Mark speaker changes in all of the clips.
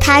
Speaker 1: 他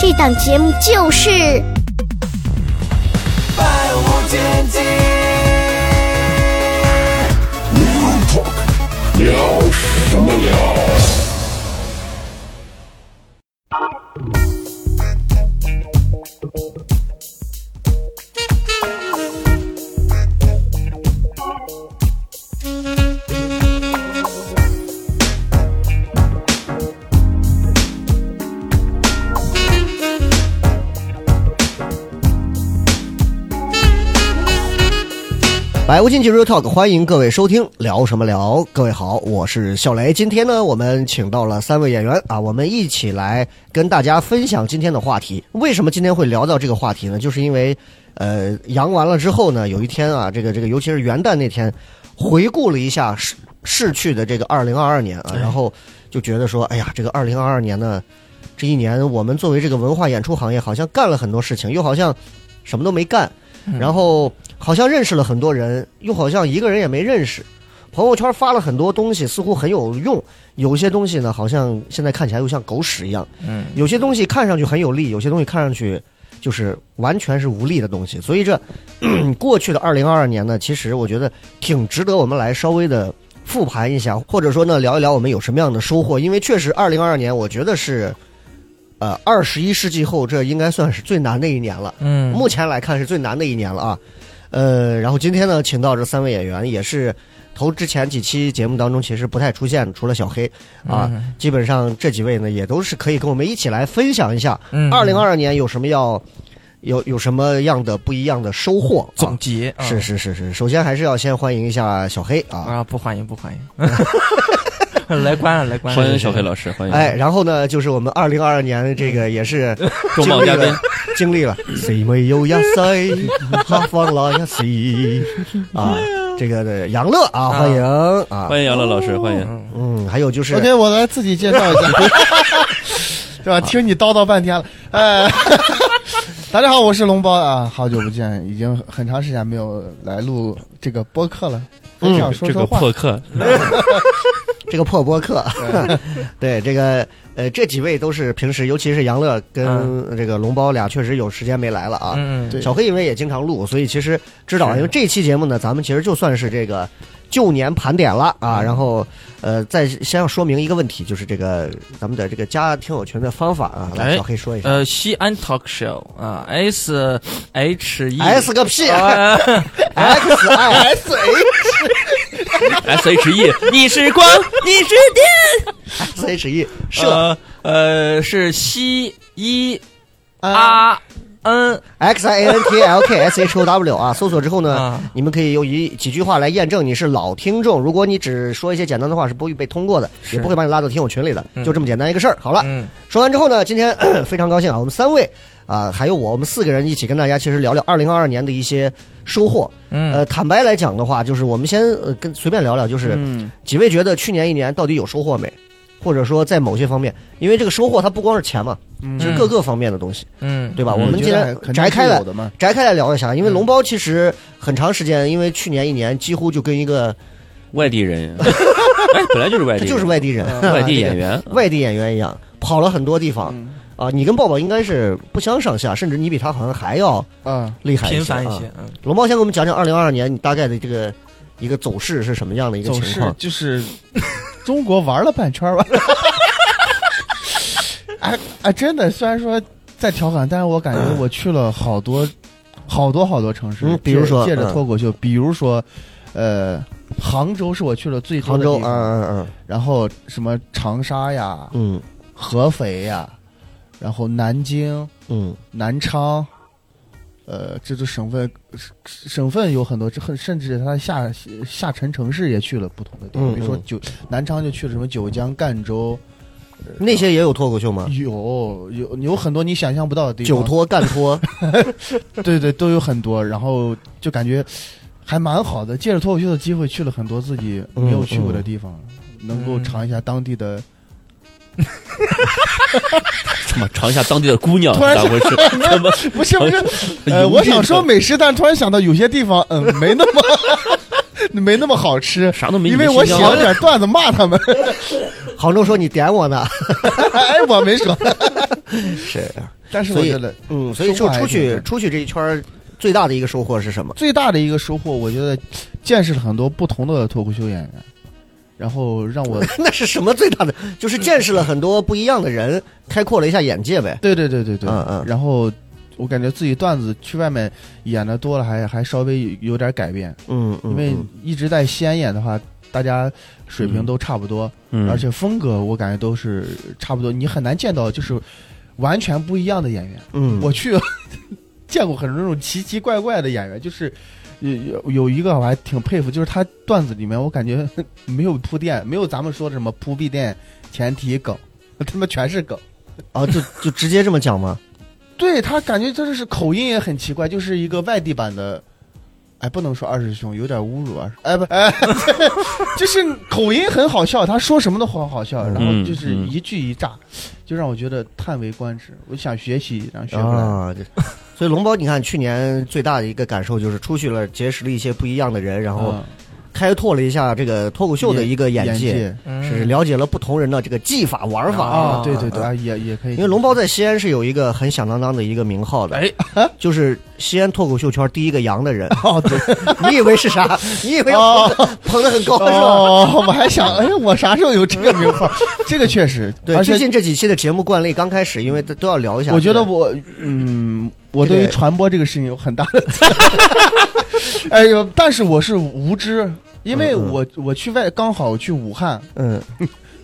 Speaker 1: 这档节目就是《
Speaker 2: 百无禁忌。
Speaker 3: 百无禁忌 Real Talk，欢迎各位收听，聊什么聊？各位好，我是笑雷。今天呢，我们请到了三位演员啊，我们一起来跟大家分享今天的话题。为什么今天会聊到这个话题呢？就是因为，呃，阳完了之后呢，有一天啊，这个这个，尤其是元旦那天，回顾了一下逝逝去的这个二零二二年啊，然后就觉得说，哎呀，这个二零二二年呢，这一年我们作为这个文化演出行业，好像干了很多事情，又好像什么都没干。然后好像认识了很多人，又好像一个人也没认识。朋友圈发了很多东西，似乎很有用。有些东西呢，好像现在看起来又像狗屎一样。
Speaker 4: 嗯，
Speaker 3: 有些东西看上去很有力，有些东西看上去就是完全是无力的东西。所以这 过去的二零二二年呢，其实我觉得挺值得我们来稍微的复盘一下，或者说呢聊一聊我们有什么样的收获。因为确实二零二二年，我觉得是呃二十一世纪后这应该算是最难的一年了。
Speaker 4: 嗯，
Speaker 3: 目前来看是最难的一年了啊。呃，然后今天呢，请到这三位演员也是头之前几期节目当中其实不太出现，除了小黑啊，
Speaker 4: 嗯
Speaker 3: 基本上这几位呢也都是可以跟我们一起来分享一下
Speaker 4: 嗯
Speaker 3: 二零二二年有什么要有有什么样的不一样的收获啊。
Speaker 4: 总结啊
Speaker 3: 是是是是，首先还是要先欢迎一下小黑啊，
Speaker 4: 啊，不欢迎不欢迎， 来关了来关了，
Speaker 5: 欢迎小黑老师，欢迎
Speaker 3: 哎，然后呢，就是我们二零二二年这个也是
Speaker 5: 嗯重磅嘉宾，
Speaker 3: 经历了，谁没有呀谁，哈方来呀谁啊，这个的杨乐啊，欢迎啊，
Speaker 5: 欢迎杨乐老师，欢迎。
Speaker 3: 嗯，还有就是，
Speaker 6: OK，我来自己介绍一下， 是吧？听你叨叨半天了，哎， 大家好，我是龙包啊，好久不见，已经很长时间没有来录这个播客了，很想说
Speaker 5: 这
Speaker 6: 说
Speaker 5: 个
Speaker 6: 话。
Speaker 5: 破课，
Speaker 3: 这个破播客， 对这个呃，这几位都是平时，尤其是杨乐
Speaker 5: 嗯
Speaker 3: 跟这个龙包俩，确实有时间没来了啊。
Speaker 4: 嗯，
Speaker 6: 对
Speaker 3: 小黑因为也经常录，所以其实知道，
Speaker 4: 是
Speaker 3: 因为这期节目呢，咱们其实就算是这个旧年盘点了
Speaker 4: 嗯
Speaker 3: 啊。然后，呃，再先要说明一个问题，就是这个咱们的这个加听友群的方法啊，来，
Speaker 4: 哎
Speaker 3: 小黑说一下。
Speaker 4: 呃，西安 talk show 啊，S H E
Speaker 3: S 个屁
Speaker 4: 啊
Speaker 3: ，X I S
Speaker 5: S H E，
Speaker 4: 你是 光，你是电，
Speaker 3: S H E 社
Speaker 4: 呃呃是西一
Speaker 6: 啊，
Speaker 4: R N
Speaker 3: X I A N T L K S H O W 啊，搜索之后呢
Speaker 4: 啊，
Speaker 3: 你们可以用一几句话来验证你是老听众。如果你只说一些简单的话，是不会被通过的，
Speaker 4: 是
Speaker 3: 也不会把你拉到听友群里的，
Speaker 4: 嗯
Speaker 3: 就这么简单一个事儿。好了，
Speaker 4: 嗯
Speaker 3: 说完之后呢，今天 咳非常高兴啊，我们三位啊、还有我，我们四个人一起跟大家其实聊聊二零二二年的一些收获。
Speaker 4: 嗯
Speaker 3: 呃，坦白来讲的话，就是我们先呃跟随便聊聊，就是
Speaker 6: 嗯，
Speaker 3: 几位觉得去年一年到底有收获没？或者说在某些方面，因为这个收获它不光是钱嘛，其实各个方面的东西，
Speaker 4: 嗯
Speaker 3: 对吧？
Speaker 5: 嗯
Speaker 3: 我们
Speaker 6: 嗯觉
Speaker 3: 今
Speaker 6: 得还
Speaker 3: 天
Speaker 6: 肯定
Speaker 3: 摘开
Speaker 6: 是
Speaker 3: 来
Speaker 6: 有的嘛，
Speaker 3: 摘开来聊一下，因为
Speaker 4: 嗯
Speaker 3: 龙包其实很长时间，因为去年一年几乎就跟一个
Speaker 5: 外地人，哎，本来就是外
Speaker 3: 他
Speaker 5: 地人，
Speaker 3: 就是外地人，，
Speaker 5: 外地演员
Speaker 3: 外地演员一样，跑了很多地方
Speaker 6: 嗯
Speaker 3: 啊。你跟抱抱应该是不相上下，甚至你比他好像还要
Speaker 6: 啊，
Speaker 3: 厉害
Speaker 4: 频繁
Speaker 3: 一
Speaker 4: 一
Speaker 3: 些
Speaker 4: 些
Speaker 3: 啊。，
Speaker 4: 嗯
Speaker 3: 龙包先给我们讲讲二零二二年你大概的这个一个走势是什么样的一个
Speaker 6: 走
Speaker 3: 情
Speaker 6: 势
Speaker 3: 况？
Speaker 6: 就是中国玩了半圈儿吧。哎哎，真的，虽然说在调侃，但是我感觉我去了好多、好多好多城市，
Speaker 3: 嗯比如说
Speaker 6: 借借着
Speaker 3: 嗯
Speaker 6: 脱口秀，比如说，呃，杭州是我去了最多
Speaker 3: 杭
Speaker 6: 的
Speaker 3: 州，
Speaker 6: 地
Speaker 3: 嗯
Speaker 6: 方
Speaker 3: 嗯嗯
Speaker 6: 然后什么长沙呀、
Speaker 3: 嗯
Speaker 6: 合肥呀，然后南京、
Speaker 3: 嗯
Speaker 6: 南昌，呃，这都省份，省份有很多，这很甚至它下下沉城市也去了不同的地方，
Speaker 3: 嗯
Speaker 6: 比如说
Speaker 3: 嗯
Speaker 6: 九南昌就去了什么九江、赣州，
Speaker 3: 那些也有脱口秀吗？
Speaker 6: 有有有很多你想象不到的地
Speaker 3: 酒
Speaker 6: 方，
Speaker 3: 嗯托、干托，
Speaker 6: 对对都有很多，然后就感觉还蛮好的。借着脱口秀的机会，去了很多自己
Speaker 3: 嗯
Speaker 6: 没有去过的地方，能够尝一下当地的。
Speaker 5: 他妈尝一下当地的姑娘，
Speaker 6: 突然
Speaker 5: 咋回事？他妈
Speaker 6: 不是 不是，
Speaker 5: 油
Speaker 6: 呃，
Speaker 5: 腻
Speaker 6: 我想说
Speaker 5: 的
Speaker 6: 美食，但突然想到有些地方，嗯、没那么 没那么好吃，
Speaker 5: 啥都没，
Speaker 6: 因为我写了点段子骂他们。
Speaker 3: 杭州说你点我呢，
Speaker 6: 哎，我没说，
Speaker 3: 是，
Speaker 6: 但是我
Speaker 3: 所以
Speaker 6: 觉得
Speaker 3: 嗯， 所以
Speaker 6: 收
Speaker 3: 就
Speaker 6: 获还
Speaker 3: 出
Speaker 6: 挺
Speaker 3: 去
Speaker 6: 大
Speaker 3: 出去这一圈儿，最大的一个收获是什么？
Speaker 6: 最大的一个收获，我觉得见识了很多不同的脱口秀演员，然后让 我
Speaker 3: 那是什么最大的？就是见识了很多不一样的人，开阔了一下眼界呗。
Speaker 6: 对对对对对，
Speaker 3: 嗯嗯
Speaker 6: 然后我感觉自己段子去外面演的多了还，还稍微有点改变，
Speaker 3: 嗯，嗯
Speaker 6: 因为
Speaker 3: 嗯
Speaker 6: 一直在西安演的话，大家水平都差不多，
Speaker 5: 嗯，
Speaker 6: 而且风格我感觉都是差不多，你很难见到就是完全不一样的演员。
Speaker 3: 嗯，
Speaker 6: 我去 见过很多那种奇奇怪怪的演员，就是有有有一个我还挺佩服，就是他段子里面我感觉 没有铺垫，没有咱们说的什么铺必垫、前提梗， 他妈全是梗。
Speaker 3: 啊，就就直接这么讲吗？
Speaker 6: 对他感觉就是口音也很奇怪，就是一个外地版的。哎，不能说二师兄，有点侮辱啊！哎不 哎，就是口音很好笑，他说什么都好好笑，然后就是
Speaker 5: 嗯嗯
Speaker 6: 一句一炸，就让我觉得叹为观止。我想学习，然后学不来。
Speaker 3: 啊，这所以龙包，你看去年最大的一个感受就是出去了，结识了一些不一样的人，然后
Speaker 6: 嗯
Speaker 3: 开拓了一下这个脱口秀的一个眼界，
Speaker 4: 嗯
Speaker 3: 是了解了不同人的这个技法玩法
Speaker 6: 嗯啊，
Speaker 4: 啊
Speaker 6: 对对
Speaker 3: 啊
Speaker 6: 对，啊，也也可以。
Speaker 3: 因为龙包在西安是有一个很响当当的一个名号的，
Speaker 4: 哎，
Speaker 3: 就是西安脱口秀圈第一个洋的人。
Speaker 6: 哦，对，
Speaker 3: 你以为是啥？你以为要捧得捧得很高是吧？
Speaker 6: 哦， 我还想，哎，我啥时候有这个名号？这个确实，
Speaker 3: 对，
Speaker 6: 而
Speaker 3: 最
Speaker 6: 且
Speaker 3: 近这几期的节目惯例，刚开始因为都都要聊一下。
Speaker 6: 我觉得我，嗯，我
Speaker 3: 这
Speaker 6: 对
Speaker 3: 个
Speaker 6: 于传播这个事情有很大的， 哎呦，但是我是无知，因为
Speaker 3: 嗯嗯
Speaker 6: 我我去外刚好去武汉
Speaker 3: 嗯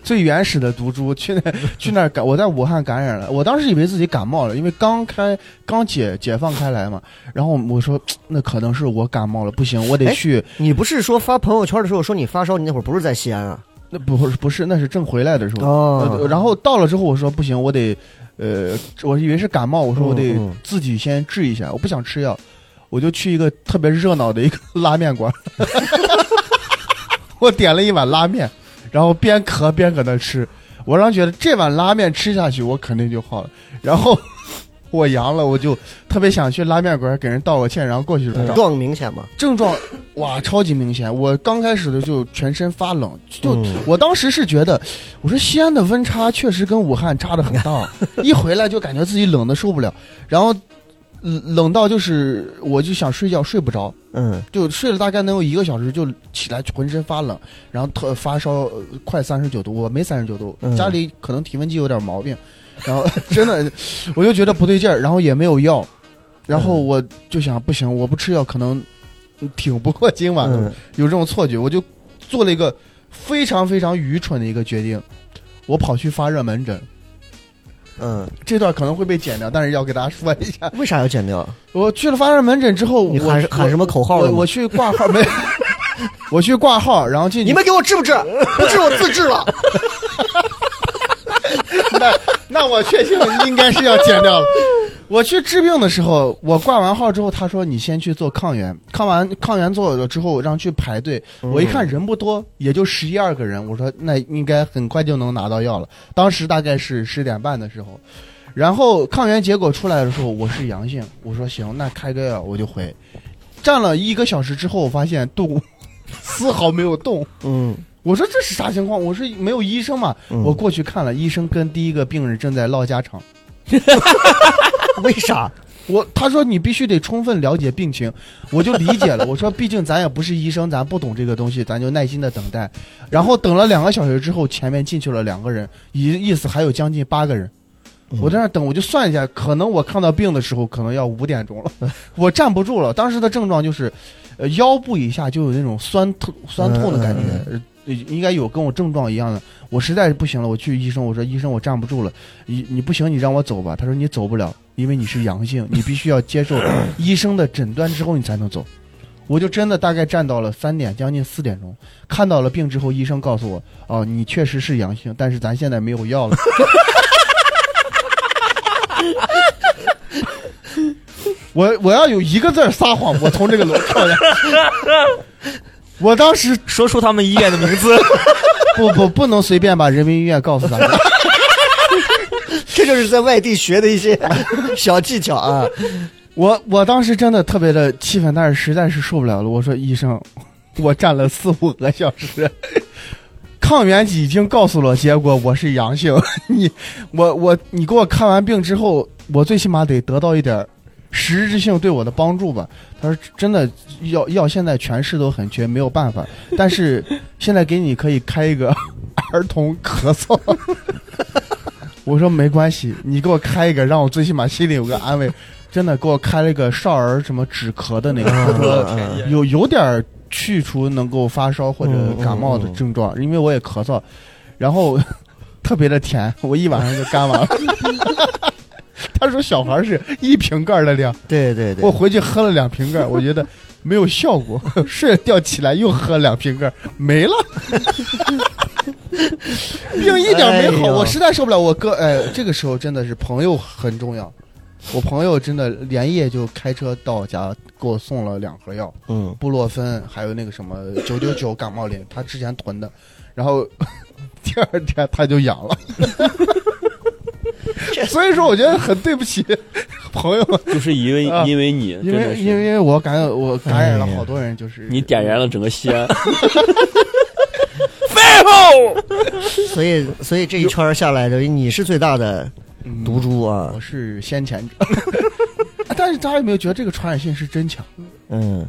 Speaker 6: 最原始的毒株，去那去那儿感，我在武汉感染了，我当时以为自己感冒了，因为刚开刚解解放开来嘛，然后我说那可能是我感冒了，不行，我得
Speaker 3: 哎
Speaker 6: 去，
Speaker 3: 你不是说发朋友圈的时候说你发烧，你那会儿不是在西安啊？
Speaker 6: 那不是不是，那是正回来的时候。
Speaker 3: 哦
Speaker 6: 呃，然后到了之后，我说不行，我得，呃，我以为是感冒，我说我得
Speaker 3: 嗯嗯
Speaker 6: 自己先治一下，我不想吃药，我就去一个特别热闹的一个拉面馆， 我点了一碗拉面，然后边咳边搁那吃，我当时觉得这碗拉面吃下去，我肯定就好了，然后我阳了，我就特别想去拉面馆给人道个歉，然后过去找
Speaker 3: 撞明显嘛？
Speaker 6: 症状哇，超级明显。我刚开始的就全身发冷，就、
Speaker 3: 嗯
Speaker 6: 我当时是觉得，我说西安的温差确实跟武汉差的很大，一回来就感觉自己冷的受不了，然后冷冷到就是我就想睡觉睡不着，
Speaker 3: 嗯
Speaker 6: 就睡了大概能有一个小时，就起来浑身发冷，然后特发烧，呃快三十九度，我没三十九度
Speaker 3: 嗯，
Speaker 6: 家里可能体温计有点毛病，然后 真的我就觉得不对劲儿，然后也没有药，然后
Speaker 3: 嗯
Speaker 6: 我就想不行，我不吃药可能挺不过今晚的，
Speaker 3: 嗯
Speaker 6: 有这种错觉，我就做了一个非常非常愚蠢的一个决定，我跑去发热门诊，
Speaker 3: 嗯，
Speaker 6: 这段可能会被剪掉，但是要给大 家说一下，
Speaker 3: 哎为啥要剪掉？
Speaker 6: 我去了发热门诊之后，
Speaker 3: 你
Speaker 6: 我
Speaker 3: 喊喊什么口号了
Speaker 6: 我
Speaker 3: 吗
Speaker 6: 我去挂号 没？我去挂号，然后进去。
Speaker 3: 你们给我治不治？不治我自治了。
Speaker 6: 那那我确信应该是要剪掉了。我去治病的时候，我挂完号之后，他说你先去做抗原，抗完抗原做了之后，让去排队。
Speaker 3: 嗯
Speaker 6: 我一看人不多，也就十一二个人，我说那应该很快就能拿到药了。当时大概是十点半的时候，然后抗原结果出来的时候，我是阳性，我说行，那开个药我就回。站了一个小时之后，我发现肚子丝毫没有动，
Speaker 3: 嗯，
Speaker 6: 我说这是啥情况？我说没有医生嘛，
Speaker 3: 嗯
Speaker 6: 我过去看了，医生跟第一个病人正在唠家常。
Speaker 3: 为啥？
Speaker 6: 我他说你必须得充分了解病情，我就理解了。我说毕竟咱也不是医生，咱不懂这个东西，咱就耐心的等待。然后等了两个小时之后，前面进去了两个人，意意思还有将近八个人。我在那儿等，我就算一下，可能我看到病的时候，可能要五点钟了，我站不住了。当时的症状就是，呃，腰部以下就有那种酸痛酸痛的感觉，呃应该有跟我症状一样的。我实在是不行了，我去医生，我说医生，我站不住了，你你不行，你让我走吧。他说你走不了，因为你是阳性，你必须要接受医生的诊断之后你才能走。我就真的大概站到了三点，将近四点钟，看到了病之后，医生告诉我，哦，你确实是阳性，但是咱现在没有药了。 我我要有一个字儿撒谎，我从这个楼跳下去。我当时
Speaker 4: 说出他们医院的名字，
Speaker 6: 不不不能随便把人民医院告诉咱们，
Speaker 3: 这就是在外地学的一 些小技巧啊。
Speaker 6: 我我当时真的特别的气愤，但是实在是受不了了。我说医生，我站了四五个小时， 抗原剂已经告诉了结果我是阳性。 你我我你给我看完病之后，我最起码得得到一点儿实质性对我的帮助吧。他说真的药药现在全市都很缺，没有办法。但是现在给你可以开一个 儿童咳嗽。 我说没关系，你给我开一个，让我最起码心里有个安慰。真的给我开了一个少儿什么止咳的那
Speaker 3: 嗯
Speaker 6: 个，
Speaker 3: 啊
Speaker 6: 就是说有有点儿去除能够发烧或者
Speaker 3: 嗯
Speaker 6: 感冒的症状，因为我也咳嗽，然后 特别的甜，我一晚上就干完了。 他说小孩儿是一瓶盖儿的量，
Speaker 3: 对对对，
Speaker 6: 我回去喝了两瓶盖儿，我觉得没有效果， 睡了觉起来又喝两瓶盖儿，没了，病一点没
Speaker 3: 哎
Speaker 6: 好，
Speaker 3: 呦
Speaker 6: 我实在受不了。我哥，哎，这个时候真的是朋友很重要，我朋友真的连夜就开车到我家给我送了两盒药，
Speaker 3: 嗯，
Speaker 6: 布洛芬，还有那个什么九九九感冒灵，他之前囤的，然后 第二天他就阳 了。所以说，我觉得很对不起朋友们，
Speaker 5: 就是因为
Speaker 6: 啊
Speaker 5: 因为你，真
Speaker 6: 因
Speaker 5: 的
Speaker 6: 为
Speaker 5: 是
Speaker 6: 因为我感染我感染了
Speaker 3: 哎呀
Speaker 6: 好多人，就是
Speaker 5: 你点燃了整个西安，
Speaker 3: 所以所以这一圈儿下来的，你是最大的
Speaker 6: 嗯
Speaker 3: 毒株啊
Speaker 6: 我。是先 前者。啊但是大家有没有觉得这个传染性是真强？
Speaker 3: 嗯，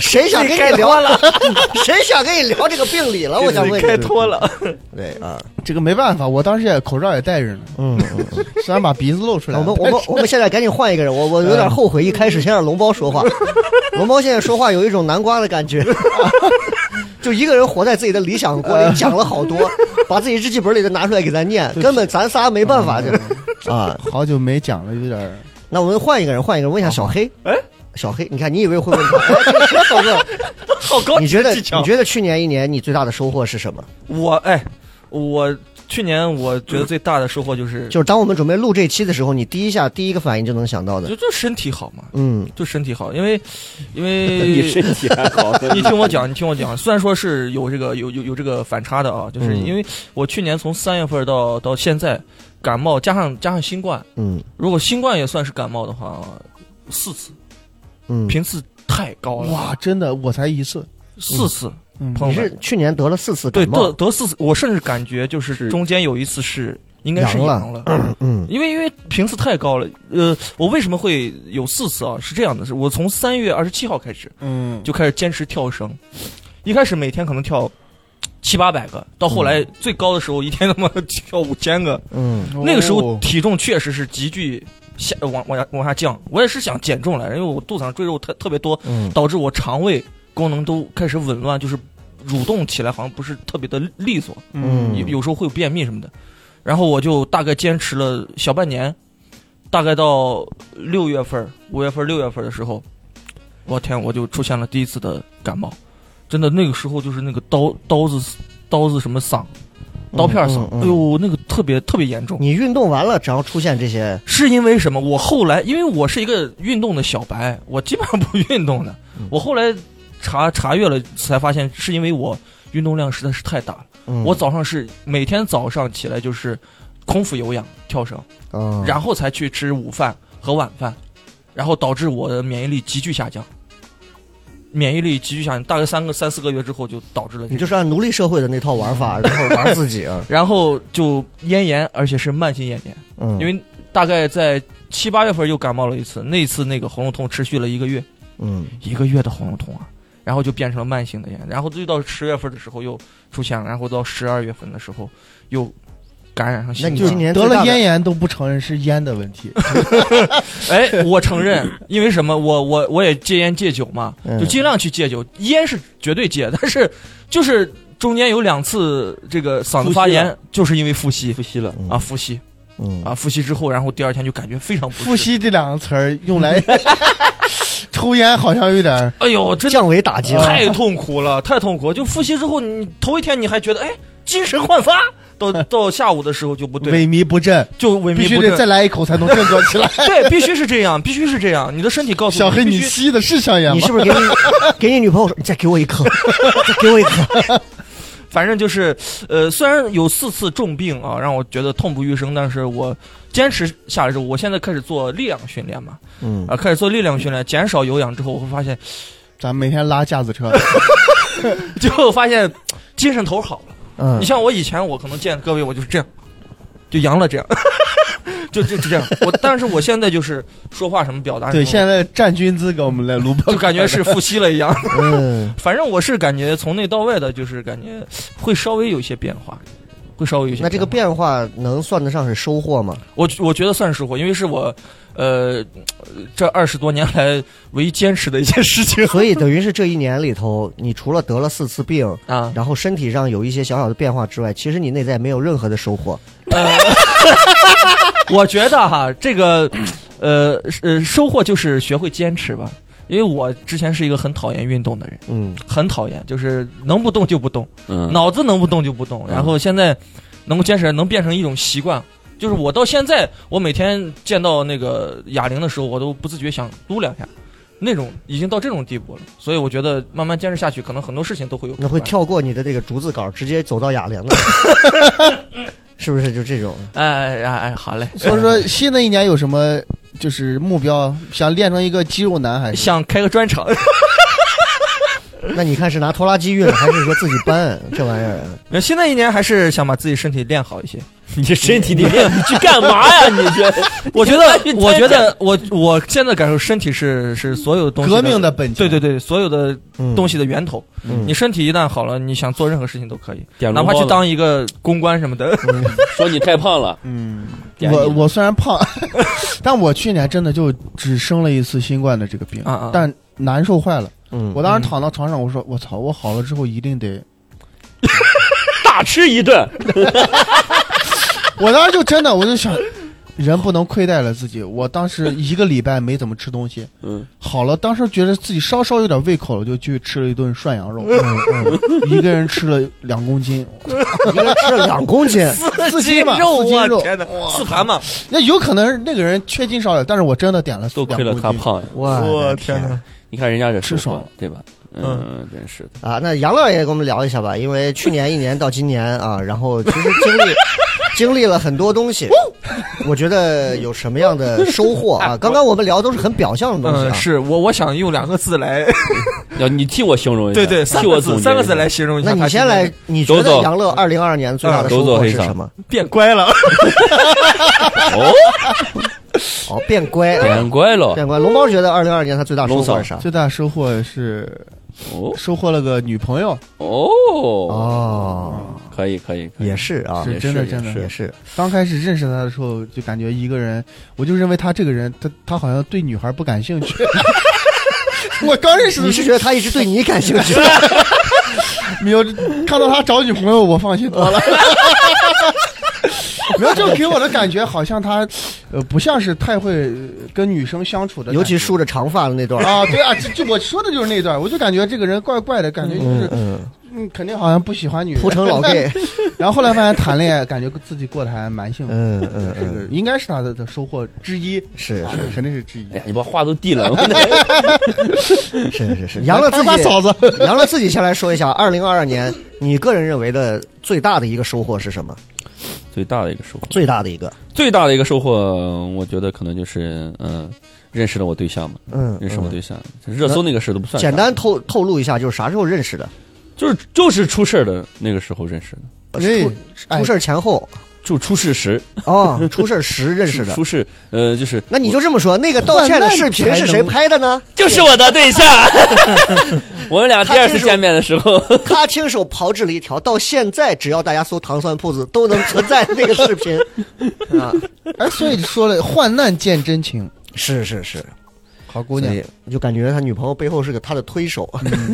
Speaker 3: 谁想跟你聊了？ 谁想跟你聊这个病理了？我想问你，
Speaker 4: 开脱了，
Speaker 3: 对啊，
Speaker 6: 这个没办法，我当时也口罩也戴着呢，
Speaker 3: 嗯，嗯嗯
Speaker 6: 虽然把鼻子露出来
Speaker 3: 我
Speaker 6: 了。
Speaker 3: 们我们我们现在赶紧换一个人，我我有
Speaker 4: 嗯
Speaker 3: 点后悔，一开始先让龙包说 话，龙包现在说话有一种南瓜的感觉，就一个人活在自己的理想国
Speaker 4: 嗯
Speaker 3: 里，讲了好多，把自己日记本里的拿出来给咱念，根本咱仨没办
Speaker 4: 嗯
Speaker 3: 法就啊。
Speaker 6: 好久没讲了，有点儿
Speaker 3: 那我们换一个人，换一个人，问一下小黑。哎，小黑，你看，你以为会问他？哎小哥，
Speaker 4: 好高级
Speaker 3: 你觉得
Speaker 4: 技巧
Speaker 3: 你觉得去年一年你最大的收获是什么？
Speaker 4: 我哎，我去年我觉得最大的收获就是
Speaker 3: 就是当我们准备录这期的时候，你第一下第一个反应就能想到的
Speaker 4: 就。就身体好嘛，
Speaker 3: 嗯，
Speaker 4: 就身体好，因为因为
Speaker 5: 你身体还好，
Speaker 4: 你听我讲，你听我讲，虽然说是有这个有有有这个反差的啊，就是
Speaker 3: 嗯
Speaker 4: 因为我去年从三月份到到现在，感冒加上加上新冠，
Speaker 3: 嗯
Speaker 4: 如果新冠也算是感冒的话，四次
Speaker 3: 嗯，
Speaker 4: 频次太高了，
Speaker 6: 哇，真的，我才一次。
Speaker 4: 四次，
Speaker 6: 嗯
Speaker 4: 朋
Speaker 3: 你
Speaker 4: 友们
Speaker 3: 是去年得了四次
Speaker 4: 对
Speaker 3: 感
Speaker 4: 得
Speaker 3: 冒，
Speaker 4: 得四次，我甚至感觉就是
Speaker 5: 是
Speaker 4: 中间有一次是应该是
Speaker 3: 阳了
Speaker 4: 阳了，
Speaker 3: 嗯
Speaker 4: 因为因为频次太高了。呃，我为什么会有四次啊？是这样的，是我从三月二十七号开始
Speaker 6: 嗯，
Speaker 4: 就开始坚持跳绳，一开始每天可能跳七八百个，到后来最高的时候一天他妈 跳五千个，
Speaker 3: 嗯
Speaker 6: 哦
Speaker 4: 那个时候体重确实是急剧下往往下往下降。我也是想减重来着，因为我肚子上赘肉特特别多，
Speaker 3: 嗯
Speaker 4: 导致我肠胃功能都开始紊乱，就是蠕动起来好像不是特别的利索。
Speaker 3: 嗯
Speaker 4: 有有时候会有便秘什么的。然后我就大概坚持了小半年，大概到六月份儿、五月份儿、六月份儿的时候，我天，我就出现了第一次的感冒。真的，那个时候就是那个刀刀子刀子什么嗓，刀片儿
Speaker 3: 嗯
Speaker 4: 嗓，
Speaker 3: 嗯嗯
Speaker 4: 哎呦，那个特别特别严重。
Speaker 3: 你运动完了，然后出现这些，
Speaker 4: 是因为什么？我后来因为我是一个运动的小白，我基本上不运动的。
Speaker 3: 嗯
Speaker 4: 我后来查查阅了，才发现是因为我运动量实在是太大了。
Speaker 3: 嗯
Speaker 4: 我早上是每天早上起来就是空腹有氧跳绳，
Speaker 3: 啊
Speaker 4: 然后才去吃午饭和晚饭，然后导致我的免疫力急剧下降。免疫力急剧下降，大概三个三四个月之后就导致了这个、
Speaker 3: 你就是按奴隶社会的那套玩 法，然后玩自己啊，
Speaker 4: 然后就咽炎，而且是慢性咽炎，
Speaker 3: 嗯，
Speaker 4: 因为大概在七八月份又感冒了一次，那一次那个喉咙痛持续了一个月，
Speaker 3: 嗯
Speaker 4: 一个月的喉咙痛啊，然后就变成了慢性的炎，然后就到十月份的时候又出现了，然后到十二月份的时候又感染上新
Speaker 3: 那
Speaker 4: 冠。
Speaker 3: 你今年
Speaker 6: 得
Speaker 3: 最大
Speaker 6: 了
Speaker 3: 的
Speaker 6: 咽炎都不承认是烟的问题，
Speaker 4: 哎，我承认，因为什么？我我我也戒烟戒酒嘛，
Speaker 3: 嗯
Speaker 4: 就尽量去戒酒。烟是绝对戒， 但是就是中间有两次这个嗓子发
Speaker 5: 呼
Speaker 4: 炎，就是因为复吸
Speaker 5: 复吸了，
Speaker 3: 嗯
Speaker 4: 啊，复吸
Speaker 3: 嗯
Speaker 4: 啊，复吸之后，然后第二天就感觉非常不适。
Speaker 6: 复吸这两个词儿用来 抽烟好像有点儿
Speaker 4: 哎呦，真的啊
Speaker 3: 降维打击了。
Speaker 4: 太痛苦了，太痛苦了。就复习之后，你头一天你还觉得哎精神焕发，到到下午的时候就不对，
Speaker 6: 萎靡不振，
Speaker 4: 就萎
Speaker 6: 必
Speaker 4: 靡
Speaker 6: 须
Speaker 4: 不
Speaker 6: 得再
Speaker 4: 振。
Speaker 6: 来一口才能振作起来。
Speaker 4: 对，必须是这样，必须是这样。你的身体告诉
Speaker 6: 小黑，
Speaker 4: 你
Speaker 6: 你
Speaker 4: 必须
Speaker 6: 吸的是香烟
Speaker 3: 你
Speaker 6: 吗
Speaker 3: 是？不是给 你给你女朋友说，你再给我一颗，再给我一颗？
Speaker 4: 反正就是，呃，虽然有四次重病啊，让我觉得痛不欲生，但是我坚持下来之后，我现在开始做力量训练嘛，
Speaker 3: 嗯
Speaker 4: 啊，开始做力量训练，减少有氧之后，我会发现，
Speaker 6: 咱每天拉架子 车，
Speaker 4: 就发现精神头好了。
Speaker 6: 嗯
Speaker 4: 你，像我以前，我可能见各位，我就是这样，就阳了这样， 就就就这样。我但是我现在就是说话什么表达什么，
Speaker 6: 对，现在站军姿给我们来录播，
Speaker 4: 就感觉是复吸了一样。
Speaker 3: 嗯，
Speaker 4: 反正我是感觉从内到外的，就是感觉会稍微有一些变化，会稍微有一些。
Speaker 3: 那这个
Speaker 4: 变化。
Speaker 3: 变化能算得上是收获 吗？
Speaker 4: 我我觉得算是收获，因为是我，呃，这二十多年来唯一坚持的一件事情
Speaker 3: 所以等于是这一年里头，你除了得了四次病，
Speaker 4: 啊。
Speaker 3: 然后身体上有一些小小的变化之外，其实你内在没有任何的收获。
Speaker 4: 我觉得哈，这个，呃呃，收获就是学会坚持吧。因为我之前是一个很讨厌运动的人，
Speaker 3: 嗯，
Speaker 4: 很讨厌，就是能不动就不动，
Speaker 5: 嗯，
Speaker 4: 脑子能不动就不动。然后现在能够坚持，能变成一种习惯。就是我到现在，我每天见到那个哑铃的时候，我都不自觉想撸两下，那种已经到这种地步了。所以我觉得慢慢坚持下去，可能很多事情都会有。
Speaker 3: 那会跳过你的这个逐字稿，直接走到哑铃了， 是不是？就这种，
Speaker 4: 哎哎哎，好嘞。
Speaker 6: 所以 说新的一年有什么就是目标，想练成一个肌肉男还是？
Speaker 4: 想开个专 场，
Speaker 3: 那你看是拿拖拉机运，还是说自己搬这玩意儿？
Speaker 4: 新的一年还是想把自己身体练好一些。
Speaker 5: 你这身体里面你去干嘛呀？你这，
Speaker 4: 我觉得， 我觉得，我我现在感受身体是是所有东西
Speaker 6: 革命的本钱
Speaker 4: 对对对，所有的
Speaker 3: 嗯，
Speaker 4: 东
Speaker 3: 西，
Speaker 4: 西的源头。你身体一旦好了，你想做任何事情都可以，
Speaker 5: 点
Speaker 4: 哪
Speaker 5: 笼
Speaker 4: 怕
Speaker 5: 包
Speaker 4: 去
Speaker 5: 了
Speaker 4: 当一个公关什么 的。
Speaker 5: 说你太胖了，
Speaker 6: 嗯，
Speaker 5: 点
Speaker 6: 我
Speaker 5: 你
Speaker 6: 我虽然胖， 但我去年真的就只生了一次新冠的这个病
Speaker 4: 啊啊，
Speaker 6: 但难受坏了。
Speaker 3: 嗯，
Speaker 6: 我当时躺到床上，我说我操，我好了之后一定得，
Speaker 5: 大吃一顿，
Speaker 6: 我当时就真的我就想，人不能亏待了自己。我当时一个礼拜没怎么吃东西，
Speaker 5: 嗯，
Speaker 6: 好了，当时觉得自己稍稍有点胃口了，就去吃了一顿涮羊肉，
Speaker 5: 嗯
Speaker 6: 一个人吃了两公斤，
Speaker 3: 一个人吃了两公斤，
Speaker 6: 四斤 吧，四斤肉。
Speaker 4: 啊天哪，四盘嘛，
Speaker 6: 那有可能是那个人缺斤少两，但是我真的点了
Speaker 5: 多亏了
Speaker 6: 两
Speaker 5: 他
Speaker 6: 公斤。
Speaker 5: 胖呀！
Speaker 3: 我的
Speaker 4: 天哪！
Speaker 5: 你看人家这
Speaker 6: 吃
Speaker 5: 生活
Speaker 6: 爽
Speaker 5: 对吧？嗯，真是的，
Speaker 3: 啊！那杨乐也给我们聊一下吧，因为去年一年到今年啊，然后其实经历 经历了很多东西，我觉得有什么样的收获啊？刚刚我们聊都是很表象的东西
Speaker 4: 嗯，
Speaker 3: 啊，
Speaker 4: 是我我想用两个字来，
Speaker 5: 要你替我形容一下，
Speaker 4: 对对，三
Speaker 5: 替
Speaker 4: 个
Speaker 5: 我总
Speaker 4: 字，
Speaker 5: 结
Speaker 4: 三个
Speaker 5: 一
Speaker 4: 字
Speaker 5: 下
Speaker 4: 来形容一下
Speaker 3: 那
Speaker 4: 他今
Speaker 3: 你先
Speaker 4: 年。
Speaker 3: 来，你觉
Speaker 5: 走
Speaker 3: 得
Speaker 5: 走啊
Speaker 3: 杨乐二零二二年最大的
Speaker 5: 走
Speaker 3: 收
Speaker 5: 走
Speaker 3: 获
Speaker 5: 黑
Speaker 3: 是
Speaker 5: 桑
Speaker 3: 什么？
Speaker 4: 变乖了，
Speaker 5: 哦，
Speaker 3: 哦，变乖啊，
Speaker 5: 变乖了
Speaker 3: 变乖。龙猫觉得二零二二年他最大收获
Speaker 5: 哦龙嫂
Speaker 3: 是啥？
Speaker 6: 最大收获是
Speaker 5: 哦
Speaker 6: 收获了个女朋友，
Speaker 5: 哦，
Speaker 3: 哦，
Speaker 5: 可以可以，可以
Speaker 3: 也是啊，
Speaker 6: 是
Speaker 5: 也
Speaker 6: 真的
Speaker 5: 是
Speaker 6: 真的
Speaker 3: 也是。
Speaker 6: 刚开始认识他的时候，就感觉一个人，我就认为他这个人，他他好像对女孩不感兴 趣。我刚认识
Speaker 3: 你
Speaker 6: 的
Speaker 3: 是
Speaker 6: 时
Speaker 3: 觉得他一直对你感兴趣？
Speaker 6: 候，没有看到他找女朋友，我放 心多了。没有，就给我的感觉好像他，呃，不像是太会呃跟女生相处的感 觉，
Speaker 3: 尤其梳着长发的那段儿。
Speaker 6: 啊，对啊，就就我说的就是那段，我就感觉这个人怪怪的，感觉就是，
Speaker 3: 嗯，
Speaker 6: 嗯，肯定好像不喜欢女人。
Speaker 3: 铺成 老 gay。
Speaker 6: 然后后来发现谈恋爱，感觉自己过得还蛮幸福。
Speaker 3: 嗯嗯
Speaker 6: 这个
Speaker 3: 嗯，
Speaker 6: 应该是他的的收获之一，
Speaker 3: 是
Speaker 6: 啊肯定是之一。
Speaker 5: 哎呀，你把话都递了，
Speaker 3: 是是是。杨乐自
Speaker 6: 他
Speaker 3: 己，
Speaker 6: 嫂子，
Speaker 3: 杨乐自己先来说一下，二零二二年你个人认为的最大的一个收获是什么？
Speaker 5: 最大的一个收获，
Speaker 3: 最大的一个，
Speaker 5: 最大的一个收获，我觉得可能就是嗯，认识了我对象嘛，
Speaker 3: 嗯，
Speaker 5: 认识我
Speaker 3: 嗯
Speaker 5: 对象，热搜那个事都不算啥，
Speaker 3: 简单透透露一下，就是啥时候认识的？
Speaker 5: 就是就是出事儿的那个时候认识的，
Speaker 6: 哎哎
Speaker 3: 出事儿前后
Speaker 5: 就出事时
Speaker 3: 哦， 出事儿时认识的
Speaker 5: 出。事呃就是
Speaker 3: 那你就这么说，那个道歉的视频是谁拍的呢？
Speaker 5: 就是我的对象， 我们俩第二次见面的时候，
Speaker 3: 他亲手炮制了一条，到现在只要大家搜“糖蒜铺子”都能存在的那个视频。啊，
Speaker 6: 哎，所以说了，患难见真情，
Speaker 3: 是是是，
Speaker 6: 好姑娘
Speaker 3: 所。以就感觉他女朋友背后是个他的推手，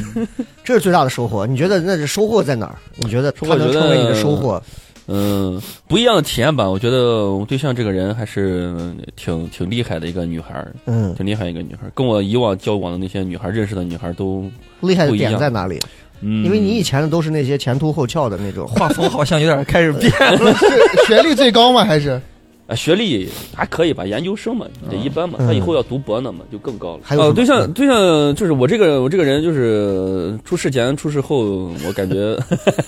Speaker 3: 这是最大的收获。你觉得那是收获在哪儿？你觉得他能成为你的收获？
Speaker 5: 嗯，不一样的体验吧。我觉得我对象这个人还是挺挺厉害的一个女孩儿，
Speaker 3: 嗯，
Speaker 5: 挺厉害一个女孩儿，跟我以往交往的那些女孩儿认识的女孩儿都，
Speaker 3: 厉害的
Speaker 5: 不一
Speaker 3: 点
Speaker 5: 样
Speaker 3: 在哪里？
Speaker 5: 嗯，
Speaker 3: 因为你以前的都是那些前凸后翘的那种，
Speaker 4: 画风好像有点开始变。
Speaker 6: 是学历最高吗？还是
Speaker 5: 啊学历还可以吧，研究生嘛也一般嘛，
Speaker 3: 嗯
Speaker 5: 他以后要读博呢嘛就更高了。
Speaker 3: 还有什么
Speaker 5: 呃对象对象就是我这个我这个人就是出事前出事后，我感觉，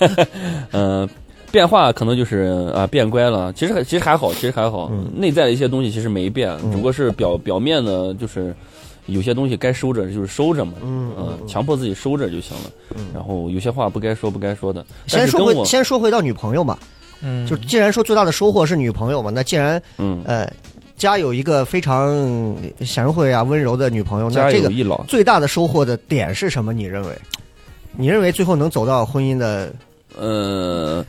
Speaker 5: 呃，变化可能就是啊、变乖了，其实还其实还好，其实还好，
Speaker 3: 嗯
Speaker 5: 内在的一些东西其实没变，只不过是表表面的，就是有些东西该收着就是收着嘛，
Speaker 3: 嗯
Speaker 5: 呃强迫自己收着就行了，然后有些话不该说不该说的，但
Speaker 3: 先
Speaker 5: 是
Speaker 3: 说
Speaker 5: 跟
Speaker 3: 回
Speaker 5: 我
Speaker 3: 先说回到女朋友嘛，
Speaker 4: 嗯，
Speaker 3: 就既然说最大的收获是女朋友嘛，那既然
Speaker 5: 嗯，
Speaker 3: 呃家有一个非常贤惠啊温柔的女朋友，那
Speaker 5: 家
Speaker 3: 这
Speaker 5: 有
Speaker 3: 个
Speaker 5: 一老，
Speaker 3: 最大的收获的点是什么？你认为？你认为最后能走到婚姻的
Speaker 5: 呃，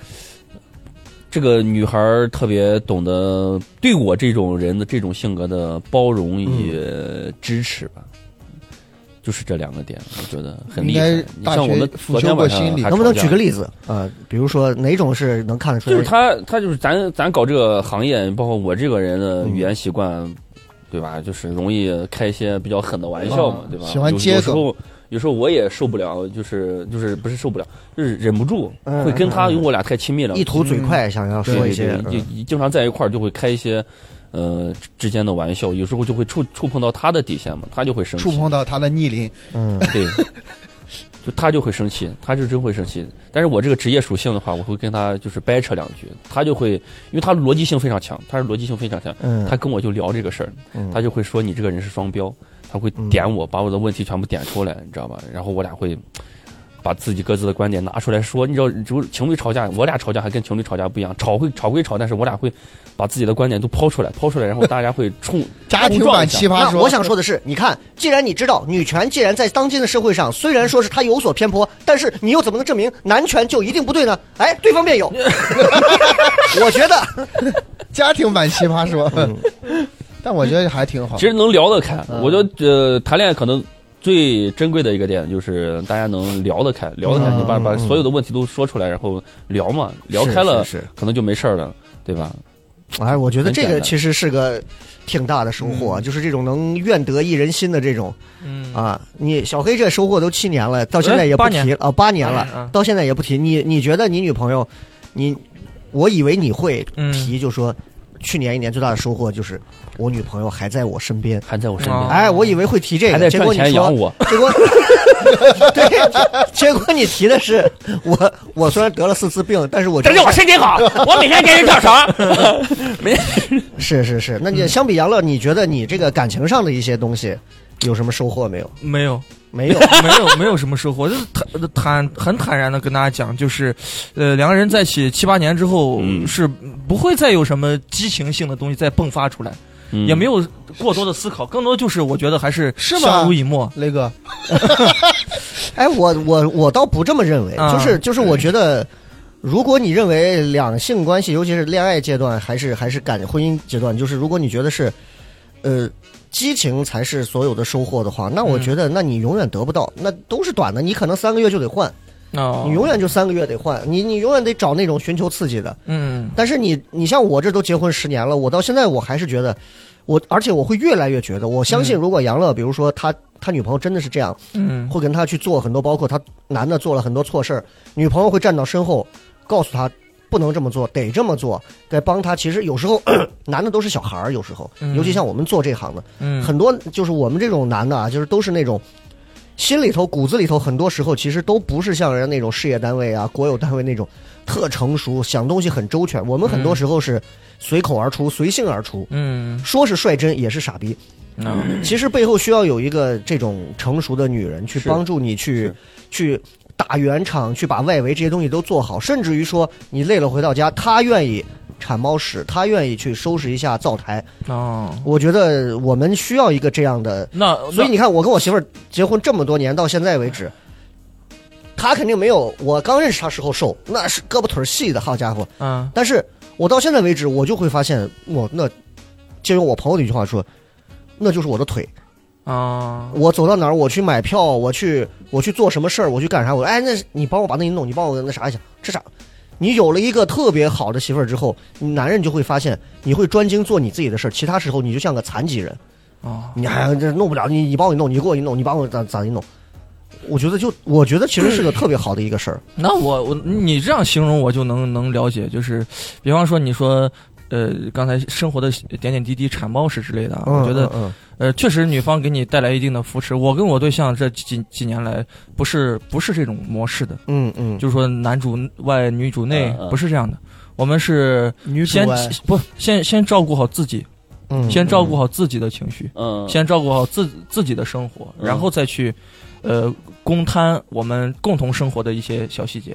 Speaker 5: 这个女孩儿特别懂得对我这种人的这种性格的包容与支持吧，就是这两个点，我觉得很厉害
Speaker 6: 应该。
Speaker 5: 你
Speaker 6: 大学
Speaker 5: 像我们
Speaker 6: 辅
Speaker 5: 昨天
Speaker 6: 修过
Speaker 5: 晚上
Speaker 6: 心理
Speaker 5: 还
Speaker 3: 能不能
Speaker 5: 吵架
Speaker 3: 举个例子？呃，比如说哪种是能看得出来？
Speaker 5: 嗯就是他，他就是咱咱搞这个行业，包括我这个人的语言习惯，对吧？就是容易开一些比较狠的玩笑嘛，
Speaker 6: 啊
Speaker 5: 对吧？
Speaker 6: 喜欢
Speaker 5: 有
Speaker 6: 接
Speaker 5: 有
Speaker 6: 梗
Speaker 5: 时候有时候我也受不了，就是就是不是受不了，就是忍不住
Speaker 3: 嗯
Speaker 5: 会跟他，
Speaker 3: 嗯嗯
Speaker 5: 因为我俩太亲密了，
Speaker 3: 一吐嘴快，想要说
Speaker 5: 对
Speaker 3: 一些
Speaker 5: 对对就经常在一块儿就会开一些。呃，之间的玩笑，有时候就会触触碰到他的底线嘛，他就会生气。
Speaker 6: 触碰到他的逆鳞？
Speaker 3: 嗯
Speaker 5: 对，就他就会生气，他是真会生气。但是我这个职业属性的话，我会跟他就是掰扯两句，他就会，因为他逻辑性非常强，他是逻辑性非常强，
Speaker 3: 嗯，
Speaker 5: 他跟我就聊这个事儿，
Speaker 3: 嗯
Speaker 5: 他就会说你这个人是双标，他会
Speaker 3: 嗯
Speaker 5: 点我，把我的问题全部点出来，你知道吧？然后我俩会。把自己各自的观点拿出来说，你知道，就是情侣吵架，我俩吵架还跟情侣吵架不一样，吵会吵归吵，但是我俩会把自己的观点都抛出来，抛出来，然后大家会 冲
Speaker 6: 家庭版奇葩
Speaker 3: 那
Speaker 6: 说，
Speaker 3: 我想说的是，你看，既然你知道女权，既然在当今的社会上，虽然说是它有所偏颇，但是你又怎么能证明男权就一定不对呢？哎，对方辩 友，我觉得
Speaker 6: 家庭版奇葩说， 但我觉得还挺好。
Speaker 5: 其实能聊得开，
Speaker 3: 嗯
Speaker 5: 我觉得呃，谈恋爱可能最珍贵的一个点就是大家能聊得开，聊得开，
Speaker 3: 嗯
Speaker 5: 你把
Speaker 3: 嗯
Speaker 5: 把
Speaker 3: 嗯
Speaker 5: 所有的问题都说出来，然后聊嘛，聊开了，
Speaker 3: 是
Speaker 5: 可能就没事儿了，对吧？
Speaker 3: 是哎，我觉得这
Speaker 5: 很
Speaker 3: 个
Speaker 5: 简单嗯
Speaker 3: 其实是个挺大的收获，啊就是这种能愿得一人心的这种
Speaker 4: 嗯
Speaker 3: 啊。你小黑这收获都七年了，到现在
Speaker 4: 哎
Speaker 3: 也不
Speaker 4: 八
Speaker 3: 提
Speaker 4: 年
Speaker 3: 啊，八年
Speaker 4: 八
Speaker 5: 嗯
Speaker 4: 年
Speaker 3: 了
Speaker 4: 啊，
Speaker 3: 到现在也不提。你你觉得你女朋友，你我以为你会
Speaker 4: 嗯
Speaker 3: 提，就说去年一年最大的收获就是我女朋友还在我身边。
Speaker 5: 还在我身边，
Speaker 4: 哦
Speaker 3: 哎，我以为会提这
Speaker 5: 还
Speaker 3: 个，
Speaker 5: 在
Speaker 3: 结
Speaker 5: 赚
Speaker 3: 果你
Speaker 5: 钱养
Speaker 3: 说，
Speaker 5: 我，
Speaker 3: 结果对， 结果你提的是我，我虽然得了四次病，但是我觉
Speaker 5: 但是
Speaker 3: 得
Speaker 5: 我身体好，我每天给人跳绳， 每天
Speaker 3: 是是是。那你
Speaker 5: 嗯
Speaker 3: 相比杨乐，你觉得你这个感情上的一些东西有什么收获没有？
Speaker 4: 没有，
Speaker 3: 没有，
Speaker 4: 没有，没有什么收获，就是坦呃坦很坦然的跟大家讲，就是，呃，两个人在一起七八年之后，
Speaker 5: 嗯
Speaker 4: 是不会再有什么激情性的东西再迸发出来，也没有过多的思考，更多就是我觉得还是
Speaker 6: 是吗
Speaker 4: 相濡以
Speaker 3: 哦
Speaker 4: 沫。
Speaker 6: 雷哥，
Speaker 3: 哎，我我我倒不这么认为，
Speaker 4: 啊
Speaker 3: 就是就是我觉得。如果你认为两性关系，尤其是恋爱阶段，还是还是感婚姻阶段，就是如果你觉得是，呃，激情才是所有的收获的话，那我
Speaker 4: 嗯
Speaker 3: 觉得，那你永远得不到，那都是短的，你可能三个月就得换，
Speaker 4: 啊，
Speaker 3: 你永远就三个月得换，你你永远得找那种寻求刺激的。
Speaker 4: 嗯
Speaker 3: 但是你你像我这都结婚十年了，我到现在我还是觉得，我而且我会越来越觉得，我相信如果杨乐，比如说他他女朋友真的是这样，
Speaker 4: 嗯
Speaker 3: 会跟他去做很多，包括他男的做了很多错事儿，女朋友会站到身后告诉他。不能这么做，得这么做，该帮他。其实有时候 男的都是小孩儿，有时候，
Speaker 4: 嗯
Speaker 3: 尤其像我们做这行的，
Speaker 4: 嗯，
Speaker 3: 很多就是我们这种男的啊，就是都是那种心里头、骨子里头，很多时候其实都不是像人家那种事业单位啊、国有单位那种特成熟、想东西很周全。我们很多时候是随口而出、随性而出，
Speaker 4: 嗯
Speaker 3: 说是率真，也是傻逼。
Speaker 4: 啊
Speaker 3: 其实背后需要有一个这种成熟的女人去
Speaker 5: 是
Speaker 3: 帮助你去
Speaker 5: 是
Speaker 3: 去打圆场，去把外围这些东西都做好，甚至于说你累了回到家，她愿意铲猫屎，她愿意去收拾一下灶台。
Speaker 4: 哦，
Speaker 3: 我觉得我们需要一个这样的
Speaker 4: 那
Speaker 3: 所以你看，我跟我媳妇儿结婚这么多年，到现在为止，她肯定没有我刚认识她时候瘦，那是胳膊腿儿细的，好家伙！
Speaker 4: 那啊
Speaker 3: 但是我到现在为止，我就会发现，我那借用我朋友的一句话说，那就是我的腿。
Speaker 4: 啊
Speaker 3: 我走到哪儿，我去买票，我去我去做什么事儿，我去干啥，我哎，那是你帮我把那一弄，你帮我那啥一下，这啥？你有了一个特别好的媳妇儿之后，男人就会发现你会专精做你自己的事儿，其他时候你就像个残疾人，
Speaker 4: 啊，
Speaker 3: 你还这弄不了，你你帮我弄，你给我一弄，你帮我咋咋一弄。我觉得就我觉得其实是个特别好的一个事儿，
Speaker 4: 那我我你这样形容我就能能了解，就是比方说你说。呃，刚才生活的点点滴滴、铲猫屎之类的啊，我觉得
Speaker 3: 嗯
Speaker 4: 呃，确实女方给你带来一定的扶持。我跟我对象这几几年来，不是不是这种模式的，
Speaker 3: 嗯嗯，
Speaker 4: 就是说男主外女主内
Speaker 5: 嗯，嗯
Speaker 4: 不是这样的。我们是
Speaker 6: 女主
Speaker 4: 先
Speaker 6: 哎
Speaker 4: 不先先照顾好自己，
Speaker 3: 嗯
Speaker 4: 先照顾好自己的情绪，
Speaker 5: 嗯，
Speaker 4: 先照顾好自自己的生活，
Speaker 5: 嗯
Speaker 4: 然后再去，呃，公摊我们共同生活的一些小细节。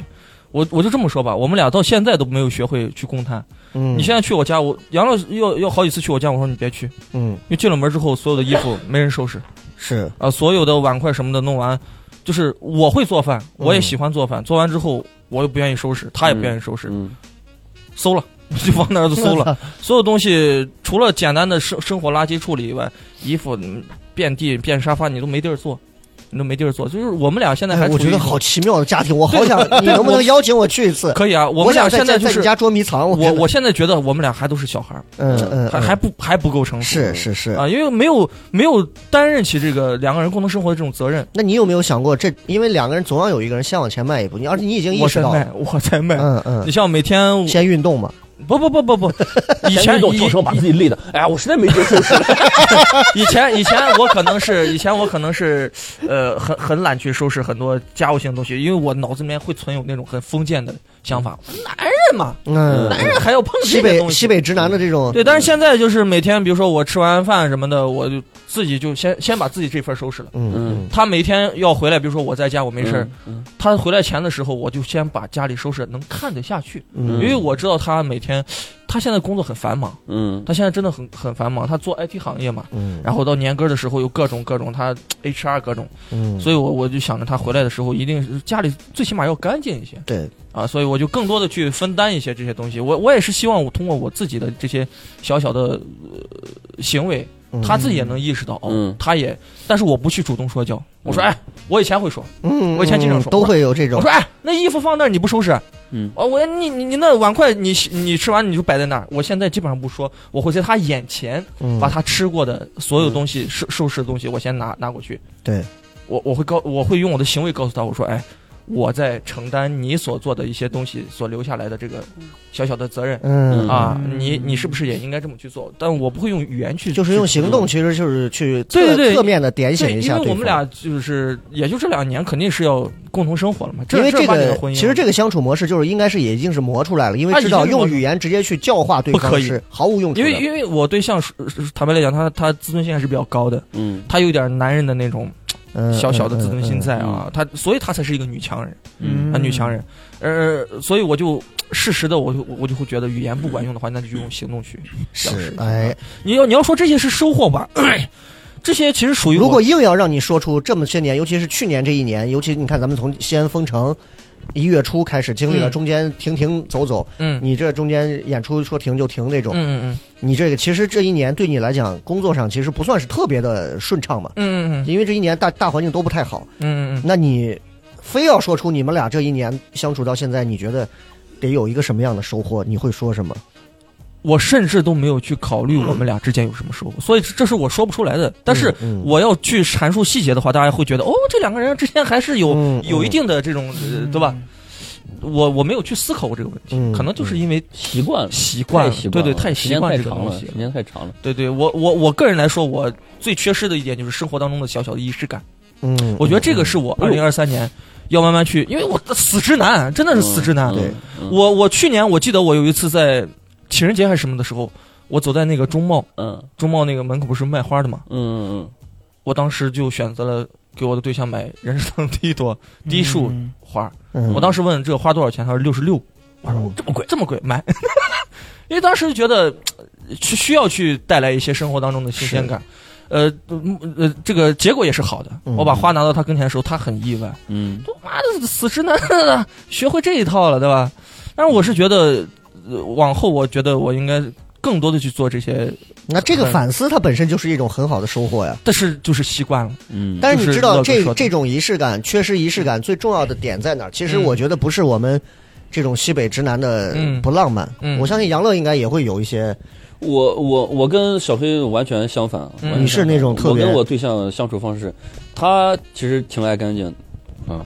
Speaker 4: 我我就这么说吧，我们俩到现在都没有学会去公摊。
Speaker 3: 嗯，
Speaker 4: 你现在去我家，我杨老师要要好几次去我家，我说你别去，因
Speaker 3: 嗯
Speaker 4: 为进了门之后，所有的衣服没人收拾。
Speaker 3: 是
Speaker 4: 啊，所有的碗筷什么的弄完，就是我会做饭，
Speaker 3: 嗯
Speaker 4: 我也喜欢做饭。做完之后，我又不愿意收拾，他也不愿意收拾，
Speaker 5: 嗯
Speaker 4: 搜了 就往那儿 就搜
Speaker 3: 哎
Speaker 4: 了。所有东西除了简单的生生活垃圾处理以外，衣服嗯遍地遍沙发，你都没地儿坐，你都没地儿坐。就是我们俩现在还
Speaker 3: 哎，我
Speaker 4: 处
Speaker 3: 觉
Speaker 4: 于一
Speaker 3: 得
Speaker 4: 种
Speaker 3: 好奇妙的家庭，我好想你能不能邀请我去一次？
Speaker 4: 可以啊。我
Speaker 3: 我
Speaker 4: 们
Speaker 3: 想
Speaker 4: 俩现
Speaker 3: 在
Speaker 4: 就
Speaker 3: 在
Speaker 4: 是
Speaker 3: 你家捉迷藏，
Speaker 4: 我
Speaker 3: 我
Speaker 4: 我现在觉得我们俩还都是小孩儿，
Speaker 3: 嗯嗯
Speaker 4: 还
Speaker 3: 嗯
Speaker 4: 还不还不够成熟。
Speaker 3: 是是是
Speaker 4: 啊，因为没有没有担任起这个两个人共同生活的这种责任。
Speaker 3: 那你有没有想过这？因为两个人总要有一个人先往前迈一步，你而且你已经意
Speaker 4: 我
Speaker 3: 识
Speaker 4: 在
Speaker 3: 到了，
Speaker 4: 卖，我在卖。
Speaker 3: 嗯
Speaker 4: 你
Speaker 3: 嗯，
Speaker 4: 像每天我
Speaker 3: 先运动嘛，
Speaker 4: 不不不不 不，以前
Speaker 5: 先运动
Speaker 4: 以
Speaker 5: 瘦身把自己累的，哎呀，我实在没劲收拾了。
Speaker 4: 以前以前我可能是以前我可能是呃很很懒去收拾很多家务性的东西，因为我脑子里面会存有那种很封建的想法，男人嘛，
Speaker 3: 嗯，
Speaker 4: 男哎人还要碰
Speaker 3: 西
Speaker 4: 这个
Speaker 3: 北
Speaker 4: 东西。
Speaker 3: 西北直男的这种，
Speaker 4: 对，但是现在就是每天，比如说我吃完饭什么的，我就自己就先先把自己这份收拾了。
Speaker 3: 嗯
Speaker 4: 他每天要回来，比如说我在家我没事儿，
Speaker 5: 嗯，
Speaker 4: 他回来前的时候，我就先把家里收拾，能看得下去，
Speaker 3: 嗯
Speaker 4: 因
Speaker 3: 嗯
Speaker 4: 为我知道他每天，他现在工作很繁忙，
Speaker 5: 嗯，
Speaker 4: 他现在真的很很繁忙，他做 IT 行业嘛，
Speaker 3: 嗯
Speaker 4: 然后到年根儿的时候有各种各种他 HR 各种，
Speaker 3: 嗯，
Speaker 4: 所以我我就想着他回来的时候一定是家里最起码要干净一些
Speaker 3: 对，
Speaker 4: 啊，所以我就更多的去分担一些这些东西。我我也是希望我通过我自己的这些小小的、呃、行为，
Speaker 3: 嗯
Speaker 4: 他自己也能意识到哦，
Speaker 5: 嗯
Speaker 4: 他也，但是我不去主动说教，我说哎，我以前会说，
Speaker 3: 嗯，
Speaker 4: 我以前经常说
Speaker 3: 嗯都会有这
Speaker 4: 我
Speaker 3: 种
Speaker 4: 说，哎，那衣服放那儿你不收拾，
Speaker 5: 嗯
Speaker 4: 哦，我你你你那碗筷你你吃完你就摆在那儿，我现在基本上不说，我会在他眼前
Speaker 3: 嗯
Speaker 4: 把他吃过的所有东西、收收拾的东西，我先拿拿过去。
Speaker 3: 对，
Speaker 4: 我我会告，我会用我的行为告诉他，我说，哎，我在承担你所做的一些东西所留下来的这个小小的责任、
Speaker 3: 嗯
Speaker 4: 啊，你你是不是也应该这么去做？但我不会用语言去，
Speaker 3: 就是用行动，
Speaker 4: 去。
Speaker 3: 其实就是去
Speaker 4: 对对
Speaker 3: 侧
Speaker 4: 对
Speaker 3: 侧面的点醒
Speaker 4: 对，
Speaker 3: 一
Speaker 4: 因
Speaker 3: 下
Speaker 4: 为我
Speaker 3: 对方
Speaker 4: 们俩就是，也就这两年，肯定是要共同生活了嘛。
Speaker 3: 因为
Speaker 4: 这
Speaker 3: 这
Speaker 4: 儿八年的
Speaker 3: 个
Speaker 4: 婚姻，
Speaker 3: 其实这个相处模式就是应该是也已经是磨出来了，因
Speaker 4: 啊
Speaker 3: 为
Speaker 4: 已
Speaker 3: 知
Speaker 4: 经
Speaker 3: 道
Speaker 4: 是磨
Speaker 3: 用
Speaker 4: 出
Speaker 3: 语言直接去教化对
Speaker 4: 不可
Speaker 3: 方
Speaker 4: 以
Speaker 3: 是毫无用处
Speaker 4: 因
Speaker 3: 的。
Speaker 4: 为因为我对象是是坦白来讲，他他自尊心还是比较高的，
Speaker 5: 嗯
Speaker 4: 他有点男人的那种
Speaker 3: 嗯
Speaker 4: 小小的自尊心，
Speaker 3: 嗯
Speaker 4: 在啊，他所以他才是一个女强人。
Speaker 5: 嗯
Speaker 4: 啊，女强人，呃，所以我就适时的，我就我就会觉得语言不管用的话，那就用行动去
Speaker 3: 嗯嗯
Speaker 4: 表
Speaker 3: 是
Speaker 4: 示。
Speaker 3: 哎，
Speaker 4: 你要你要说这些是收获吧， 这些其实属于
Speaker 3: 如
Speaker 4: 我
Speaker 3: 果硬要让你说出这么些年，尤其是去年这一年，尤其你看咱们从西安封城一月初开始经历了
Speaker 4: 嗯
Speaker 3: 中间停停走走，
Speaker 4: 嗯嗯
Speaker 3: 你这中间演出说停就停那种，
Speaker 4: 嗯嗯
Speaker 3: 你这个其实这一年对你来讲，工作上其实不算是特别的顺畅嘛，
Speaker 4: 嗯嗯嗯
Speaker 3: 因为这一年大大环境都不太好。
Speaker 4: 嗯嗯，
Speaker 3: 那你非要说出你们俩这一年相处到现在，你觉得得有一个什么样的收获？你会说什么？
Speaker 4: 我甚至都没有去考虑我们俩之间有什么收获，所以这是我说不出来的。但是
Speaker 3: 嗯嗯
Speaker 4: 我要去阐述细节的话，大家会觉得哦，这两个人之间还是有
Speaker 3: 嗯
Speaker 4: 有一定的这种，呃对
Speaker 6: 嗯
Speaker 4: 吧？
Speaker 5: 嗯
Speaker 4: 我我没有去思考过这个问题
Speaker 3: 嗯，
Speaker 4: 可能就是因为
Speaker 5: 习惯了，
Speaker 4: 习惯了
Speaker 5: 太习，
Speaker 4: 对
Speaker 5: 惯了，
Speaker 4: 对，太
Speaker 5: 时
Speaker 4: 习
Speaker 5: 间
Speaker 4: 惯
Speaker 5: 太
Speaker 4: 这个
Speaker 5: 长
Speaker 4: 东
Speaker 5: 了，
Speaker 4: 西
Speaker 5: 时
Speaker 4: 了。
Speaker 5: 间太长了。
Speaker 4: 对对，我我我个人来说，我最缺失的一点就是生活当中的小小的仪式感。
Speaker 3: 嗯，
Speaker 4: 我觉得这个是我二零二三年要慢慢去，因为我死直男，真的是死直男。
Speaker 3: 对
Speaker 5: 嗯，
Speaker 4: 我我去年我记得我有一次在情人节还是什么的时候，我走在那个中贸，
Speaker 5: 嗯
Speaker 4: 中贸那个门口不是卖花的嘛，
Speaker 5: 嗯
Speaker 4: 我当时就选择了给我的对象买人生第一朵第一束花。
Speaker 3: 嗯哦
Speaker 4: 我当时问这个花多少钱，他说六十六，我说这么贵，这么贵买， 因为当时觉得呃需需要去带来一些生活当中的新鲜感。呃嗯呃，这个结果也是好的。
Speaker 3: 嗯
Speaker 4: 我把花拿到他跟前的时候，他很意外，
Speaker 5: 嗯
Speaker 4: 都妈的死直男 了，学会这一套了，对吧？但是我是觉得，呃往后我觉得我应该更多的去做这些，
Speaker 3: 那这个反思它本身就是一种很好的收获呀。
Speaker 4: 但是就是习惯了。
Speaker 5: 嗯，
Speaker 3: 但是你知道
Speaker 4: 就是乐哥
Speaker 3: 这
Speaker 4: 说的
Speaker 3: 这种仪式感，缺失仪式感最重要的点在哪儿？其实我觉得不是我们这种西北直男的
Speaker 4: 嗯
Speaker 3: 不浪漫。
Speaker 4: 嗯
Speaker 3: 我相信杨乐应该也会有一些，
Speaker 5: 我我我跟小黑完全相反，
Speaker 4: 嗯
Speaker 5: 完全
Speaker 4: 你
Speaker 3: 是那种特
Speaker 5: 我
Speaker 3: 别
Speaker 5: 跟我对象相处方式，他其实挺爱干净的，
Speaker 3: 嗯
Speaker 5: 啊，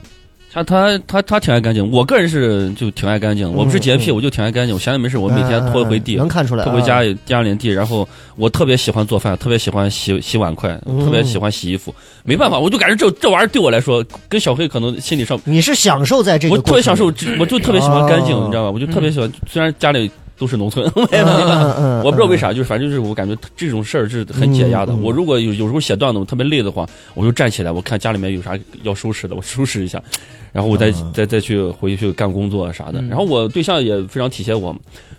Speaker 5: 他他他他挺爱干净，我个人是就挺爱干净，我不是洁癖，我就挺爱干净，我闲着没事我每天拖回地
Speaker 3: 嗯，能看出来、
Speaker 5: 拖
Speaker 3: 啊。
Speaker 5: 回家里家里的地，然后我特别喜欢做饭，特别喜欢洗洗碗筷，
Speaker 3: 嗯
Speaker 5: 特别喜欢洗衣服，没办法，我就感觉这这玩意儿对我来说，跟小黑可能心理上
Speaker 3: 你是享受在这个
Speaker 5: 我
Speaker 3: 过
Speaker 5: 特
Speaker 3: 程
Speaker 5: 别
Speaker 3: 里，
Speaker 5: 享受，我就特别喜欢干净，
Speaker 3: 哦
Speaker 5: 你知道吧？我就特别喜欢，虽然家里都是农村，
Speaker 3: 嗯。嗯嗯
Speaker 5: 我不知道为啥，就是反正就是我感觉这种事儿是很解压的。
Speaker 3: 嗯嗯
Speaker 5: 我如果有有时候写段子，我特别累的话，我就站起来，我看家里面有啥要收拾的，我收拾一下，然后我再、
Speaker 3: 嗯
Speaker 5: 再再去回去干工作啊啥的。
Speaker 4: 嗯
Speaker 5: 然后我对象也非常体贴我，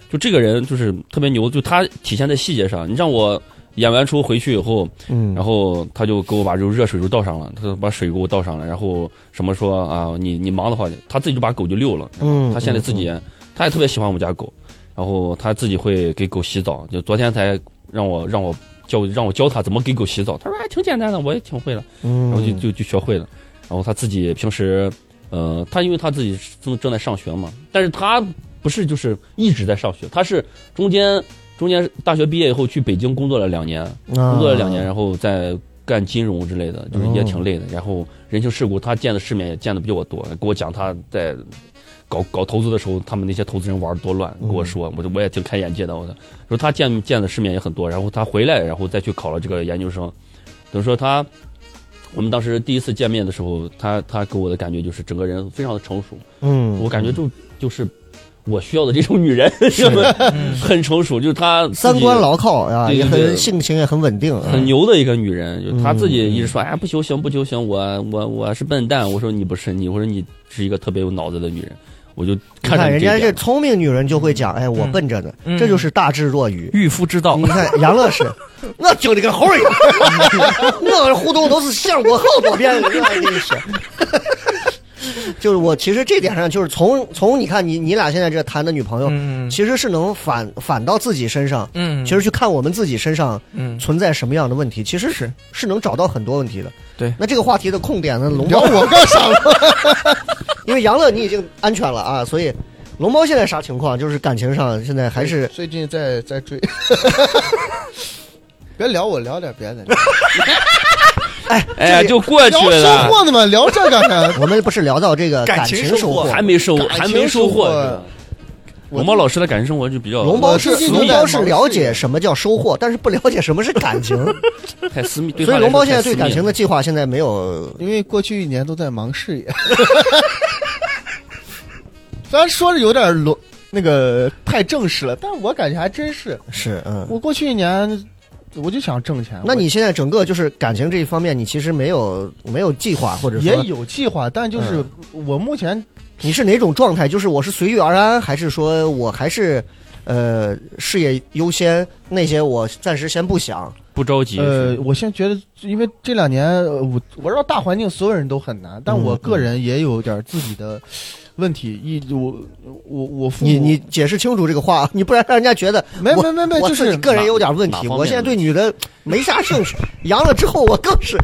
Speaker 5: 就这个人就是特别牛，就他体现在细节上。你让我演完出回去以后，
Speaker 3: 嗯，
Speaker 5: 然后他就给我把这个热水就倒上了，他就把水给我倒上了，然后什么说啊，你你忙的话，他自己就把狗就遛了。
Speaker 3: 嗯，
Speaker 5: 他现在自己，他也特别喜欢我们家狗，然后他自己会给狗洗澡，就昨天才让我让我教让我教他怎么给狗洗澡，他说哎挺简单的，我也挺会了，
Speaker 3: 嗯，
Speaker 5: 然
Speaker 3: 然
Speaker 5: 后就就就学会了，然后他自己平时，呃，他因为他自己正正在上学嘛，但是他不是就是一直在上学，他是中间中间大学毕业以后去北京工作了两年，工
Speaker 3: 工
Speaker 5: 作了两年，，然后再干金融之类的，就是也
Speaker 3: 啊哦
Speaker 5: 挺累的。然后人情世故，他见的世面也见的比我多，跟我讲他在搞搞投资的时候，他们那些投资人玩得多乱，
Speaker 3: 嗯
Speaker 5: 跟我说，我就我也挺开眼界的。我的说他见见的世面也很多，然后他回来，然后再去考了这个研究生，等于说他。我们当时第一次见面的时候，他他给我的感觉就是整个人非常的成熟，
Speaker 3: 嗯，
Speaker 5: 我感觉就就是我需要的这种女人，是不是
Speaker 4: 嗯
Speaker 5: 很成熟？就是她自己
Speaker 3: 三观牢靠啊，
Speaker 5: 对
Speaker 3: 也
Speaker 5: 对对
Speaker 3: 很性情也很稳定，
Speaker 5: 很
Speaker 3: 嗯
Speaker 5: 牛的一个女人，就她自己一直说，哎，不求行，不求行，我我我是笨蛋。我说你不是你，我说你是一个特别有脑子的女人，我就
Speaker 3: 你
Speaker 5: 看上
Speaker 3: 看
Speaker 5: 你
Speaker 3: 人
Speaker 5: 这
Speaker 3: 家
Speaker 5: 一
Speaker 3: 这
Speaker 5: 点。
Speaker 3: 聪明女人就会讲，哎，我
Speaker 4: 嗯
Speaker 3: 笨着呢，
Speaker 4: 嗯
Speaker 3: 这就是大智若愚。
Speaker 4: 驭夫之道
Speaker 3: 哦你，看杨 乐是，我听的跟猴 一样，我互动都是想过好多遍 了，我跟你说。就是我其实这点上，就是从从你看你你俩现在这谈的女朋友，
Speaker 4: 嗯
Speaker 3: 其实是能反反到自己身上，
Speaker 4: 嗯，
Speaker 3: 其实去看我们自己身上
Speaker 4: 嗯，
Speaker 3: 存在什么样的问题，其实
Speaker 4: 是
Speaker 3: 是能找到很多问题的。
Speaker 4: 对
Speaker 3: 那这个话题的空点呢，龙
Speaker 6: 聊
Speaker 3: 猫，
Speaker 6: 我干啥了？
Speaker 3: 因为杨乐你已经安全了啊，所以龙猫现在啥情况？就是感情上现在还 是
Speaker 6: 最近在在追。别聊我，聊点别的。
Speaker 5: 哎呀，就过去
Speaker 6: 聊收
Speaker 5: 了，
Speaker 6: 获呢嘛，聊这干啥？
Speaker 3: 我们不是聊到这个
Speaker 4: 感
Speaker 3: 感
Speaker 4: 情
Speaker 3: 情
Speaker 4: 收
Speaker 3: 收
Speaker 4: 获
Speaker 3: 获，
Speaker 5: 还没收，
Speaker 6: 感
Speaker 5: 还
Speaker 6: 情
Speaker 5: 没收
Speaker 6: 收获
Speaker 5: 获。龙猫老师的感情生活就比较
Speaker 3: 龙猫呃是
Speaker 6: 我最近
Speaker 3: 龙
Speaker 6: 就在
Speaker 3: 猫
Speaker 6: 忙
Speaker 3: 是
Speaker 6: 事
Speaker 3: 了
Speaker 6: 业
Speaker 3: 解什么叫收获，但是不了解什么是感情，
Speaker 5: 太私密，对
Speaker 3: 所以
Speaker 5: 她来
Speaker 3: 龙
Speaker 5: 说
Speaker 3: 猫现在
Speaker 5: 太私
Speaker 3: 对感
Speaker 5: 密
Speaker 3: 情的计划现在没有。
Speaker 6: 因为过去一年都在忙事业。 虽然说是有点笼那个太正式了，但我感觉还真是。
Speaker 3: 是嗯，
Speaker 6: 我过去一年，我就想挣钱。
Speaker 3: 那你现在整个就是感情这一方面，你其实没有没有计划，或
Speaker 6: 我
Speaker 3: 者
Speaker 6: 也
Speaker 3: 说嗯
Speaker 6: 有计划，但就是我目前
Speaker 3: 你是哪种状态？就是我是随遇而安，还是说我还是呃事业优先那些我暂时先不想？
Speaker 5: 不着急。
Speaker 6: 呃
Speaker 5: 是，
Speaker 6: 我现在觉得，因为这两年呃我我知道大环境所有人都很难，但
Speaker 3: 嗯
Speaker 6: 我个人也有点自己的问题。一我我我父母
Speaker 3: 你你解释清楚这个话，你不然让人家觉得
Speaker 6: 没
Speaker 3: 我
Speaker 6: 没没没，
Speaker 3: 我
Speaker 6: 就
Speaker 3: 自己
Speaker 6: 是
Speaker 3: 个人有点问
Speaker 5: 哪
Speaker 3: 题。
Speaker 5: 方面
Speaker 3: 我现在对女的没啥兴趣， 阳了之后我更是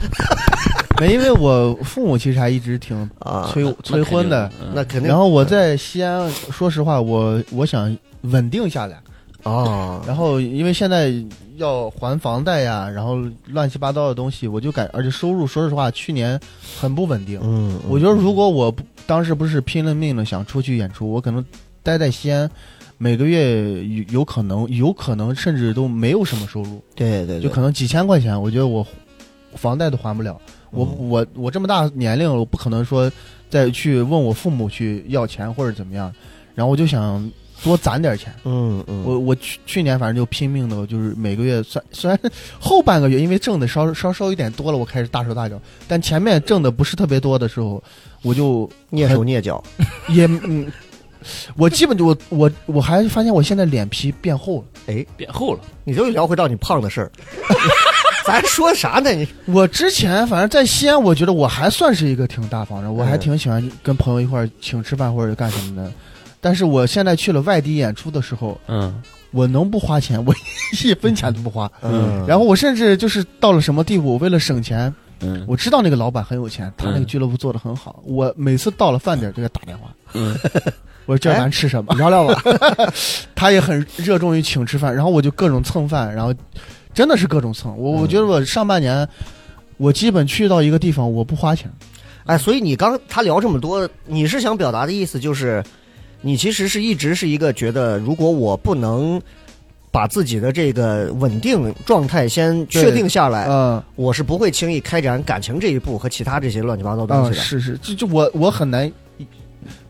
Speaker 6: 没，因为我父母其实还一直挺
Speaker 3: 啊，
Speaker 6: 催催婚的。，
Speaker 5: 那肯定
Speaker 3: 那肯定嗯
Speaker 6: 然后我在西安，说实话，我我想稳定下来。
Speaker 3: 啊，
Speaker 6: 然后因为现在要还房贷呀，然后乱七八糟的东西，我就感，而且收入说实话去年很不稳定。
Speaker 3: 嗯，
Speaker 6: 我觉得如果我不当时不是拼了命的想出去演出，我可能待在西安，每个月有有可能有可能甚至都没有什么收入，
Speaker 3: 对对对，
Speaker 6: 就可能几千块钱，我觉得我房贷都还不了。我
Speaker 3: 嗯
Speaker 6: 我我这么大年龄了，我不可能说再去问我父母去要钱或者怎么样，然后我就想多攒点钱。
Speaker 3: 嗯嗯，
Speaker 6: 我我去去年反正就拼命的，就是每个月算虽然后半个月因为挣的稍稍稍有点多了，我开始大手大脚，但前面挣的不是特别多的时候，我就
Speaker 3: 蹑手蹑脚，
Speaker 6: 也嗯， 我基本就我我我还发现我现在脸皮变厚了。
Speaker 5: 变厚了。
Speaker 3: 你就聊回到你胖的 事儿。咱说啥呢？你
Speaker 6: 我之前反正在西安，我觉得我还算是一个挺大方人，
Speaker 5: 嗯
Speaker 6: 我还挺喜欢跟朋友一块儿请吃饭或者干什么的。但是我现在去了外地演出的时候，
Speaker 5: 嗯，
Speaker 6: 我能不花钱，我一分钱都不花。
Speaker 5: 嗯
Speaker 6: 然
Speaker 3: 后
Speaker 6: 后我甚至就是到了什么地步，我为了省钱，
Speaker 5: 嗯
Speaker 6: 我知道那个老板很有钱，他那个
Speaker 5: 嗯
Speaker 6: 俱乐部做的很好。我每次到了饭点儿就给他打电话，
Speaker 5: 嗯
Speaker 6: 我说
Speaker 3: 哎
Speaker 6: 今儿咱吃什么？
Speaker 3: 聊聊吧。
Speaker 6: 他也很热衷于请吃饭，然后我就各种蹭饭，然后真的是各种蹭。我我
Speaker 3: 嗯
Speaker 6: 觉得我上半年，我基本去到一个地方我不花钱，
Speaker 3: 哎，所以你刚他聊这么多，你是想表达的意思就是，你其实是一直是一个觉得，如果我不能把自己的这个稳定状态先确定下来，
Speaker 6: 嗯
Speaker 3: 我是不会轻易开展感情这一步和其他这些乱七八糟东
Speaker 6: 嗯，
Speaker 3: 西的。
Speaker 6: 是是，就就我我很难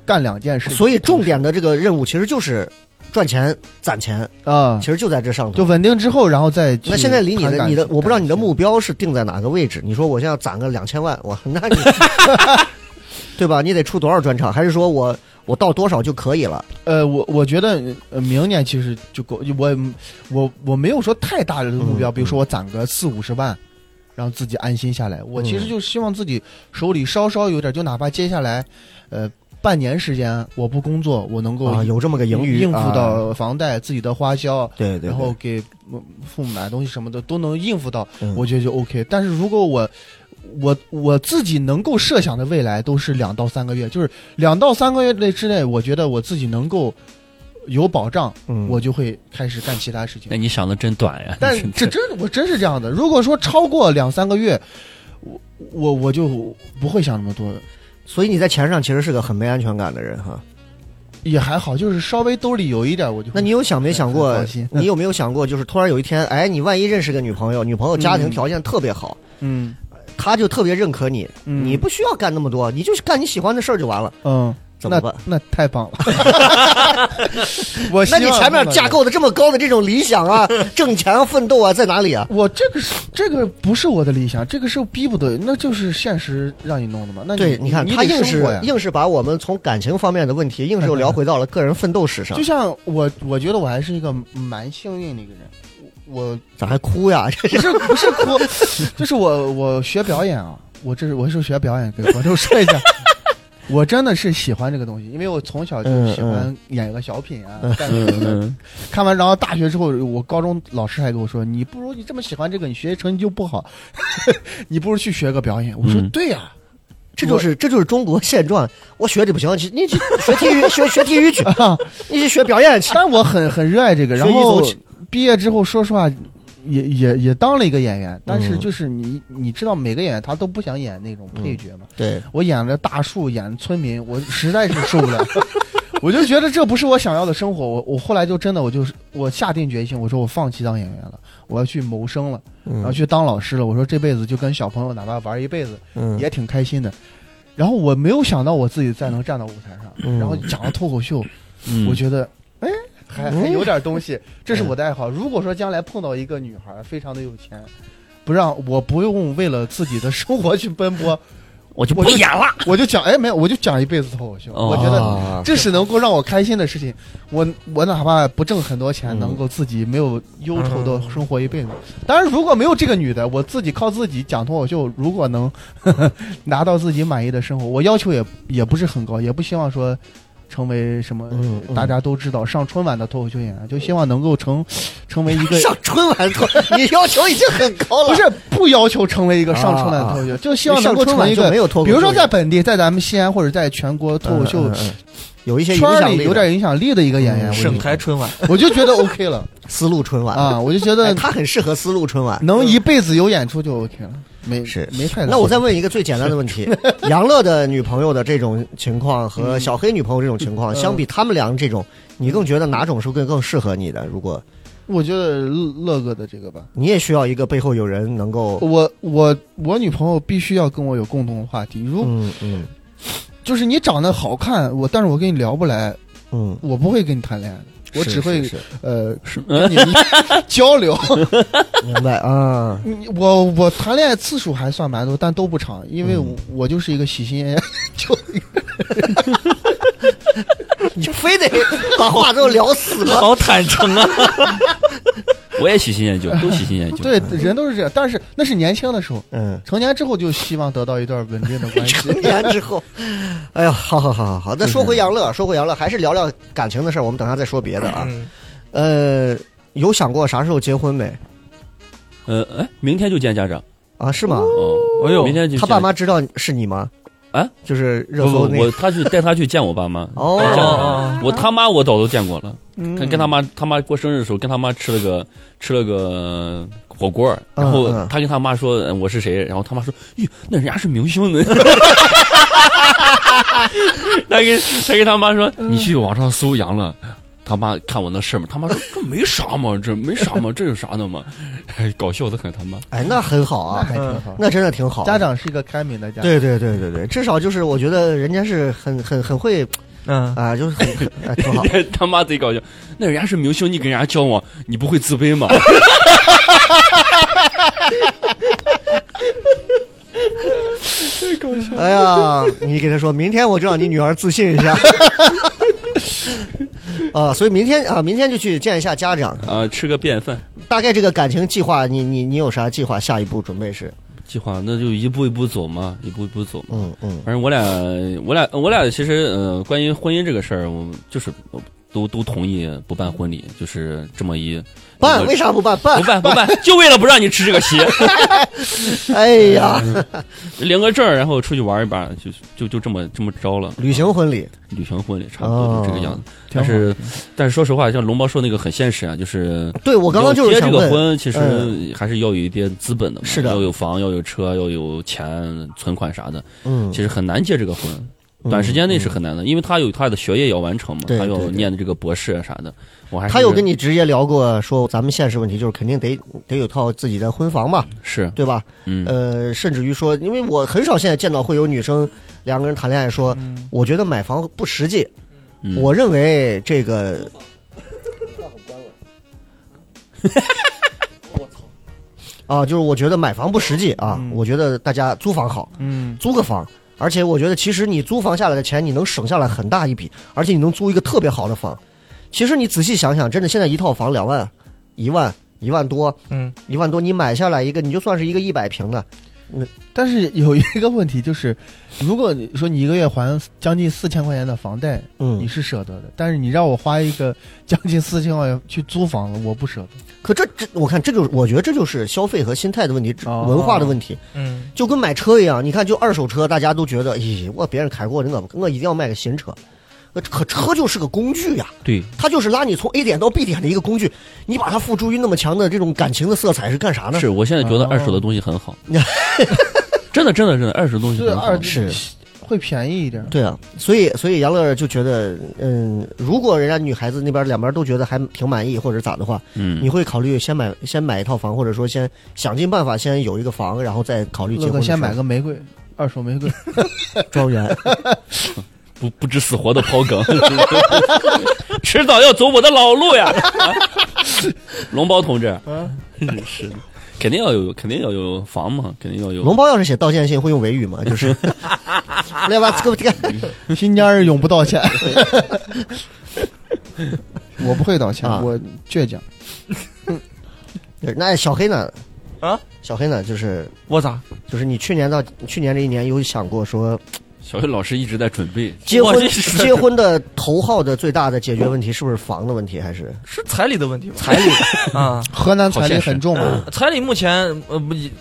Speaker 6: 干两件事，
Speaker 3: 所以重点的这个任务其实就是赚钱、攒钱，
Speaker 6: 啊
Speaker 3: 其，实就在这上头。
Speaker 6: 就稳定之后，然后再去
Speaker 3: 那现在离你
Speaker 6: 谈
Speaker 3: 的
Speaker 6: 感
Speaker 3: 你的，
Speaker 6: 情
Speaker 3: 我不知道
Speaker 6: 感
Speaker 3: 你的
Speaker 6: 情
Speaker 3: 目标是定在哪个位置。你说我现在要攒个两千万，我 那 你，对吧？你得出多少专场？还是说我我到多少就可以了？
Speaker 6: 呃，我我觉得呃明年其实就够，我我我没有说太大的目标，
Speaker 3: 嗯
Speaker 6: 比如说我攒个四五十万，让自己安心下来。我其实
Speaker 3: 嗯
Speaker 6: 就希望自己手里稍稍有点，就哪怕接下来，呃，半年时间我不工作，我能够
Speaker 3: 啊，有这么个盈余，
Speaker 6: 应付
Speaker 3: 啊
Speaker 6: 到房贷、自己的花销，
Speaker 3: 对对对，
Speaker 6: 然后给嗯父母买东西什么的都能应付到，
Speaker 3: 嗯
Speaker 6: 我觉得就 OK。但是如果我我我自己能够设想的未来都是两到三个月，就是两到三个月内之内，我觉得我自己能够有保障，
Speaker 3: 嗯哎
Speaker 6: 我就会开始干其他事情
Speaker 5: 那。你想的真短 呀！
Speaker 6: 但
Speaker 5: 真的
Speaker 6: 这真我真是这样的。如果说超过两三个月，我我我就不会想那么多了，
Speaker 3: 所以你在钱上其实是个很没安全感的人哈。
Speaker 6: 也还好，就是稍微兜里有一点，我就会
Speaker 3: 那你有想没想过
Speaker 6: 很放心？
Speaker 3: 你有没有想过，就是突然有一天，哎，你万一认识个女朋友，女朋友家庭
Speaker 6: 嗯
Speaker 3: 条件特别好，
Speaker 6: 嗯
Speaker 3: 她就特别认可你，
Speaker 6: 嗯
Speaker 3: 你不需要干那么多，你就是干你喜欢的事儿就完了，
Speaker 6: 嗯。
Speaker 3: 怎么办？
Speaker 6: 那？那太棒了！ 我希
Speaker 3: 那
Speaker 6: 望
Speaker 3: 你前面架构的这么高的这种理想 啊、挣钱啊、奋斗啊，在哪里啊？
Speaker 6: 我这个是这个不是我的理想，这个是逼不得，那就是现实让你弄的嘛。那你
Speaker 3: 对，你看
Speaker 6: 你
Speaker 3: 他
Speaker 6: 得
Speaker 3: 硬
Speaker 6: 生
Speaker 3: 是
Speaker 6: 活呀
Speaker 3: 硬是把我们从感情方面的问题，硬是又聊回到了个人奋斗史上
Speaker 6: 就。像我，我觉得我还是一个蛮幸运的一个人。我
Speaker 3: 咋还哭呀？ 这
Speaker 6: 不是不是哭， 就是我我学表演啊，我这是我是学表演，给观众说一下。 我真的是喜欢这个东西，因为我从小就
Speaker 3: 嗯
Speaker 6: 喜欢演个小品 啊，干个什么的
Speaker 5: 嗯
Speaker 6: 看完，然后大学之后，我高中老师还跟我说：“你不如你这么喜欢这个，你学习成绩就不好， 你不如去学个表演。”我说：“
Speaker 5: 嗯
Speaker 6: 对呀、
Speaker 3: 这就是这就是中国现状。我学的不行，你你去学体育，学学体育去，
Speaker 6: 啊
Speaker 3: 你去学表演去。
Speaker 6: 但我很很热爱 这个。
Speaker 3: 学
Speaker 6: 然后
Speaker 3: 艺术
Speaker 6: 毕业之后，说实话，也也也当了一个
Speaker 3: 嗯
Speaker 6: 演员，但是就是你你知道，每个演员他都不想演那种配角嘛。
Speaker 3: 对，
Speaker 6: 我演了大树，演了村民，我实在是受不了。 我就觉得这不是我想要的生活，我我后来就真的我就是我下定决心，我说我放弃当演员了，我要去谋生了，
Speaker 3: 嗯
Speaker 6: 然后去当老师了。我说这辈子就跟小朋友哪怕玩一辈子，
Speaker 3: 嗯
Speaker 6: 也挺开心的。然后我没有想到我自己再能站到舞台上，
Speaker 3: 嗯
Speaker 6: 然后讲了脱口秀，
Speaker 5: 嗯
Speaker 6: 我觉得，哎，还
Speaker 3: 嗯
Speaker 6: 还有点东西，这是我的爱好。如果说将来碰到一个女孩儿非常的有钱，不让我不用为了自己的生活去奔波，
Speaker 5: 我就不演了。
Speaker 6: 我就讲，哎，没有，我就讲一辈子脱口秀。
Speaker 5: 哦
Speaker 6: 我觉得
Speaker 3: 啊
Speaker 6: 这是能够让我开心的事情。我我哪怕不挣很多钱，
Speaker 3: 嗯
Speaker 6: 能够自己没有忧愁的生活一辈子。当然，如果没有这个女的，我自己靠自己讲脱口秀，如果能 呵呵拿到自己满意的生活，我要求也也不是很高，也不希望说成为什么
Speaker 3: 嗯嗯
Speaker 6: 大家都知道上春晚的脱口秀演员，就希望能够成成为一个
Speaker 3: 上春晚脱， 你要求已经很高了。
Speaker 6: 不是不要求成为一个上春晚脱口秀，就希望能够成为
Speaker 3: 上春晚
Speaker 6: 一
Speaker 3: 就
Speaker 6: 个
Speaker 3: 没有脱口秀
Speaker 6: 比如说在本地，在咱们西安或者在全国脱口秀
Speaker 3: 嗯嗯嗯有一些影
Speaker 6: 圈
Speaker 3: 响
Speaker 6: 里
Speaker 3: 力，
Speaker 6: 有点影响力的一个演员，我
Speaker 4: 省
Speaker 6: 就
Speaker 4: 台春晚，
Speaker 6: 我就觉得 OK 了
Speaker 3: 丝路春晚。
Speaker 6: 啊，我就觉
Speaker 3: 哎
Speaker 6: 得
Speaker 3: 他很适合丝路春晚。
Speaker 6: 能一辈子有演出就 OK 了，没
Speaker 3: 是
Speaker 6: 没太大。
Speaker 3: 那我再问一个最简单的问 题：杨乐的女朋友的这种情况和小黑女朋友这种情况，
Speaker 6: 嗯
Speaker 3: 相比他们俩这种，你更觉得哪种是更更适合你的？如果
Speaker 6: 我觉得乐乐哥的这个吧，
Speaker 3: 你也需要一个背后有人能够，
Speaker 6: 我我我女朋友必须要跟我有共同的话题，如
Speaker 3: 嗯嗯
Speaker 6: 就是你长得好看，我但是我跟你聊不来，
Speaker 3: 嗯，
Speaker 6: 我不会跟你谈恋爱的，我
Speaker 3: 是
Speaker 6: 只会
Speaker 3: 是是
Speaker 6: 呃跟 你交流。
Speaker 3: 明白 啊。
Speaker 6: 你我我谈恋爱次数还算蛮多，但都不长，因
Speaker 3: 嗯
Speaker 6: 为我,、就是一个 喜新厌艳就
Speaker 3: 你非得把话都聊死吗？
Speaker 4: 好坦 诚啊！
Speaker 5: 我也喜新厌旧，都喜新厌旧。
Speaker 6: 对人都是这样，但是那是年轻的时候，
Speaker 3: 嗯，
Speaker 6: 成年之后就希望得到一段稳定的关系
Speaker 3: 成。年之后，哎呀，好好好好好。那说回杨乐，说回杨乐，还是聊聊感情的事儿，我们等下再说别的啊。
Speaker 4: 嗯
Speaker 3: 呃，有想过啥时候结婚没？
Speaker 5: 呃，哎，明天就见家长。
Speaker 3: 啊，是吗？
Speaker 5: 哦，
Speaker 4: 哎呦
Speaker 5: 明天就
Speaker 3: 他爸妈知道是你吗？
Speaker 5: 啊，
Speaker 3: 就是热
Speaker 5: 不
Speaker 3: 搜
Speaker 5: 不，
Speaker 3: 那
Speaker 5: 我他去带他去见我爸妈。
Speaker 3: 哦嗯
Speaker 5: 见我爸
Speaker 4: 哦
Speaker 5: 妈我他妈我早都见过了，
Speaker 6: 嗯
Speaker 5: 跟跟他妈他妈过生日的时候，跟他妈吃了个吃了个火锅，然后
Speaker 3: 嗯嗯
Speaker 5: 他跟他妈说呃我是谁，然后他妈说，哟，那人家是 明星呢。他跟他跟他妈说，
Speaker 3: 嗯
Speaker 5: 你去网上搜羊了。他妈看我那事儿嘛，他妈说这没啥嘛，这没啥嘛，这有啥的嘛， 哎搞笑的很，他妈。
Speaker 3: 哎，那很好啊，
Speaker 6: 还挺好。
Speaker 3: 那真的挺好。
Speaker 6: 家长是一个开明的家长，
Speaker 3: 对对对对对，至少就是我觉得人家是很很很会
Speaker 4: 嗯，
Speaker 3: 啊、就是很很 哎挺好。
Speaker 5: 他妈贼搞笑，那人家是明星，你跟人家交往，你不会自卑吗？
Speaker 3: 哎呀，你给他说，明天我就让你女儿自信一下。 啊，所以明天啊，明天就去见一下家长。
Speaker 5: 啊、吃个便饭
Speaker 3: 大概这个感情计划，你你你有啥计划？下一步准备是？
Speaker 5: 计划，那就一步一步走嘛，一步一步走嘛。
Speaker 3: 嗯嗯
Speaker 5: 反正我俩，我俩，我俩其实，呃，关于婚姻这个事儿，我们就是呃都都同意不办婚礼，就是这么一
Speaker 3: 办
Speaker 5: 一个
Speaker 3: 为啥不办？办
Speaker 5: 不办不办，就为了不让你吃这个席，
Speaker 3: 哎呀，
Speaker 5: 嗯领个证儿，然后出去玩一把，就就就这么这么着了。
Speaker 3: 旅行哦婚礼，
Speaker 5: 旅行婚礼差不多就这个样子，但
Speaker 6: 好
Speaker 5: 是但是说实话，像龙猫说那个很现实啊，就是
Speaker 3: 对我刚刚就是
Speaker 5: 要结
Speaker 3: 想
Speaker 5: 这个
Speaker 3: 问，嗯
Speaker 5: 婚，其实还是要有一点资本的嘛，
Speaker 3: 是的
Speaker 5: 要有房，要有车，要有钱、存款啥的，
Speaker 3: 嗯，
Speaker 5: 其实很难结这个婚。短时间内是很难的，因为他有他的学业要完成嘛，
Speaker 3: 对
Speaker 5: 他要
Speaker 3: 对对
Speaker 5: 念的这个博士啊啥的。我还是
Speaker 3: 他有跟你直接聊过，说咱们现实问题就是肯定得得有套自己的婚房嘛，
Speaker 5: 是
Speaker 3: 对吧？
Speaker 5: 嗯
Speaker 3: 呃，甚至于说，因为我很少现在见到会有女生两个人谈恋爱说，我觉得买房不实际，
Speaker 5: 嗯
Speaker 3: 我认为这个。啊，就是我觉得买房不实际啊，我觉得大家租房好，
Speaker 6: 嗯，
Speaker 3: 租个房，而且我觉得其实你租房下来的钱，你能省下来很大一笔，而且你能租一个特别好的房。其实你仔细想想，真的现在一套房两万、一万、一万多，
Speaker 4: 嗯，
Speaker 3: 一万多，你买下来一个，你就算是一个一百平的，
Speaker 6: 但是有一个问题就是，如果你说你一个月还将近四千块钱的房贷，你
Speaker 3: 嗯，
Speaker 6: 是舍得的，但是你让我花一个将近四千块钱去租房子，我不舍得。
Speaker 3: 可这这，我看这就是我觉得这就是消费和心态的问题，这
Speaker 6: 哦
Speaker 3: 文化的问题，
Speaker 4: 嗯，
Speaker 3: 就跟买车一样，你看就二手车，大家都觉得，咦，我别人开过，我我一定要买个新车。呃可车就是个工具呀，
Speaker 5: 对
Speaker 3: 它就是拉你从 A 点到 B 点的一个工具，你把它付诸于那么强的这种感情的色彩是干啥呢？
Speaker 5: 是，我现在觉得
Speaker 6: 哦
Speaker 5: 二手的东西很好，真的真的真的二手的东西
Speaker 6: 这
Speaker 5: 很好
Speaker 6: 二。
Speaker 3: 是
Speaker 6: 会便宜一点，
Speaker 3: 对啊，所以所以杨乐就觉得，嗯，如果人家女孩子那边两边都觉得还挺满意或者咋的话，
Speaker 5: 嗯
Speaker 3: 你，会考虑先买先买一套房，或者说先想尽办法先有一个房，然后再考虑结
Speaker 6: 乐
Speaker 3: 婚
Speaker 6: 哥
Speaker 3: 的事儿。
Speaker 6: 先买个玫瑰，二手玫瑰。
Speaker 3: 庄园，
Speaker 5: 不不知死活的抛梗， 迟早要走我的老路呀！龙包同志，是的肯定要有，肯定要有房嘛，肯定要 有。
Speaker 3: 龙包要是写道歉信会用维语吗？ 就是，来吧，这个这个
Speaker 6: 新疆人永不道歉。 我不会道歉，
Speaker 3: 啊
Speaker 6: 我倔强。
Speaker 3: 那小黑呢？
Speaker 4: 啊，
Speaker 3: 小黑呢？就是
Speaker 4: 我咋？
Speaker 3: 就是你去年到去年这一年有想过说
Speaker 5: 小学老师一直在准备，
Speaker 3: 结
Speaker 4: 我
Speaker 3: 婚
Speaker 4: 这是
Speaker 3: 结婚的头号的最大的解决问题是不是房的问题还是？
Speaker 4: 是彩礼的问题吧？彩礼啊，
Speaker 6: 河南彩礼很重啊，
Speaker 4: 彩礼目前呃不，呃
Speaker 5: 嗯没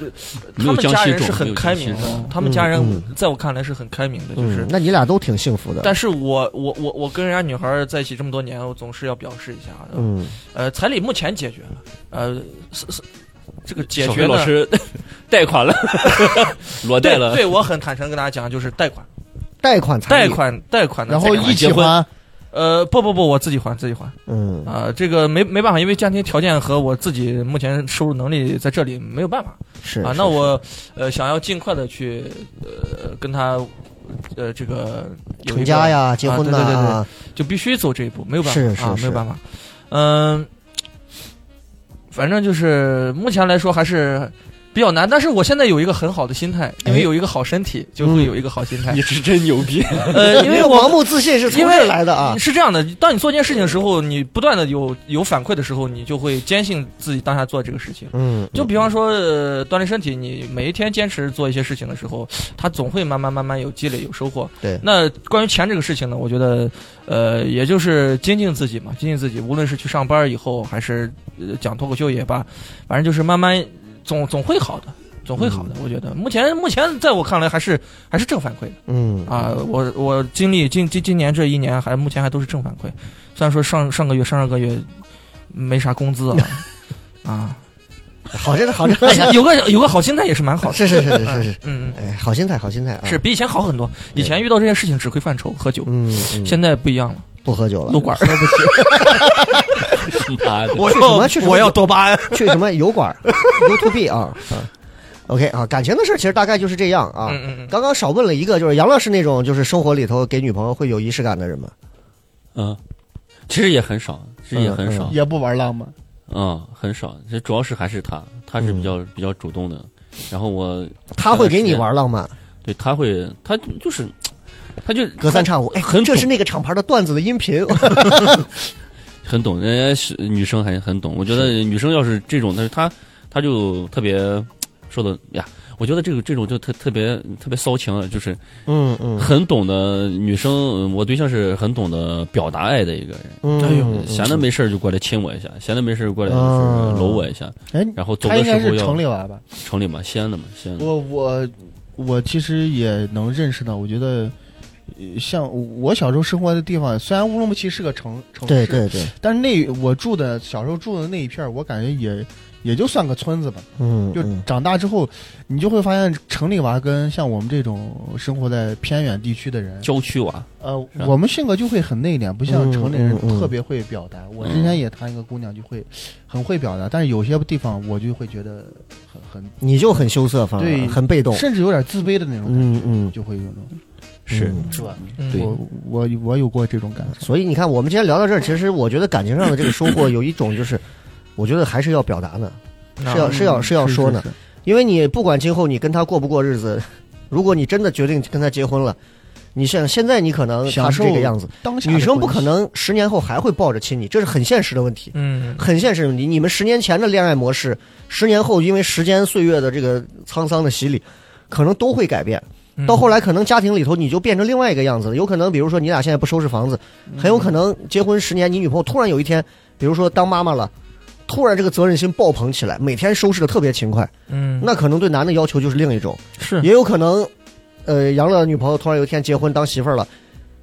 Speaker 4: 他
Speaker 5: 有
Speaker 4: 们
Speaker 5: 江
Speaker 4: 家
Speaker 5: 西
Speaker 4: 人
Speaker 5: 种
Speaker 4: 是
Speaker 5: 没
Speaker 4: 很
Speaker 5: 有江
Speaker 4: 开
Speaker 5: 西
Speaker 4: 明
Speaker 5: 种
Speaker 4: 的，他们家
Speaker 3: 嗯
Speaker 4: 人在我看来是很开明的，就是
Speaker 3: 嗯，。那你俩都挺幸福的。
Speaker 4: 但是我我我我跟人家女孩儿在一起这么多年，我总是要表示一下的，
Speaker 3: 嗯，
Speaker 4: 呃，彩礼目前解决了，呃，是是这个解
Speaker 5: 小
Speaker 4: 决
Speaker 5: 学
Speaker 4: 呢
Speaker 5: 老师 贷款了，裸贷
Speaker 4: 对
Speaker 5: 了，
Speaker 4: 对我很坦诚跟大家讲，就是贷款，
Speaker 3: 贷款彩
Speaker 4: 贷
Speaker 3: 礼，
Speaker 4: 款，贷款的
Speaker 6: 然
Speaker 4: 彩
Speaker 6: 后
Speaker 4: 礼
Speaker 5: 一
Speaker 6: 一
Speaker 5: 起
Speaker 6: 起还
Speaker 5: 还。
Speaker 4: 呃，不不不，我自己还自己还
Speaker 3: 嗯
Speaker 4: 啊、这个没没办法，因为家庭条件和我自己目前收入能力在这里没有办法
Speaker 3: 是
Speaker 4: 啊。
Speaker 3: 嗯是
Speaker 4: 那我呃想要尽快的去呃跟他呃这个有一
Speaker 3: 成
Speaker 4: 个
Speaker 3: 家呀、结
Speaker 4: 啊
Speaker 3: 婚
Speaker 4: 对对对对
Speaker 3: 呐，
Speaker 4: 就必须走这一步，没有办法
Speaker 3: 是是
Speaker 4: 啊，
Speaker 3: 是
Speaker 4: 没有办法。嗯、反正就是目前来说还是比较难，但是我现在有一个很好的心态，因
Speaker 3: 哎嗯
Speaker 4: 为有一个好身体，就会有一个好心态。
Speaker 5: 你是真牛逼！
Speaker 4: 呃，因
Speaker 3: 因为
Speaker 4: 为
Speaker 3: 盲
Speaker 4: 我。
Speaker 3: 目自信是从
Speaker 4: 因
Speaker 3: 这
Speaker 4: 为
Speaker 3: 儿来的啊。
Speaker 4: 是这样的，当你做一件事情的时候，你不断的有有反馈的时候，你就会坚信自己当下做这个事情。
Speaker 3: 嗯，
Speaker 4: 就比方说、呃、锻炼身体，你每一天坚持做一些事情的时候，它总会慢慢慢慢有积累有收获。
Speaker 3: 对
Speaker 4: 那关于钱这个事情呢，我觉得呃，也就是精进自己嘛，精进自己，无论是去上班以后，还是、呃讲脱口秀也罢，反正就是慢慢总总会好的。总会好的。我觉得目前目前在我看来还是还是正反馈的
Speaker 3: 嗯
Speaker 4: 啊。我我经历今今今年这一年还目前还都是正反馈，虽然说上上个月上上个月没啥工资啊啊，
Speaker 3: 好着呢好着 呢，
Speaker 4: 但哎是有个有个好心态也是蛮好的。
Speaker 3: 是是是是是是，
Speaker 4: 嗯，嗯
Speaker 3: 哎，好心态好心态啊，
Speaker 4: 是比以前好很多。以前遇到这些事情只会犯愁喝酒，
Speaker 3: 嗯，嗯
Speaker 4: 现在不一样了，
Speaker 3: 不喝酒了，
Speaker 4: 撸管儿。
Speaker 5: 妈的，
Speaker 4: 我
Speaker 3: 去什么去什么
Speaker 4: 哦我要多巴胺。
Speaker 3: 去什么油管儿，U to B 啊啊，OK 啊，感情的事儿其实大概就是这样啊。
Speaker 4: 嗯嗯嗯。
Speaker 3: 刚刚少问了一个，就是杨乐是那种就是生活里头给女朋友会有仪式感的人吗？
Speaker 5: 嗯，其实也很少，其实也嗯很少，
Speaker 6: 也不玩浪漫，
Speaker 5: 嗯，很少。这主要是还是他，他是比较比较主动的。然后我
Speaker 3: 他会给你玩浪漫，
Speaker 5: 对他会，他就是，他就
Speaker 3: 隔三差五，哎，
Speaker 5: 很
Speaker 3: 这是
Speaker 5: 懂
Speaker 3: 那个厂牌的段子的音频，
Speaker 5: 很懂，人家是女生还很懂。我觉得女生要是这种，但是她她就特别说的哎呀，我觉得这个这种就特特别特别骚情了，就是
Speaker 3: 嗯嗯
Speaker 5: 很懂得女生。呃我对象是很懂得表达爱的一个人，
Speaker 3: 嗯，
Speaker 4: 哎呦
Speaker 3: 嗯
Speaker 5: 闲的没事儿就过来亲我一下，闲的没事儿过来
Speaker 3: 啊
Speaker 5: 就是搂我一下，
Speaker 6: 哎，
Speaker 5: 然后走
Speaker 6: 他
Speaker 5: 的
Speaker 6: 应
Speaker 5: 时
Speaker 6: 该
Speaker 5: 候
Speaker 6: 是
Speaker 5: 要
Speaker 6: 城里娃吧？
Speaker 5: 城里嘛，西安的嘛，西安的。
Speaker 6: 我我我其实也能认识到，我觉得。呃像我小时候生活的地方，虽然乌鲁木齐是个城城市，
Speaker 3: 对对对，
Speaker 6: 但是那我住的小时候住的那一片儿，我感觉也也就算个村子吧。
Speaker 3: 嗯，
Speaker 6: 就
Speaker 3: 嗯
Speaker 6: 长大之后，你就会发现城里娃跟像我们这种生活在偏远地区的人，
Speaker 5: 郊区娃，
Speaker 6: 呃，
Speaker 5: 是吧
Speaker 6: 我们性格就会很内敛，不
Speaker 3: 嗯
Speaker 6: 像城里人
Speaker 3: 嗯嗯
Speaker 6: 特别会表达。我之前也谈一个姑娘就会很会表达，但是有些地方我就会觉得很
Speaker 3: 你就很羞涩，反而
Speaker 6: 对
Speaker 3: 很被动
Speaker 6: 很，，甚至有点自卑的那种感觉，
Speaker 3: 嗯嗯，
Speaker 6: 就会有那种
Speaker 5: 是
Speaker 3: 嗯
Speaker 6: 是吧？
Speaker 4: 嗯
Speaker 5: 对
Speaker 6: 我我我有过这种感受。
Speaker 3: 所以你看，我们今天聊到这儿，其实我觉得感情上的这个收获有一种就是，我觉得还是要表达呢，是要
Speaker 4: 啊
Speaker 3: 哦是要是要说呢。
Speaker 6: 是，是
Speaker 3: 因为你不管今后你跟他过不过日子， 如果你真的决定跟他结婚了，你像现在你可能他
Speaker 6: 享
Speaker 3: 是
Speaker 6: 受
Speaker 3: 这个样子，
Speaker 6: 当下的
Speaker 3: 女生不
Speaker 6: 关系
Speaker 3: 可能十年后还会抱着亲你，这是很现实的问题，
Speaker 4: 嗯，
Speaker 3: 很现实的问题。你们十年前的恋爱模式，十年后因为时间岁月的这个沧桑的洗礼，可能都会改变。
Speaker 4: 嗯
Speaker 3: 到后来可能家庭里头你就变成另外一个样子了，有可能比如说你俩现在不收拾房子，
Speaker 4: 嗯
Speaker 3: 很有可能结婚十年，你女朋友突然有一天，比如说当妈妈了，突然这个责任心爆棚起来，每天收拾的特别勤快，
Speaker 4: 嗯，
Speaker 3: 那可能对男的要求就是另一种，
Speaker 4: 是
Speaker 3: 也有可能，呃，杨乐的女朋友突然有一天结婚当媳妇儿了，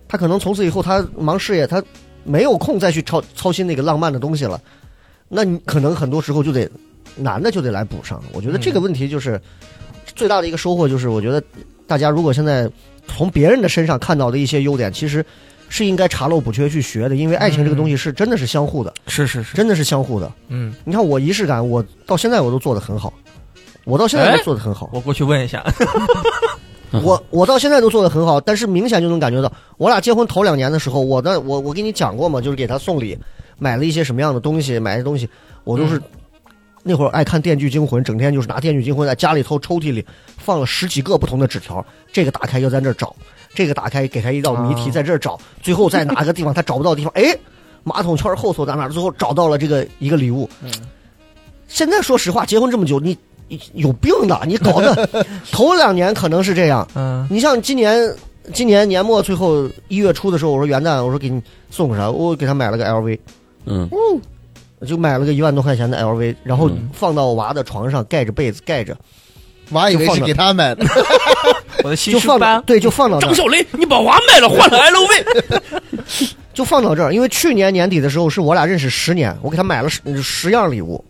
Speaker 3: 她可能从此以后她忙事业，她没有空再去操操心那个浪漫的东西了，那你可能很多时候就得男的就得来补上。我觉得这个问题就是、最大的一个收获，就是我觉得大家如果现在从别人的身上看到的一些优点，其实是应该查漏补缺去学的，因为爱情这个东西是真的是相互的，
Speaker 4: 是是是，
Speaker 3: 真的是相互的。
Speaker 4: 嗯，
Speaker 3: 你看我仪式感，我到现在我都做得很好，我到现在都做得很好。
Speaker 4: 我过去问一下，
Speaker 5: 嗯
Speaker 3: 我我到现在都做的很好，但是明显就能感觉到，我俩结婚头两年的时候，我的我我给你讲过嘛，就是给他送礼，买了一些什么样的东西，买的东西，我都是、那会儿爱看《电锯惊魂》，整天就是拿《电锯惊魂》在家里头抽屉里放了十几个不同的纸条，这个打开要在那儿找，这个打开给他一道谜题，
Speaker 4: 啊
Speaker 3: 在这儿找，最后在哪个地方他找不到的地方，哎，马桶圈后头在哪儿，最后找到了这个一个礼物。现在说实话，结婚这么久，你你有病的，你搞的头两年可能是这样。
Speaker 4: 嗯，
Speaker 3: 你像今年，今年年末最后一月初的时候，我说元旦，我说给你送个啥？我给他买了个 LV，
Speaker 5: 嗯，
Speaker 3: 就买了个一万多块钱的 LV，然后
Speaker 5: 嗯
Speaker 3: 放到我娃的床上，盖着被子盖着，
Speaker 6: 娃以为
Speaker 3: 就放
Speaker 6: 是
Speaker 3: 着
Speaker 6: 给他买的，
Speaker 4: 我的新
Speaker 3: 就放到对，就放到那
Speaker 5: 张
Speaker 3: 儿，
Speaker 5: 小雷，你把娃卖了换 了 LV，
Speaker 3: 就放到这儿。因为去年年底的时候是我俩认识十年，我给他买了十十样礼物，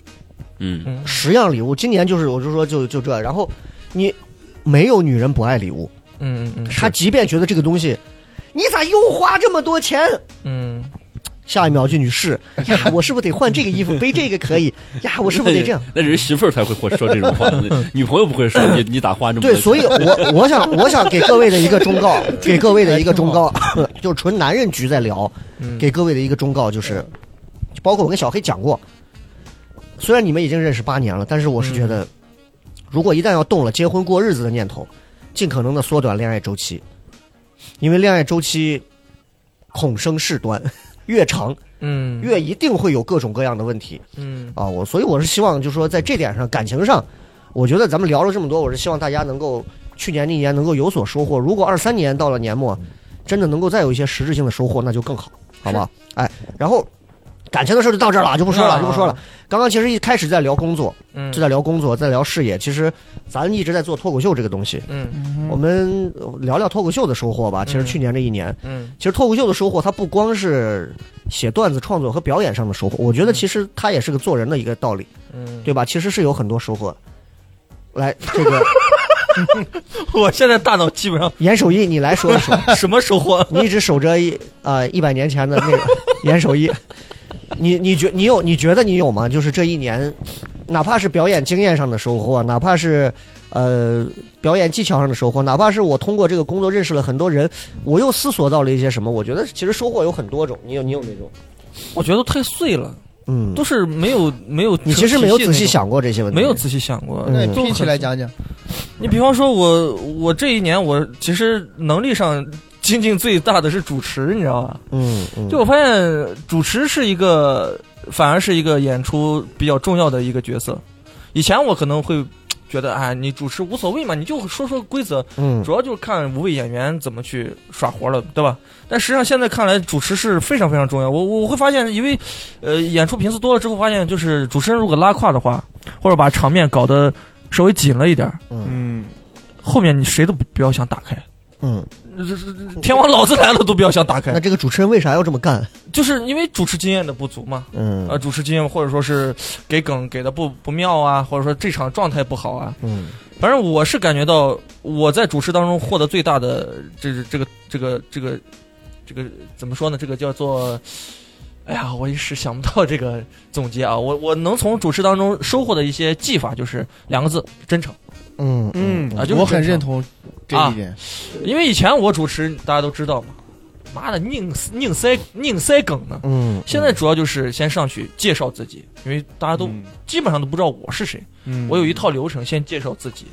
Speaker 5: 嗯，
Speaker 3: 十样礼物。今年就是我就说就就这，然后你没有女人不爱礼物，
Speaker 4: 嗯嗯
Speaker 3: 她即便觉得这个东西，你咋又花这么多钱？
Speaker 4: 嗯
Speaker 3: 下一秒就女士呀，我是不是得换这个衣服，背这个可以呀？我是不是得这样？
Speaker 5: 那人媳妇儿才会说这种话，那 女朋友不会说你你咋花这么多
Speaker 3: 对，
Speaker 5: 钱
Speaker 3: 所以我我想我想给各位的一个忠告，给各位的一个忠告， 就是纯男人局在聊，给各位的一个忠告就是，包括我跟小黑讲过，虽然你们已经认识八年了，但是我是觉得，如果一旦要动了结婚过日子的念头，尽可能的缩短恋爱周期，因为恋爱周期恐生事端， 越长
Speaker 4: 嗯
Speaker 3: 越一定会有各种各样的问题。
Speaker 4: 嗯
Speaker 3: 啊，我所以我是希望，就是说在这点上，感情上，我觉得咱们聊了这么多，我是希望大家能够去年那一年能够有所收获。如果二三年到了年末，真的能够再有一些实质性的收获，那就更好，好不好？哎，然后感情的事儿就到这儿了，就不说了，
Speaker 4: 嗯
Speaker 3: 就不说了。刚刚其实一开始在聊工作，
Speaker 4: 嗯
Speaker 3: 就在聊工作，在聊事业。其实咱一直在做脱口秀这个东西，
Speaker 4: 嗯
Speaker 3: 我们聊聊脱口秀的收获吧。其实去年这一年，
Speaker 4: 嗯
Speaker 3: 其实脱口秀的收获，它不光是写段子创作和表演上的收获，我觉得其实它也是个做人的一个道理，
Speaker 4: 嗯，
Speaker 3: 对吧？其实是有很多收获的。来，这个
Speaker 4: 我现在大脑基本上
Speaker 3: 严守一，你来说一说，
Speaker 4: 什么收获？
Speaker 3: 你一直守着一啊一百年前的那个严守一，你你觉你有你觉得你有吗？就是这一年，哪怕是表演经验上的收获，哪怕是呃表演技巧上的收获，哪怕是我通过这个工作认识了很多人，我又思索到了一些什么。我觉得其实收获有很多种，你有你有哪种？
Speaker 4: 我觉得太碎了，
Speaker 3: 嗯，
Speaker 4: 都是没有没有。
Speaker 3: 你其实没有仔细，想过这些问题，
Speaker 4: 没有仔细想过。
Speaker 3: 嗯
Speaker 6: 那
Speaker 4: 都
Speaker 6: 你拼起
Speaker 4: 很
Speaker 6: 来讲讲，
Speaker 4: 你比方说我，我这一年我其实能力上精进最大的是主持，你知道吧？
Speaker 3: 嗯，嗯
Speaker 4: 就我发现主持是一个，反而是一个演出比较重要的一个角色。以前我可能会觉得，哎，你主持无所谓嘛，你就说说规则，
Speaker 3: 嗯
Speaker 4: 主要就是看五位演员怎么去耍活了，对吧？但实际上现在看来，主持是非常非常重要。我我会发现，因为呃，演出频次多了之后，发现就是主持人如果拉胯的话，或者把场面搞得稍微紧了一点儿，
Speaker 3: 嗯
Speaker 6: 嗯，
Speaker 4: 后面你谁都不不要想打开，
Speaker 3: 嗯，
Speaker 4: 天王老子来了都不要想打
Speaker 3: 那
Speaker 4: 开，
Speaker 3: 这个主持人为啥要这么干？
Speaker 4: 就是因为主持经验的不足嘛。
Speaker 3: 嗯
Speaker 4: 呃，主持经验或者说是给梗给的不不妙啊，或者说这场状态不好啊，
Speaker 3: 嗯
Speaker 4: 反正我是感觉到我在主持当中获得最大的这这个这个这个这个怎么说呢？这个叫做，哎呀，我一时想不到这个总结啊。我我能从主持当中收获的一些技法就是两个字：真诚。
Speaker 3: 嗯
Speaker 6: 嗯
Speaker 4: 啊就是啊
Speaker 6: 我
Speaker 4: 正
Speaker 6: 很
Speaker 4: 常
Speaker 6: 认同这一点。
Speaker 4: 因为以前我主持，大家都知道嘛，妈的硬硬塞硬塞梗呢。
Speaker 3: 嗯，
Speaker 4: 现在主要就是先上去介绍自己，因为大家都
Speaker 6: 嗯
Speaker 4: 基本上都不知道我是谁。
Speaker 6: 嗯
Speaker 4: 我有一套流程，先介绍自己，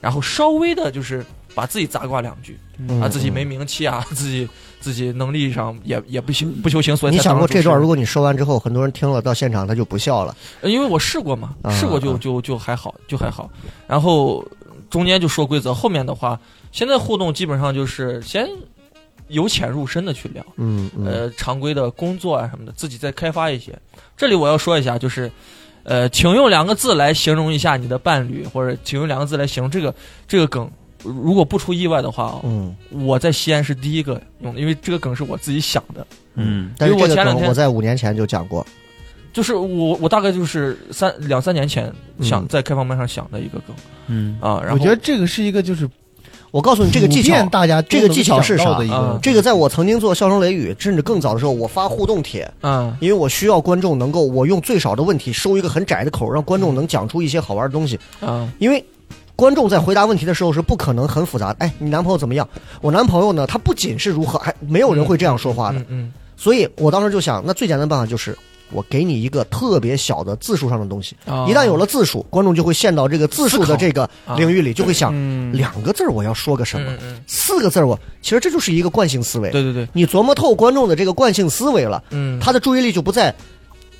Speaker 4: 然后稍微的就是把自己砸挂两句
Speaker 6: 嗯
Speaker 4: 啊，自己没名气啊， 自己自己能力上也也不行不求行，所以
Speaker 3: 你
Speaker 4: 才当
Speaker 3: 想过
Speaker 4: 主持
Speaker 3: 这段，
Speaker 4: 人
Speaker 3: 如果你说完之后，很多人听了到现场他就不笑了。
Speaker 4: 呃因为我试过嘛，
Speaker 3: 啊
Speaker 4: 试过就
Speaker 3: 啊
Speaker 4: 就就还好，就还好。然后中间就说规则，后面的话，现在互动基本上就是先由浅入深的去聊，
Speaker 3: 嗯嗯
Speaker 4: 呃，常规的工作啊什么的，自己再开发一些。这里我要说一下，就是，呃，请用两个字来形容一下你的伴侣，或者请用两个字来形容这个这个梗。如果不出意外的话啊，
Speaker 3: 嗯，
Speaker 4: 我在西安是第一个用的，因为这个梗是我自己想的。
Speaker 5: 嗯，
Speaker 3: 但是
Speaker 4: 因为
Speaker 3: 这个
Speaker 4: 我前两
Speaker 3: 梗
Speaker 4: 天
Speaker 3: 我在五年前就讲过。
Speaker 4: 就是我，我大概就是三两三年前想
Speaker 3: 嗯
Speaker 4: 在开放麦上想的一个梗
Speaker 5: 嗯
Speaker 4: 啊，然后
Speaker 6: 我觉得这个是一个就是
Speaker 3: 我告诉你这个技
Speaker 6: 普遍
Speaker 3: 巧，
Speaker 6: 大家都
Speaker 3: 这个技巧是
Speaker 6: 能
Speaker 3: 啥
Speaker 6: 想到的一
Speaker 4: 啊
Speaker 6: 个，
Speaker 3: 这个在我曾经做笑声雷雨，甚至更早的时候，我发互动帖，
Speaker 4: 嗯
Speaker 3: 因为我需要观众能够我用最少的问题收一个很窄的口，让观众能讲出一些好玩的东西。
Speaker 4: 啊
Speaker 3: 因为观众在回答问题的时候是不可能很复杂的。哎，你男朋友怎么样？我男朋友呢？他不仅是如何，还没有人会这样说话的。
Speaker 4: 嗯嗯
Speaker 3: 所以我当时就想，那最简单的办法就是。我给你一个特别小的字数上的东西，
Speaker 4: 啊
Speaker 3: 一旦有了字数，观众就会陷到这个字数
Speaker 4: 思考
Speaker 3: 的这个领域里，就会想
Speaker 6: 嗯
Speaker 3: 两个字儿我要说个什么
Speaker 4: 啊嗯，嗯，
Speaker 3: 四个字儿我其实这就是一个惯性思维
Speaker 4: 嗯。对对对，
Speaker 3: 你琢磨透观众的这个惯性思维了，
Speaker 4: 嗯，
Speaker 3: 他的注意力就不在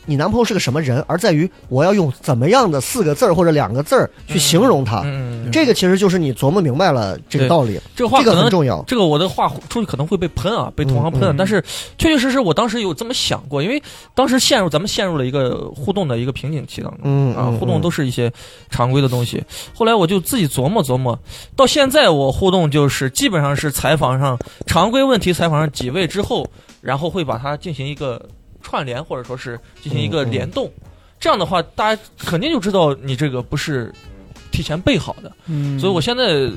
Speaker 3: 你男朋友是个什么人，而在于我要用怎么样的四个字儿或者两个字儿去形容他。
Speaker 4: 嗯，嗯嗯
Speaker 3: 这个其实就是你琢磨明白了这个道理，
Speaker 4: 这个话
Speaker 3: 这个
Speaker 4: 可能
Speaker 3: 很重要。
Speaker 4: 这个我的话出去可能会被喷啊，被同行喷啊。
Speaker 6: 嗯嗯
Speaker 4: 但是确确实实我当时有这么想过，因为当时陷入咱们陷入了一个互动的一个瓶颈期当中。
Speaker 3: 嗯
Speaker 4: 啊，互动都
Speaker 3: 是
Speaker 4: 是一些常规的东西。后来我就自己琢磨琢磨，到现在我互动就是基本上是采访上常规问题，采访上几位之后，然后会把它进行一个串联，或者说是进行一个
Speaker 3: 嗯嗯
Speaker 4: 联动。这样的话，大家肯定就知道你这个不是提前备好的。
Speaker 6: 嗯
Speaker 4: 所以我现在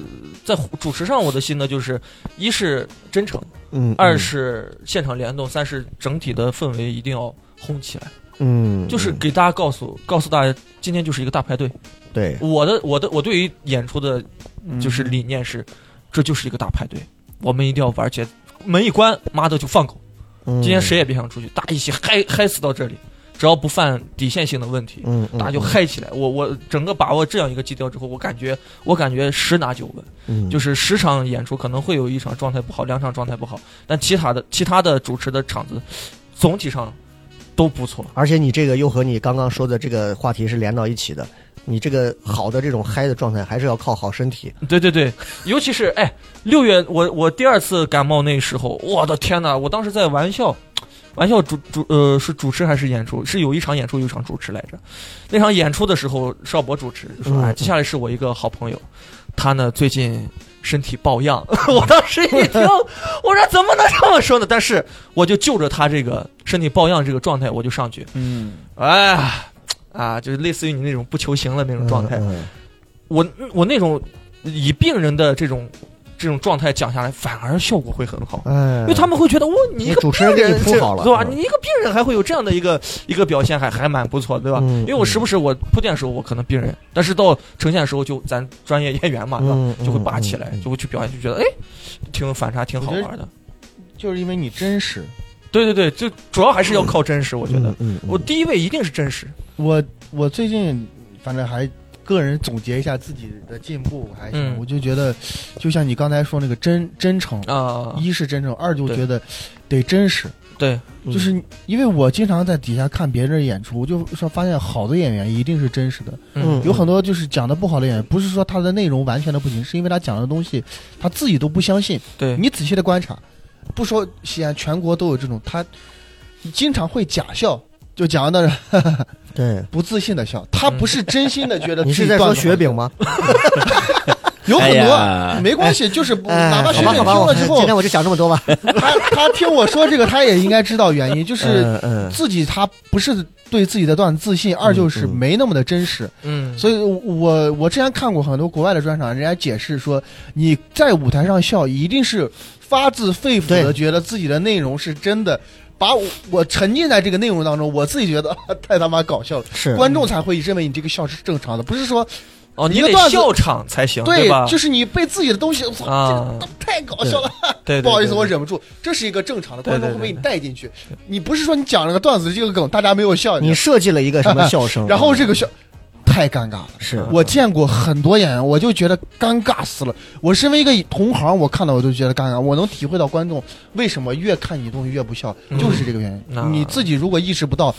Speaker 4: 在主持上，我的心得就是：一是真诚，
Speaker 3: 嗯，嗯
Speaker 4: 二是现场联动，三是整体的氛围一定要烘起来，
Speaker 3: 嗯，
Speaker 4: 就是
Speaker 3: 嗯
Speaker 4: 给大家告诉告诉大家，今天就是一个大派对。
Speaker 3: 对，
Speaker 4: 我的我的我对于演出的
Speaker 6: 嗯
Speaker 4: 就是
Speaker 3: 嗯
Speaker 4: 理念是，这就是一个大派对，我们一定要玩起来。门一关，妈的就放狗，
Speaker 3: 今
Speaker 4: 今天谁也别想出去，大家一起嗨 嗨死到这里，只要不犯底线性的问题，
Speaker 3: 嗯，嗯
Speaker 4: 大家就，嗨起来。我我整个把握这样一个基调之后，我感觉我感觉十拿九稳。
Speaker 3: 嗯
Speaker 4: 就是十场演出可能会有一场状态不好，两场状态不好，但其他的其他的主持的场子，总体上都不错。
Speaker 3: 而且你这个又和你刚刚说的这个话题是连到一起的，你这个好的这种嗨的状态还是要靠好身体。
Speaker 4: 对对对，尤其是哎，六月我我第二次感冒那时候，我的天呐，我当时在玩笑，玩笑主主呃是主持还是演出？是有一场演出有一场主持来着。那场演出的时候，邵博主持说：“
Speaker 3: 嗯
Speaker 4: 哎，接下来是我一个好朋友，他呢最近身体抱恙。” 我当时一听，我说怎么能这么说呢？但是我就就着他这个身体抱恙这个状态，我就上去，
Speaker 5: 嗯，
Speaker 4: 哎呀啊，就是类似于你那种不求行了那种状态。
Speaker 3: 嗯
Speaker 4: 我我那种以病人的这种这种状态讲下来，反而效果会很好。
Speaker 3: 哎，
Speaker 4: 因为他们会觉得，哇，你一
Speaker 3: 你
Speaker 4: 个
Speaker 3: 主持人给你
Speaker 4: 病人
Speaker 3: 铺好了，
Speaker 4: 对吧？
Speaker 3: 嗯
Speaker 4: 你一个病人还会有这样的一个一个表现还，还蛮不错的，对吧？
Speaker 3: 嗯
Speaker 4: 因为我时不时我铺垫的时候，我可能病人，但是到呈现的时候就咱专业演员嘛，对吧？
Speaker 3: 嗯
Speaker 4: 就会拔起来
Speaker 3: 嗯嗯，
Speaker 4: 就会去表演，就觉得哎，挺有反差，挺好玩的。
Speaker 6: 就是因为你真实。
Speaker 4: 对对对，就主要还是要靠真实，我觉得。
Speaker 3: 嗯，嗯
Speaker 4: 我第一位一定是真实，
Speaker 6: 我我最近反正还个人总结一下自己的进步，我还行。
Speaker 4: 嗯
Speaker 6: 我就觉得，就像你刚才说那个真真诚，
Speaker 4: 啊，
Speaker 6: 一是真诚，二就
Speaker 4: 对
Speaker 6: 觉得得真实。
Speaker 4: 对，
Speaker 3: 嗯
Speaker 6: 就是因为我经常在底下看别人的演出，我就说发现好的演员一定是真实的，
Speaker 3: 嗯
Speaker 6: 有很多就是讲的不好的演员，不是说他的内容完全的不行，是因为他讲的东西他自己都不相信。
Speaker 4: 对，
Speaker 6: 你仔细的观察，不说西安，全国都有这种，他经常会假笑，就讲的
Speaker 3: 对，
Speaker 6: 不自信的笑，他不是真心的觉得
Speaker 3: 你是
Speaker 6: 自己
Speaker 3: 在
Speaker 6: 段
Speaker 3: 说
Speaker 6: 子
Speaker 3: 雪
Speaker 6: 好
Speaker 3: 饼吗？
Speaker 6: 有很多
Speaker 5: 哎呀
Speaker 6: 没关系，就是不
Speaker 3: 哎，
Speaker 6: 哪怕雪
Speaker 3: 好
Speaker 6: 饼
Speaker 3: 吧，
Speaker 6: 听
Speaker 3: 好吧，我
Speaker 6: 了之后
Speaker 3: 今，天我就讲这么多吧。
Speaker 6: 他他听我说这个，他也应该知道原因，就是
Speaker 3: 嗯嗯
Speaker 6: 自己他不是对自己的段子自信，二就是
Speaker 3: 嗯
Speaker 6: 没那么的真实。
Speaker 4: 嗯，
Speaker 6: 所以我我之前看过很多国外的专场，人家解释说，你在舞台上笑，一定是发自肺腑
Speaker 3: 对
Speaker 6: 的觉得自己的内容是真的，把我我沉浸在这个内容当中，我自己觉得 太他妈搞笑了，
Speaker 3: 是
Speaker 6: 观众才会认为你这个笑是正常的，不是说
Speaker 4: 哦，你
Speaker 6: 一个
Speaker 4: 得
Speaker 6: 段子
Speaker 4: 笑场才
Speaker 3: 嗯
Speaker 4: 行，
Speaker 6: 对
Speaker 4: 吧？
Speaker 6: 就是你被自己的东西，我操，
Speaker 4: 啊
Speaker 6: 这个太搞笑了，
Speaker 4: 对，对
Speaker 6: 不好意思，
Speaker 4: 对
Speaker 6: 我
Speaker 4: 对
Speaker 6: 忍不住，这是一个正常的，
Speaker 4: 对对
Speaker 6: 观
Speaker 4: 对
Speaker 6: 众会被你带进去，你不是说你讲了个段子这个梗，大家没有笑啊
Speaker 3: 你设计了一个什么笑 声？
Speaker 6: 然后这个笑太尴尬了。
Speaker 4: 嗯
Speaker 3: 是
Speaker 6: 我见过很多演员，我就觉得尴尬死了。我身为一个同行，我看到我就觉得尴尬。我能体会到观众为什么越看你东西越不笑，
Speaker 4: 嗯
Speaker 6: 就是这个原因。
Speaker 4: 那
Speaker 6: 你自己如果意识不到，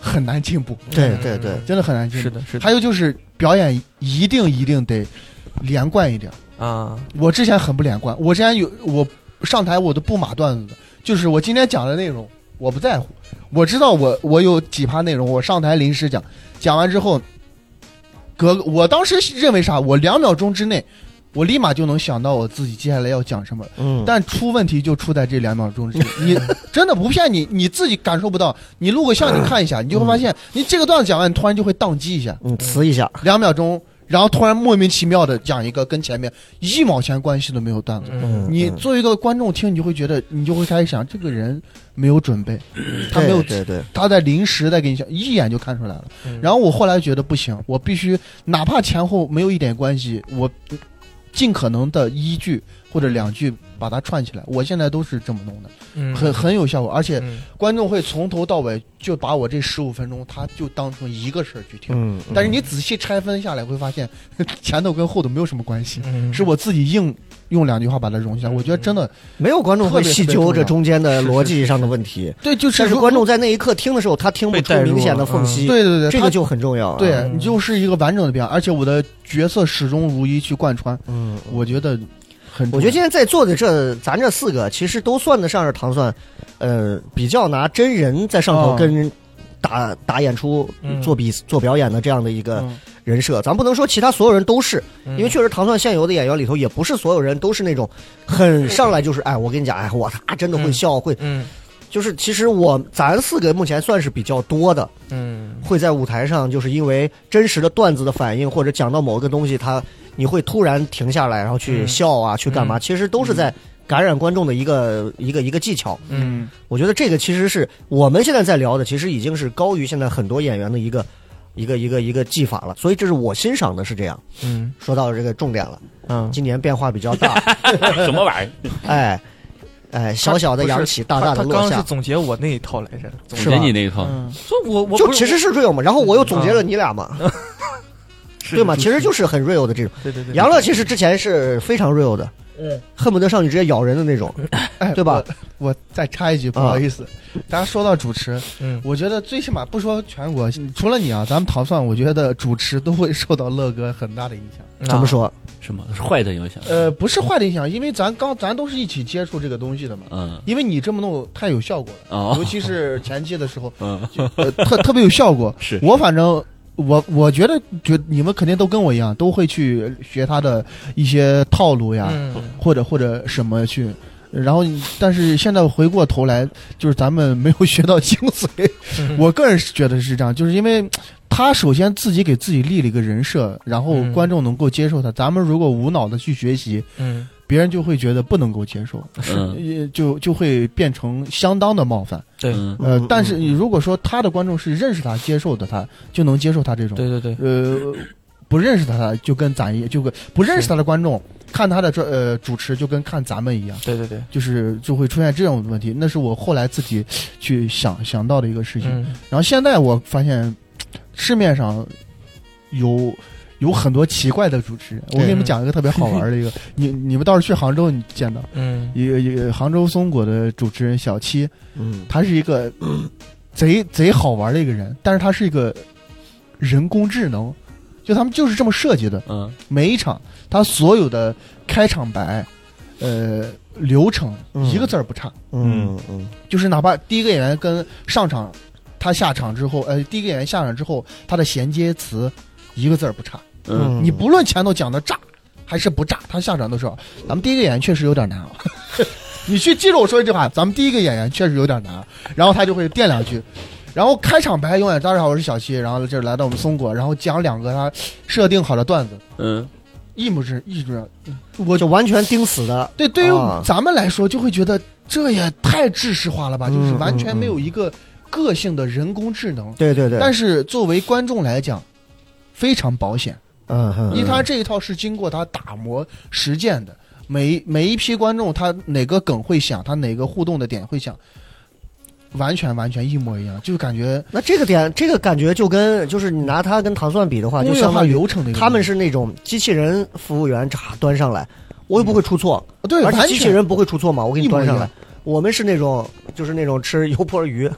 Speaker 6: 很难进步，
Speaker 3: 对对对，
Speaker 6: 真的很难进步。
Speaker 4: 是的，是的
Speaker 6: 还有就是表演一定一定得连贯一点。
Speaker 4: 啊，
Speaker 6: 我之前很不连贯，我之前有我上台我都不码段子的，就是我今天讲的内容我不在乎，我知道我我有几趴内容，我上台临时讲，讲完之后，隔我当时认为啥，我两秒钟之内，我立马就能想到我自己接下来要讲什么了，
Speaker 3: 嗯，
Speaker 6: 但出问题就出在这两秒钟之内，你真的不骗你，你自己感受不到，你录个像你看一下，你就会发现，你这个段子讲完，你突然就会宕机一下，
Speaker 3: 嗯，词一下，
Speaker 6: 两秒钟，然后突然莫名其妙的讲一个跟前面一毛钱关系都没有段子。
Speaker 4: 嗯，
Speaker 6: 你作为一个观众听，你就会觉得，你就会开始想，这个人没有准备，他没有，
Speaker 3: 对对对，
Speaker 6: 他在临时在给你想，一眼就看出来了。
Speaker 4: 嗯
Speaker 6: 然后我后来觉得不行，我必须哪怕前后没有一点关系，我尽可能的一句或者两句把它串起来。我现在都是这么弄的，
Speaker 4: 嗯
Speaker 6: 很很有效果，而且
Speaker 4: 嗯
Speaker 6: 观众会从头到尾就把我这十五分钟，他就当成一个事儿去听。
Speaker 3: 嗯，
Speaker 6: 但是你仔细拆分下来，会发现 前头跟后头没有什么关系，
Speaker 4: 嗯
Speaker 6: 是我自己硬用两句话把它融进来。我觉得真的
Speaker 3: 没有观众会细究这中间的逻辑上的问题，
Speaker 6: 对，就是
Speaker 3: 但是
Speaker 6: 如
Speaker 3: 观众在那一刻听的时候，他听不出明显的缝隙，
Speaker 6: 嗯对对对，
Speaker 3: 这
Speaker 6: 他
Speaker 3: 个就很重要。啊
Speaker 6: 对你就是一个完整的表演，而且我的角色始终如一去贯穿，
Speaker 3: 嗯，
Speaker 6: 我觉得很重要。
Speaker 3: 我觉得今天在座的这咱这四个，其实都算得上是糖蒜，呃，比较拿真人在上头
Speaker 6: 哦
Speaker 3: 跟打打演出、
Speaker 4: 嗯
Speaker 3: 做比做表演的这样的一个
Speaker 6: 嗯
Speaker 3: 人设。咱不能说其他所有人都是，
Speaker 4: 嗯
Speaker 3: 因为确实糖蒜现有的演员里头，也不是所有人都是那种很上来就是哎，我跟你讲，哎，我他真的会
Speaker 4: 嗯
Speaker 3: 笑，会
Speaker 4: 嗯
Speaker 3: 就是其实我咱四个目前算是比较多的，
Speaker 4: 嗯
Speaker 3: 会在舞台上，就是因为真实的段子的反应，或者讲到某个东西，他你会突然停下来，然后去
Speaker 4: 嗯
Speaker 3: 笑啊，去干嘛？
Speaker 4: 嗯
Speaker 3: 其实都是在感染观众的一个一个一个技巧。
Speaker 4: 嗯
Speaker 3: 我觉得这个其实是我们现在在聊的，其实已经是高于现在很多演员的一个一个一个一个技法了。所以这是我欣赏的是这样。
Speaker 4: 嗯
Speaker 3: 说到这个重点了，
Speaker 4: 嗯，
Speaker 3: 今年变化比较大，
Speaker 5: 什么 玩意儿？
Speaker 3: 哎哎，小小的
Speaker 4: 不是
Speaker 3: 扬起，大大
Speaker 4: 他
Speaker 3: 的
Speaker 4: 他刚
Speaker 3: 落
Speaker 4: 刚是
Speaker 3: 下。
Speaker 4: 总结我那一套来着，总
Speaker 3: 是吧
Speaker 5: 给你那一套，
Speaker 6: 嗯
Speaker 4: 所以我我
Speaker 3: 就
Speaker 4: 不是啊
Speaker 3: 其实是 real 嘛，然后我又总结了你俩 嘛，对嘛，其实就是很 real 的这种。
Speaker 4: 对对对，
Speaker 3: 杨乐其实之前是非常 real 的，
Speaker 4: 对嗯，
Speaker 3: 恨不得上去直接咬人的那种，
Speaker 6: 哎，
Speaker 3: 对吧？
Speaker 6: 我？我再插一句，不好意思，大家说到主持，
Speaker 4: 嗯
Speaker 6: 我觉得最起码不说全国，除了你啊，咱们糖蒜，我觉得主持都会受到乐哥很大的影响。
Speaker 3: 怎
Speaker 4: 啊
Speaker 3: 么？说？
Speaker 5: 什么是坏的影响？
Speaker 6: 呃，不是坏的影响，因为咱刚咱都是一起接触这个东西的嘛。
Speaker 5: 嗯
Speaker 6: 因为你这么弄太有效果了，
Speaker 5: 哦
Speaker 6: 尤其是前期的时候，
Speaker 5: 嗯
Speaker 6: 呃、特特别有效果。
Speaker 5: 是
Speaker 6: 我反正我我觉得，觉你们肯定都跟我一样，都会去学他的一些套路呀，
Speaker 4: 嗯，
Speaker 6: 或者或者什么去。然后你，但是现在回过头来，就是咱们没有学到精 髓。
Speaker 4: 嗯
Speaker 6: 我个人是觉得是这样，就是因为他首先自己给自己立了一个人设，然后
Speaker 4: 嗯
Speaker 6: 观众能够接受他。咱们如果无脑的去学习，
Speaker 4: 嗯，
Speaker 6: 别人就会觉得不能够接受，
Speaker 5: 嗯
Speaker 6: 也就就会变成相当的冒犯。
Speaker 4: 对
Speaker 5: 嗯
Speaker 6: 呃
Speaker 3: 嗯，
Speaker 6: 但是你如果说他的观众是认识他、接受的他，就能接受他这种。
Speaker 4: 对对对，
Speaker 6: 呃，不认识他的就跟咱一就跟不认识他的观众看他的这呃主持就跟看咱们一样，
Speaker 4: 对对对，
Speaker 6: 就是就会出现这种问题。那是我后来自己去想想到的一个事情。
Speaker 4: 嗯
Speaker 6: 然后现在我发现市面上有。有很多奇怪的主持人，我给
Speaker 3: 嗯
Speaker 6: 你们讲一个特别好玩的一个， 你你们到时候去杭州你见到
Speaker 4: 嗯
Speaker 6: 一个一个杭州松果的主持人小七，
Speaker 3: 嗯，
Speaker 6: 他是一个贼贼好玩的一个人，但是他是一个人工智能，就他们就是这么设计的。
Speaker 5: 嗯
Speaker 6: 每一场他所有的开场白，呃，流程
Speaker 3: 嗯
Speaker 6: 一个字儿不差，
Speaker 3: 嗯嗯
Speaker 6: 就是哪怕第一个演员跟上场，他下场之后，呃，第一个演员下场之后，他的衔接词一个字儿不差。
Speaker 5: 嗯，
Speaker 6: 你不论前头讲的炸还是不炸，他下场都是，咱们第一个演员确实有点难 啊。你去记住我说这句话，咱们第一个演员确实有点难，啊然后他就会垫两句，然后开场白永远大家好，我是小七，然后这来到我们松果，然后讲两个他设定好的段子，
Speaker 5: 嗯
Speaker 6: 一模是一模一样。
Speaker 3: 我
Speaker 6: 我
Speaker 3: 就完全盯死的，
Speaker 6: 对对
Speaker 3: 啊
Speaker 6: 于咱们来说，就会觉得这也太知识化了吧，就是
Speaker 3: 嗯
Speaker 6: 完全
Speaker 3: 嗯
Speaker 6: 没有一个个性的人工智能。
Speaker 3: 对对对，
Speaker 6: 但
Speaker 3: 是
Speaker 6: 是作为观众来讲，非常保险。
Speaker 3: 嗯
Speaker 6: 因为
Speaker 3: 嗯
Speaker 6: 他这一套是经过他打磨实践的，每一每一批观众他哪个梗会响，他哪个互动的点会响，完全完全一模一样，就感觉
Speaker 3: 那这个点，这个感觉就跟就是你拿它跟糖蒜比的话，
Speaker 6: 工
Speaker 3: 啊就
Speaker 6: 业
Speaker 3: 相
Speaker 6: 化
Speaker 3: 当于
Speaker 6: 流程的一个东西。
Speaker 3: 他们是那种机器人服务员，嚓端上来，我又不会出错，
Speaker 6: 啊对
Speaker 3: 而且
Speaker 6: 完
Speaker 3: 机器
Speaker 6: 全
Speaker 3: 人不会出错嘛，我给你
Speaker 6: 一模
Speaker 3: 端
Speaker 6: 一
Speaker 3: 上
Speaker 6: 样
Speaker 3: 来。我们是那种，就是那种吃油泼鱼，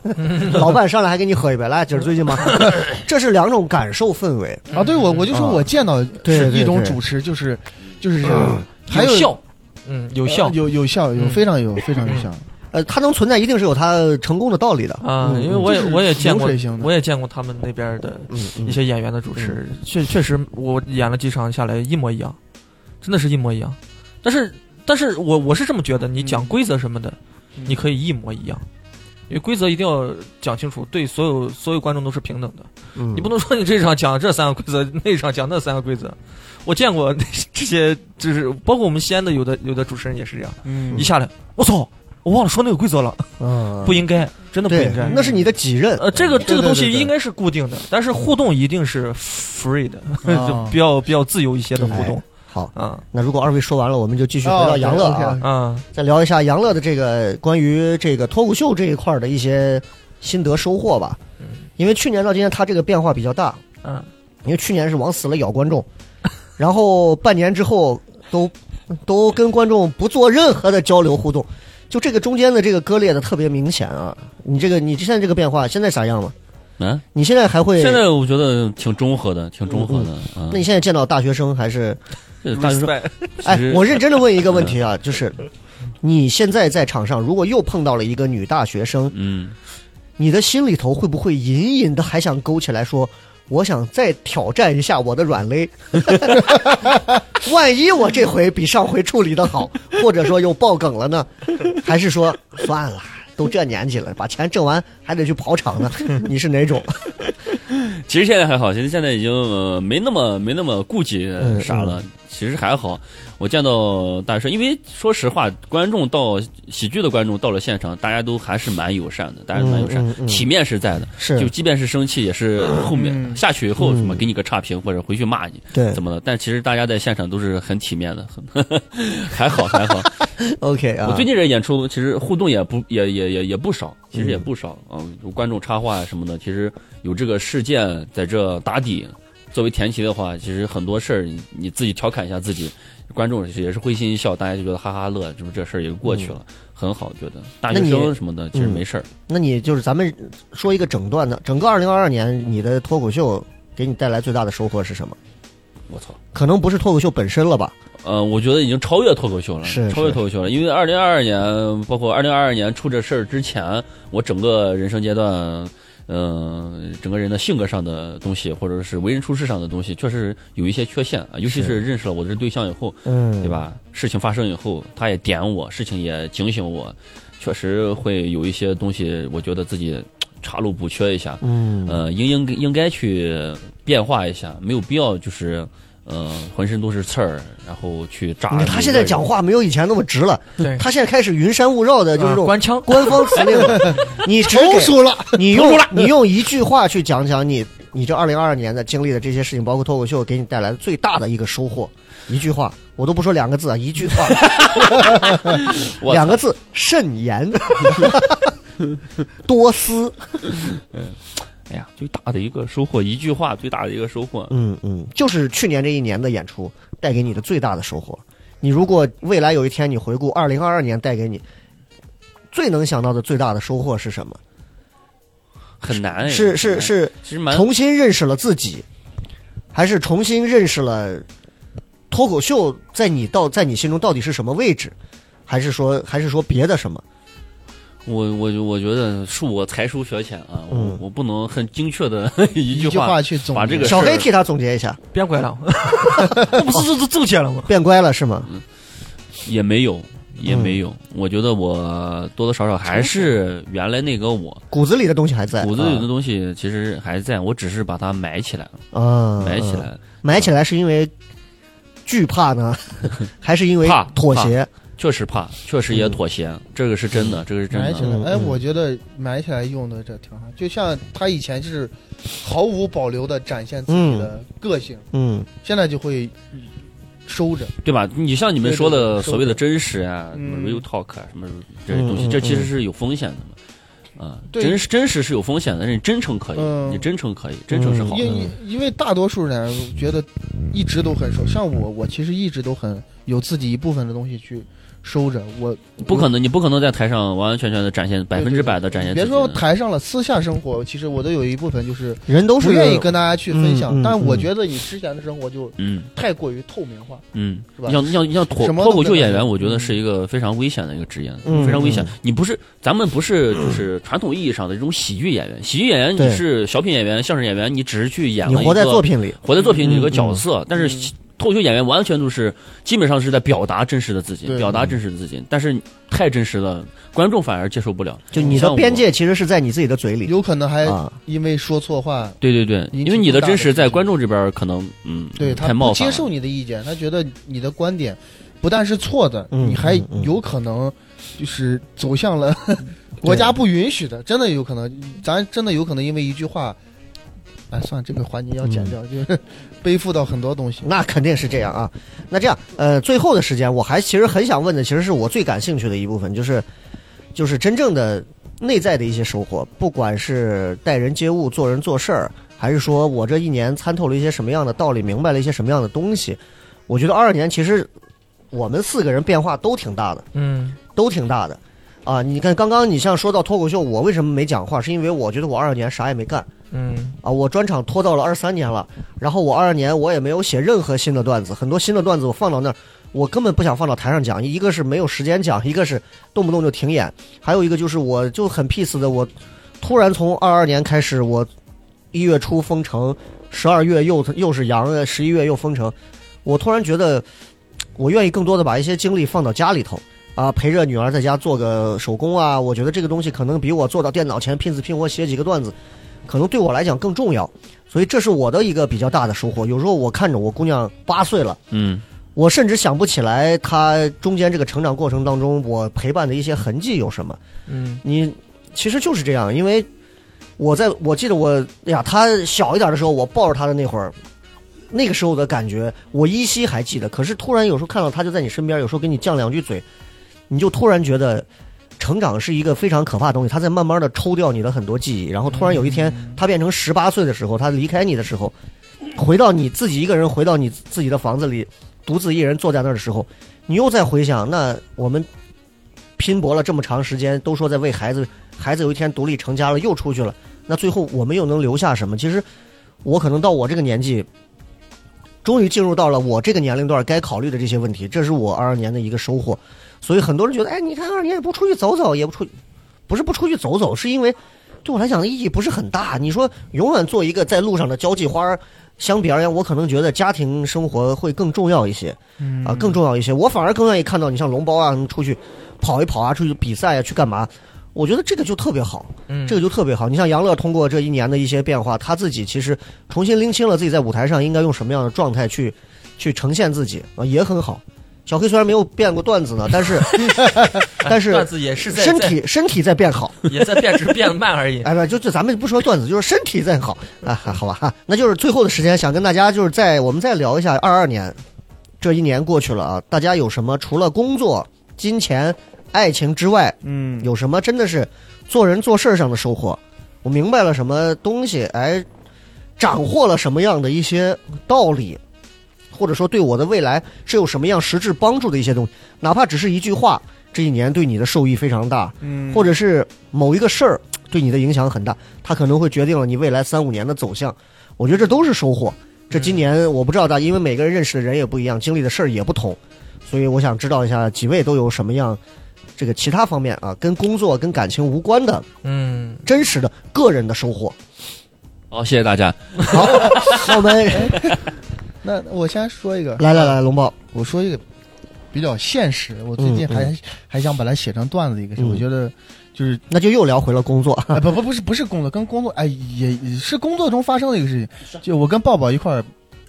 Speaker 3: 老板上来还给你喝一杯，来，今儿最近吗？ 这是两种感受氛围，
Speaker 6: 啊，对我我就说
Speaker 3: 啊
Speaker 6: 我见到
Speaker 3: 对
Speaker 6: 是
Speaker 3: 对
Speaker 6: 一种
Speaker 3: 对啊
Speaker 6: 主持，就是就是这样还有
Speaker 4: 效，嗯，有效
Speaker 6: 呃有有效有
Speaker 4: 嗯
Speaker 6: 非常有非常有效，
Speaker 3: 呃，它能存在一定是有它成功的道理的。
Speaker 4: 啊，
Speaker 3: 嗯
Speaker 4: 因为我也
Speaker 6: 就是
Speaker 4: 我也见过
Speaker 6: 流水型，的
Speaker 4: 我也见过他们那边的
Speaker 3: 嗯
Speaker 4: 一
Speaker 3: 嗯，
Speaker 4: 些演员的主持，确确实我演了几场下来一模一样，真的是一模一样。但是但是我我是这么觉得，你
Speaker 3: 嗯
Speaker 4: 讲规则什么的，你可以一模一样。因为规则一定要讲清楚，对所有所有观众都是平等的。
Speaker 3: 嗯
Speaker 4: 你不能说你这场讲这三个规则，那场讲那三个规则。我见过这些，就是包括我们西安的有的有的主持人也是这样，
Speaker 6: 嗯
Speaker 4: 一下来，我操，我忘了说那个规则了，
Speaker 3: 嗯
Speaker 4: 不应该，真的不
Speaker 3: 对
Speaker 4: 应该，。
Speaker 3: 那是你的己 任。嗯
Speaker 4: 呃，这个这
Speaker 6: 对
Speaker 4: 个
Speaker 6: 对
Speaker 4: 东
Speaker 6: 对
Speaker 4: 西
Speaker 6: 对
Speaker 4: 应该是固定的，但是互动一定是 free 的，就比较比较自由一些的互动
Speaker 3: 好，
Speaker 4: 啊
Speaker 3: 那如果二位说完了，我们就继
Speaker 4: 哦
Speaker 3: 续回
Speaker 6: 哦
Speaker 3: 到杨乐啊，
Speaker 4: 啊，
Speaker 3: 再聊一下杨乐的这个关于这个脱口秀这一块的一些心得收获吧。因为去年到今年，他这个变化比较大，
Speaker 4: 嗯，
Speaker 3: 因为去年是往死了咬观众，然后半年之后都都跟观众不做任何的交流互动，就这个中间的这个割裂的特别明显啊！你这个你现在这个变化现在啥样吗？
Speaker 5: 啊，
Speaker 3: 你现在还会？
Speaker 5: 现在我觉得挺中和的，挺中和的啊
Speaker 3: 那。你现在见到大学生还是？
Speaker 5: 这大学生
Speaker 4: Respect
Speaker 3: 哎
Speaker 5: 其实，
Speaker 3: 我认真的问一个问题啊，就是你现在在场上，如果又碰到了一个女大学生，
Speaker 5: 嗯，
Speaker 3: 你的心里头会不会隐隐的还想勾起来说，我想再挑战一下我的软 肋？万一我这回比上回处理的好，或者说又爆梗了呢？还是说算了，都这年纪了，把钱挣完还得去跑场 呢？你是哪种？
Speaker 5: 其实现在还好，其实现在已经、呃、没那么没那么顾忌呃啥了。
Speaker 3: 嗯
Speaker 5: 其实还好，我见到大学生，因为说实话，观众到喜剧的观众到了现场，大家都还是蛮友善的，大家蛮友善，
Speaker 3: 嗯嗯嗯
Speaker 5: 体面是在的。
Speaker 3: 是
Speaker 5: 就即便是生气，也是后面、
Speaker 6: 嗯
Speaker 5: 下去以后什么
Speaker 3: 嗯
Speaker 5: 给你个差评或者回去骂你，
Speaker 3: 对
Speaker 5: 怎么的？但其实大家在现场都是很体面的，很 还好还好。
Speaker 3: OK 啊，
Speaker 5: 我最近这演出其实互动也不也也也也不少，其实也不少啊、嗯有观众插话什么的，其实有这个事件在这打底，作为前提的话，其实很多事儿你自己调侃一下自己，观众也是会心一笑，大家就觉得哈哈乐，这不这事儿也就过去了，很好，觉得大
Speaker 3: 嗯那
Speaker 5: 学
Speaker 3: 你嗯
Speaker 5: 生什么的其实没事儿。
Speaker 3: 那你就是咱们说一个整段的，整个二零二二年你的脱口秀给你带来最大的收获是什么？
Speaker 5: 我操，
Speaker 3: 可能不是脱口秀本身了吧？
Speaker 5: 呃，我觉得已经超越脱口秀了，
Speaker 3: 是
Speaker 5: 超越脱口秀了。因为二零二二年，包括二零二二年出这事儿之前，我整个人生阶段，嗯、整个人的性格上的东西，或者是为人处事上的东西，确实有一些缺陷啊。尤其是认识了我的对象以后，
Speaker 3: 嗯
Speaker 5: 对？吧？事情发生以后，他也点我，事情也警醒我，确实会有一些东西，我觉得自己查漏补缺一下。
Speaker 3: 嗯
Speaker 5: 呃，应应应该去变化一下，没有必要就是，呃，浑身都是刺儿，然后去扎
Speaker 3: 你
Speaker 5: 每一
Speaker 3: 看
Speaker 5: 个人。
Speaker 3: 他现在讲话没有以前那么直了，
Speaker 4: 对
Speaker 3: 他现在开始云山雾绕的，就是这
Speaker 4: 嗯啊
Speaker 3: 种
Speaker 4: 官腔，
Speaker 3: 官方词那种。你只
Speaker 6: 成
Speaker 3: 给
Speaker 6: 熟了，
Speaker 3: 你用你用一句话去讲讲你你这二零二二年的经历的这些事情，包括脱口秀给你带来的最大的一个收获，一句话，我都不说两个字啊，一句话，
Speaker 5: 我操
Speaker 3: 两个字，慎言，多思。
Speaker 5: 哎呀，最大的一个收获，一句话最大的一个收获，
Speaker 3: 嗯，嗯，就是去年这一年的演出带给你的最大的收获。你如果未来有一天你回顾二零二二年带给你最能想到的最大的收获是什么？
Speaker 5: 很难哎。
Speaker 3: 是
Speaker 5: 很
Speaker 3: 是
Speaker 5: 难，
Speaker 3: 是
Speaker 5: 其实蛮
Speaker 3: 重新认识了自己，还是重新认识了脱口秀在你到在你心中到底是什么位置？还是说还是说别的什么？
Speaker 5: 我我我觉得恕我才疏学浅啊，
Speaker 3: 嗯
Speaker 5: 我我不能很精 确的一
Speaker 6: 一句话去总结
Speaker 5: 把这个
Speaker 3: 小
Speaker 5: 事儿
Speaker 3: 黑替他总结一下，
Speaker 4: 别拐了， 这不是就挣钱了吗？
Speaker 3: 变乖了是吗？
Speaker 5: 也没有，也
Speaker 3: 嗯
Speaker 5: 没有。我觉得我多多少少还是原来那个我，
Speaker 3: 骨子里的东西还在，
Speaker 5: 骨子里的东西其实还在，我只是把它埋起来了，
Speaker 3: 啊，
Speaker 5: 埋起来了。
Speaker 3: 埋起来是因为惧怕呢， 还是因为
Speaker 5: 怕
Speaker 3: 妥协？
Speaker 5: 确实怕，确实也妥协，这个是真的，这个是真
Speaker 6: 埋起
Speaker 5: 的。
Speaker 6: 嗯来，哎，
Speaker 3: 嗯
Speaker 6: 我觉得埋起来用的这挺好。就像他以前就是毫无保留的展现自己的个性，
Speaker 3: 嗯
Speaker 6: 现在就会收着。
Speaker 5: 对吧？你像你们说的所谓的真实啊，什
Speaker 6: 嗯
Speaker 5: 么 real talk 啊，什么这些东
Speaker 3: 嗯
Speaker 5: 西，
Speaker 3: 嗯
Speaker 5: 这其实是有风险的嘛。啊，
Speaker 6: 对
Speaker 5: 真实真实是有风险的，但是你真诚可以，
Speaker 6: 嗯
Speaker 5: 你真诚可以，真诚是好
Speaker 6: 因
Speaker 5: 的。
Speaker 6: 因因为大多数人啊觉得一直都很收，像我，我其实一直都很有自己一部分的东西去收着。我
Speaker 5: 不可能，你不可能在台上完完全全的展现百分之百的展现自
Speaker 6: 别
Speaker 5: 己的。
Speaker 6: 说台上了，私下生活，其实我都有一部分就是
Speaker 3: 人都是
Speaker 6: 不愿意跟大家去分享。
Speaker 3: 嗯嗯
Speaker 6: 但我
Speaker 3: 嗯
Speaker 6: 觉得你之前的生活就
Speaker 5: 嗯
Speaker 6: 太过于透明化，
Speaker 5: 嗯，
Speaker 6: 是吧
Speaker 5: 你像你像你像脱
Speaker 6: 什么
Speaker 5: 脱
Speaker 6: 都
Speaker 5: 口秀
Speaker 6: 跟他嗯
Speaker 5: 演
Speaker 6: 说
Speaker 5: 员，我觉得是一个非常危险的一个职业，
Speaker 3: 嗯
Speaker 5: 非常危险
Speaker 3: 嗯。
Speaker 5: 你不是咱们不 是就是传统意义上的这种喜剧演员，喜剧演员
Speaker 3: 对
Speaker 5: 你是小品演员、相声演员，你只是去演
Speaker 3: 你
Speaker 5: 了一
Speaker 3: 活在
Speaker 5: 个
Speaker 3: 作品里，
Speaker 5: 活在作品里一个
Speaker 3: 嗯
Speaker 5: 角色，但是喜脱口秀演员完全都是基本上是在表达真实的自己，
Speaker 6: 对嗯
Speaker 5: 表达真实的自己，但是太真实了，观众反而接受不了。
Speaker 3: 就你的
Speaker 5: 像我呃
Speaker 3: 边界其实是在你自己的嘴里
Speaker 6: 有可能还
Speaker 3: 啊。
Speaker 6: 因为说错话，
Speaker 5: 对对对，
Speaker 6: 引起
Speaker 5: 因为你的
Speaker 6: 更大
Speaker 5: 真
Speaker 6: 的
Speaker 5: 实在
Speaker 6: 冲击
Speaker 5: 观众这边儿可能嗯，
Speaker 6: 对他
Speaker 5: 太冒
Speaker 6: 不
Speaker 5: 犯
Speaker 6: 接
Speaker 5: 了。
Speaker 6: 受你的意见，他觉得你的观点不但是错的，
Speaker 3: 嗯
Speaker 6: 你还
Speaker 3: 嗯嗯
Speaker 6: 有可能就是走向了
Speaker 5: 嗯
Speaker 6: 国家不允许的，真的有可能，咱真的有可能因为一句话，哎，算了这个环节要剪
Speaker 3: 嗯
Speaker 6: 掉，就是 背负到很多东西。
Speaker 3: 那肯定是这样啊。那这样，呃，最后的时间，我还其实很想问的，其实是我最感兴趣的一部分，就是就是真正的内在的一些收获，不管是待人接物、做人做事儿，还是说我这一年参透了一些什么样的道理，明白了一些什么样的东西。我觉得二二年其实我们四个人变化都挺大的。
Speaker 4: 嗯，
Speaker 3: 都挺大的。啊，你看，刚刚你像说到脱口秀，我为什么没讲话？是因为我觉得我二二年啥也没干
Speaker 4: 嗯，
Speaker 3: 啊，我专场拖到了二三年了，然后我二二年我也没有写任何新的段子，很多新的段子我放到那儿，我根本不想放到台上讲，一个是没有时间讲，一个是动不动就停演，还有一个就是我就很 peace 的，我突然从二二年开始，我一月初封城，十二月又又是阳，十一月又封城，我突然觉得我愿意更多的把一些精力放到家里头。啊，陪着女儿在家做个手工啊，我觉得这个东西可能比我坐到电脑前拼死拼活写几个段子，可能对我来讲更重要。所以这是我的一个比较大的收获。有时候我看着我姑娘八岁了，
Speaker 5: 嗯，
Speaker 3: 我甚至想不起来她中间这个成长过程当中我陪伴的一些痕迹有什么。
Speaker 4: 嗯，
Speaker 3: 你其实就是这样，因为我在我记得我哎呀，她小一点的时候，我抱着她的那会儿，那个时候的感觉我依稀还记得。可是突然有时候看到她就在你身边，有时候跟你犟两句嘴，你就突然觉得成长是一个非常可怕的东西，它在慢慢的抽掉你的很多记忆，然后突然有一天她变成十八岁的时候，她离开你的时候，回到你自己一个人，回到你自己的房子里，独自一人坐在那儿的时候，你又在回想，那我们拼搏了这么长时间，都说在为孩子，孩子有一天独立成家了，又出去了，那最后我们又能留下什么？其实，我可能到我这个年纪，终于进入到了我这个年龄段该考虑的这些问题，这是我二二年的一个收获。所以很多人觉得，哎，你看二年也不出去走走，也不出，不是不出去走走，是因为对我来讲的意义不是很大。你说永远做一个在路上的交际花儿，相比而言，我可能觉得家庭生活会更重要一些，啊，更重要一些。我反而更愿意看到你像龙包啊什么出去跑一跑啊，出去比赛啊，去干嘛？我觉得这个就特别好，
Speaker 4: 嗯
Speaker 3: 这个就特别好。你像杨乐通过这一年的一些变化，他自己其实重新拎清了自己在舞台上应该用什么样的状态去去呈现自己啊，也很好。小黑虽然没有变过段子呢，但是 但是
Speaker 4: 段子也是在
Speaker 3: 身体身体在变好。
Speaker 4: 在也在变，只是变得慢 而已。
Speaker 3: 哎，不，就就咱们不说段子，就是身体在好啊，好吧哈、那就是最后的时间，想跟大家就是在我们再聊一下二二年，这一年过去了啊，大家有什么除了工作、金钱、爱情之外，
Speaker 6: 嗯，
Speaker 3: 有什么真的是做人做事儿上的收获？我明白了什么东西，哎，斩获了什么样的一些道理，或者说对我的未来是有什么样实质帮助的一些东西，哪怕只是一句话，这一年对你的受益非常大，
Speaker 6: 嗯
Speaker 3: 或者是某一个事儿对你的影响很大，它可能会决定了你未来三五年的走向。我觉得这都是收获。这今年我不知道大，因为每个人认识的人也不一样，经历的事儿也不同，所以我想知道一下几位都有什么样这个其他方面啊，跟工作、跟感情无关的
Speaker 4: 嗯，
Speaker 3: 真实的个人的收 获。
Speaker 5: 好，谢谢大家。
Speaker 3: 好，那我 们
Speaker 6: 那我先说一个，
Speaker 3: 来来来，龙宝，
Speaker 6: 我说一个比较现实，我最近
Speaker 3: 嗯
Speaker 6: 还、还想把它写成段子一个，
Speaker 3: 嗯
Speaker 6: 我觉得 就是
Speaker 3: 那就又聊回了工作。
Speaker 6: 哎不不不是不是工作，跟工作哎也也是工作中发生的一个事情，就我跟抱抱一块儿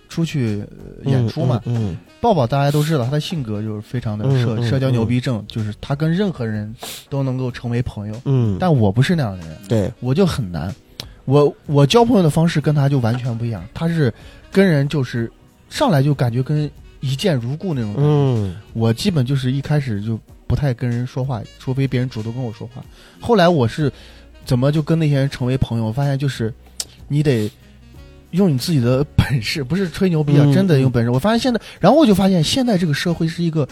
Speaker 6: 出去呃演出嘛，
Speaker 3: 嗯，嗯
Speaker 6: 抱抱大家都知道，他的性格就是非常的
Speaker 3: 嗯
Speaker 6: 社、
Speaker 3: 嗯
Speaker 6: 社
Speaker 3: 嗯
Speaker 6: 交牛逼症，就是他跟任何人都能够成为朋友，
Speaker 3: 嗯，
Speaker 6: 但我不是那样的人，
Speaker 3: 对，
Speaker 6: 我就很难。我我交朋友的方式跟他就完全不一样，他是跟人就是上来就感觉跟一见如故那种人。
Speaker 3: 嗯
Speaker 6: 我基本就是一开始就不太跟人说话，除非别人主动跟我说话。后来我是怎么就跟那些人成为朋友？我发现就是你得用你自己的本事，不是吹牛逼啊，
Speaker 3: 嗯
Speaker 6: 真的
Speaker 3: 嗯
Speaker 6: 用本事。我发现现在，然后我就发现现在这个社会是一个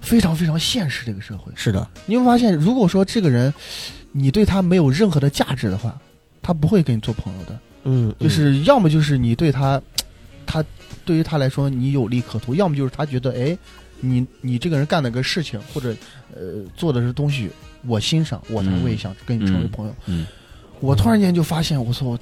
Speaker 6: 非常非常现实的一个社会。
Speaker 3: 是的，
Speaker 6: 你会发现，如果说这个人你对他没有任何的价值的话，他不会跟你做朋友的。
Speaker 3: 嗯，
Speaker 6: 就是要么就是你对他，他对于他来说你有利可图，要么就是他觉得哎，你你这个人干的个事情或者呃做的是东西，我欣赏，我
Speaker 3: 嗯
Speaker 6: 才会想跟你成为朋友。
Speaker 5: 嗯嗯
Speaker 6: 我突然间就发现，我 操，我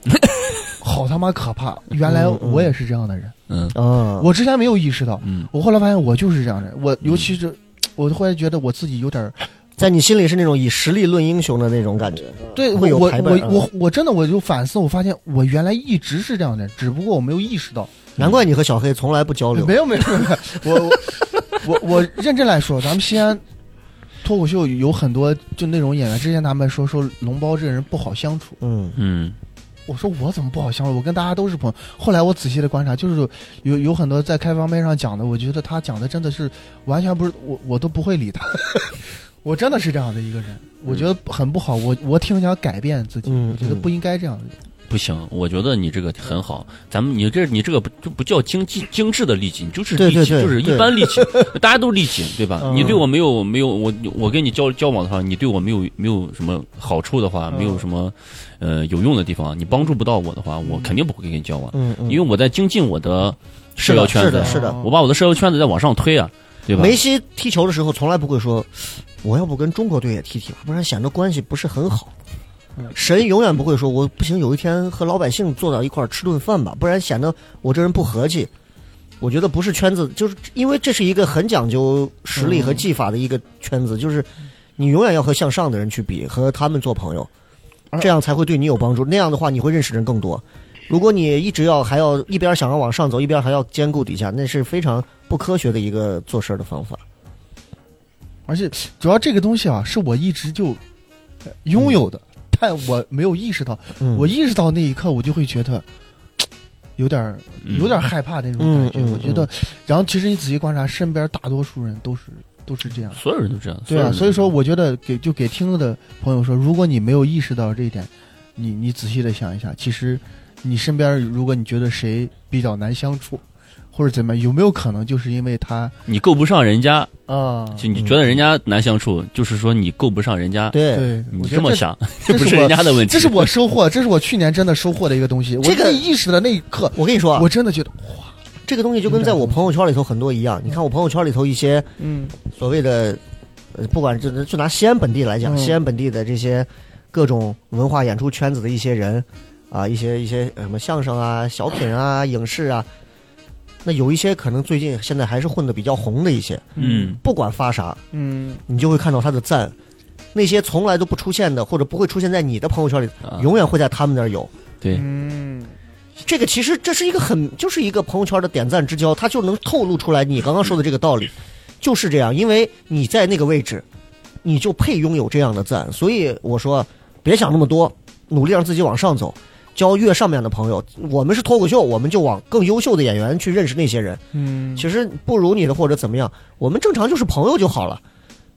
Speaker 6: 好他妈可怕！原来
Speaker 3: 嗯嗯
Speaker 6: 我也是这样的人，
Speaker 5: 嗯
Speaker 3: 嗯啊，
Speaker 6: 我之前没有意识到，
Speaker 5: 嗯，
Speaker 6: 我后来发现我就是这样的人。
Speaker 3: 嗯
Speaker 6: 我尤其是、我后来觉得我自己有点儿
Speaker 3: 在你心里是那种以实力论英雄的那种感觉。
Speaker 6: 对我
Speaker 3: 呃会有
Speaker 6: 我
Speaker 3: 排
Speaker 6: 我
Speaker 3: 版啊
Speaker 6: 我我真的我就反思，我发现我原来一直是这样的，只不过我没有意识到。
Speaker 3: 难怪你和小黑从来不交流
Speaker 6: 没。有没有 没有，我我我我认真来说，咱们西安脱口秀有很多就那种演员，之前他们说说龙包这个人不好相处，
Speaker 3: 嗯
Speaker 5: 嗯
Speaker 6: 我说我怎么不好相处？我跟大家都是朋友。后来我仔细的观察，就是有有很多在开放麦上讲的，我觉得他讲的真的是完全不是我，我都不会理他。 我真的是这样的一个人，我觉得很不好。我我挺想改变自己，
Speaker 3: 嗯
Speaker 6: 我觉得不应该这样的。
Speaker 5: 不行，我觉得你这个很好。咱们你这你这个不就不叫精精精致的力气，你就是
Speaker 3: 对
Speaker 5: 力气，
Speaker 3: 对对
Speaker 5: 就是一
Speaker 3: 对
Speaker 5: 般力气， 大家都力气，对吧？
Speaker 6: 嗯
Speaker 5: 你对我没有没有我我跟你交交往的话，你对我没有没有什么好处的
Speaker 6: 嗯
Speaker 5: 话，没有什么呃有用的地方，你帮助不到我的话，
Speaker 6: 嗯
Speaker 5: 我肯定不会跟你交往，
Speaker 3: 嗯嗯，
Speaker 5: 因为我在精进我的社
Speaker 3: 是
Speaker 5: 交
Speaker 3: 的
Speaker 5: 圈
Speaker 3: 是
Speaker 5: 子
Speaker 3: 的，是的。
Speaker 5: 我把我的社交圈子再往上推啊，对吧？
Speaker 3: 梅西踢球的时候从来不会说，我要不跟中国队也踢踢吧，不然显得关系不是很好。
Speaker 5: 嗯
Speaker 3: 神永远不会说，我不行，有一天和老百姓坐到一块儿吃顿饭吧，不然显得我这人不和气。我觉得不是圈子，就是因为这是一个很讲究实力和技法的一个圈子，就是你永远要和向上的人去比，和他们做朋友，这样才会对你有帮助。那样的话，你会认识人更多。如果你一直要还要一边想要往上走，一边还要兼顾底下，那是非常不科学的一个做事儿的方法。
Speaker 6: 而且主要这个东西啊，是我一直就呃拥有的，但我没有意识到。
Speaker 3: 嗯
Speaker 6: 我意识到那一刻，我就会觉得有点儿
Speaker 5: 嗯
Speaker 6: 有点儿害怕那种
Speaker 3: 嗯
Speaker 6: 感觉。
Speaker 3: 嗯
Speaker 6: 我觉得，然后其实你仔细观察，身边大多数人都是都是这样。
Speaker 5: 所有人都这样，
Speaker 6: 对啊，所
Speaker 5: 有
Speaker 6: 以
Speaker 5: 人都
Speaker 6: 说我觉得给就给听的朋友说，如果你没有意识到这一点，你你仔细的想一下，其实你身边如果你觉得谁比较难相处，或者怎么样，有没有可能就是因为他
Speaker 5: 你够不上人家，
Speaker 6: 啊？
Speaker 5: 就你觉得人家难相处，就是说你够不上人家。
Speaker 3: 对，
Speaker 6: 对，
Speaker 5: 你
Speaker 6: 我觉
Speaker 5: 这
Speaker 6: 得
Speaker 5: 么
Speaker 6: 这
Speaker 5: 想，
Speaker 6: 这
Speaker 5: 不
Speaker 6: 是
Speaker 5: 是
Speaker 6: 我
Speaker 5: 人家的 问题。
Speaker 6: 这是我收获，这是我去年真的收获的一个东西。我
Speaker 3: 这个
Speaker 6: 自己意识的那一刻，
Speaker 3: 我跟你说啊
Speaker 6: 我，真的觉得，
Speaker 3: 这个东西就跟在我朋友圈里头很多一样。你看我朋友圈里头一些
Speaker 6: 嗯
Speaker 3: 所谓的，呃不管就就拿西安本地来讲，
Speaker 6: 嗯
Speaker 3: 西安本地的这些各种文化演出圈子的一些人啊，一些一些呃什么相声啊、小品啊、影视啊，那有一些可能最近现在还是混的比较红的一些，
Speaker 5: 嗯，
Speaker 3: 不管发啥，
Speaker 6: 嗯，
Speaker 3: 你就会看到他的赞。那些从来都不出现的，或者不会出现在你的朋友圈里，
Speaker 5: 啊
Speaker 3: 嗯永远嗯会在他们那儿有。
Speaker 5: 对，
Speaker 4: 嗯
Speaker 3: 这个其实这是一个很，就是一个朋友圈的点赞之交，它就能透露出来你刚刚说的这个道理，就是这样，因为你在那个位置，你就配拥有这样的赞，所以我说别想那么多，努力让自己往上走，交越上面的朋友。我们是脱口秀，我们就往更优秀的演员去认识那些人，
Speaker 6: 嗯，
Speaker 3: 其实不如你的或者怎么样，我们正常就是朋友就好了。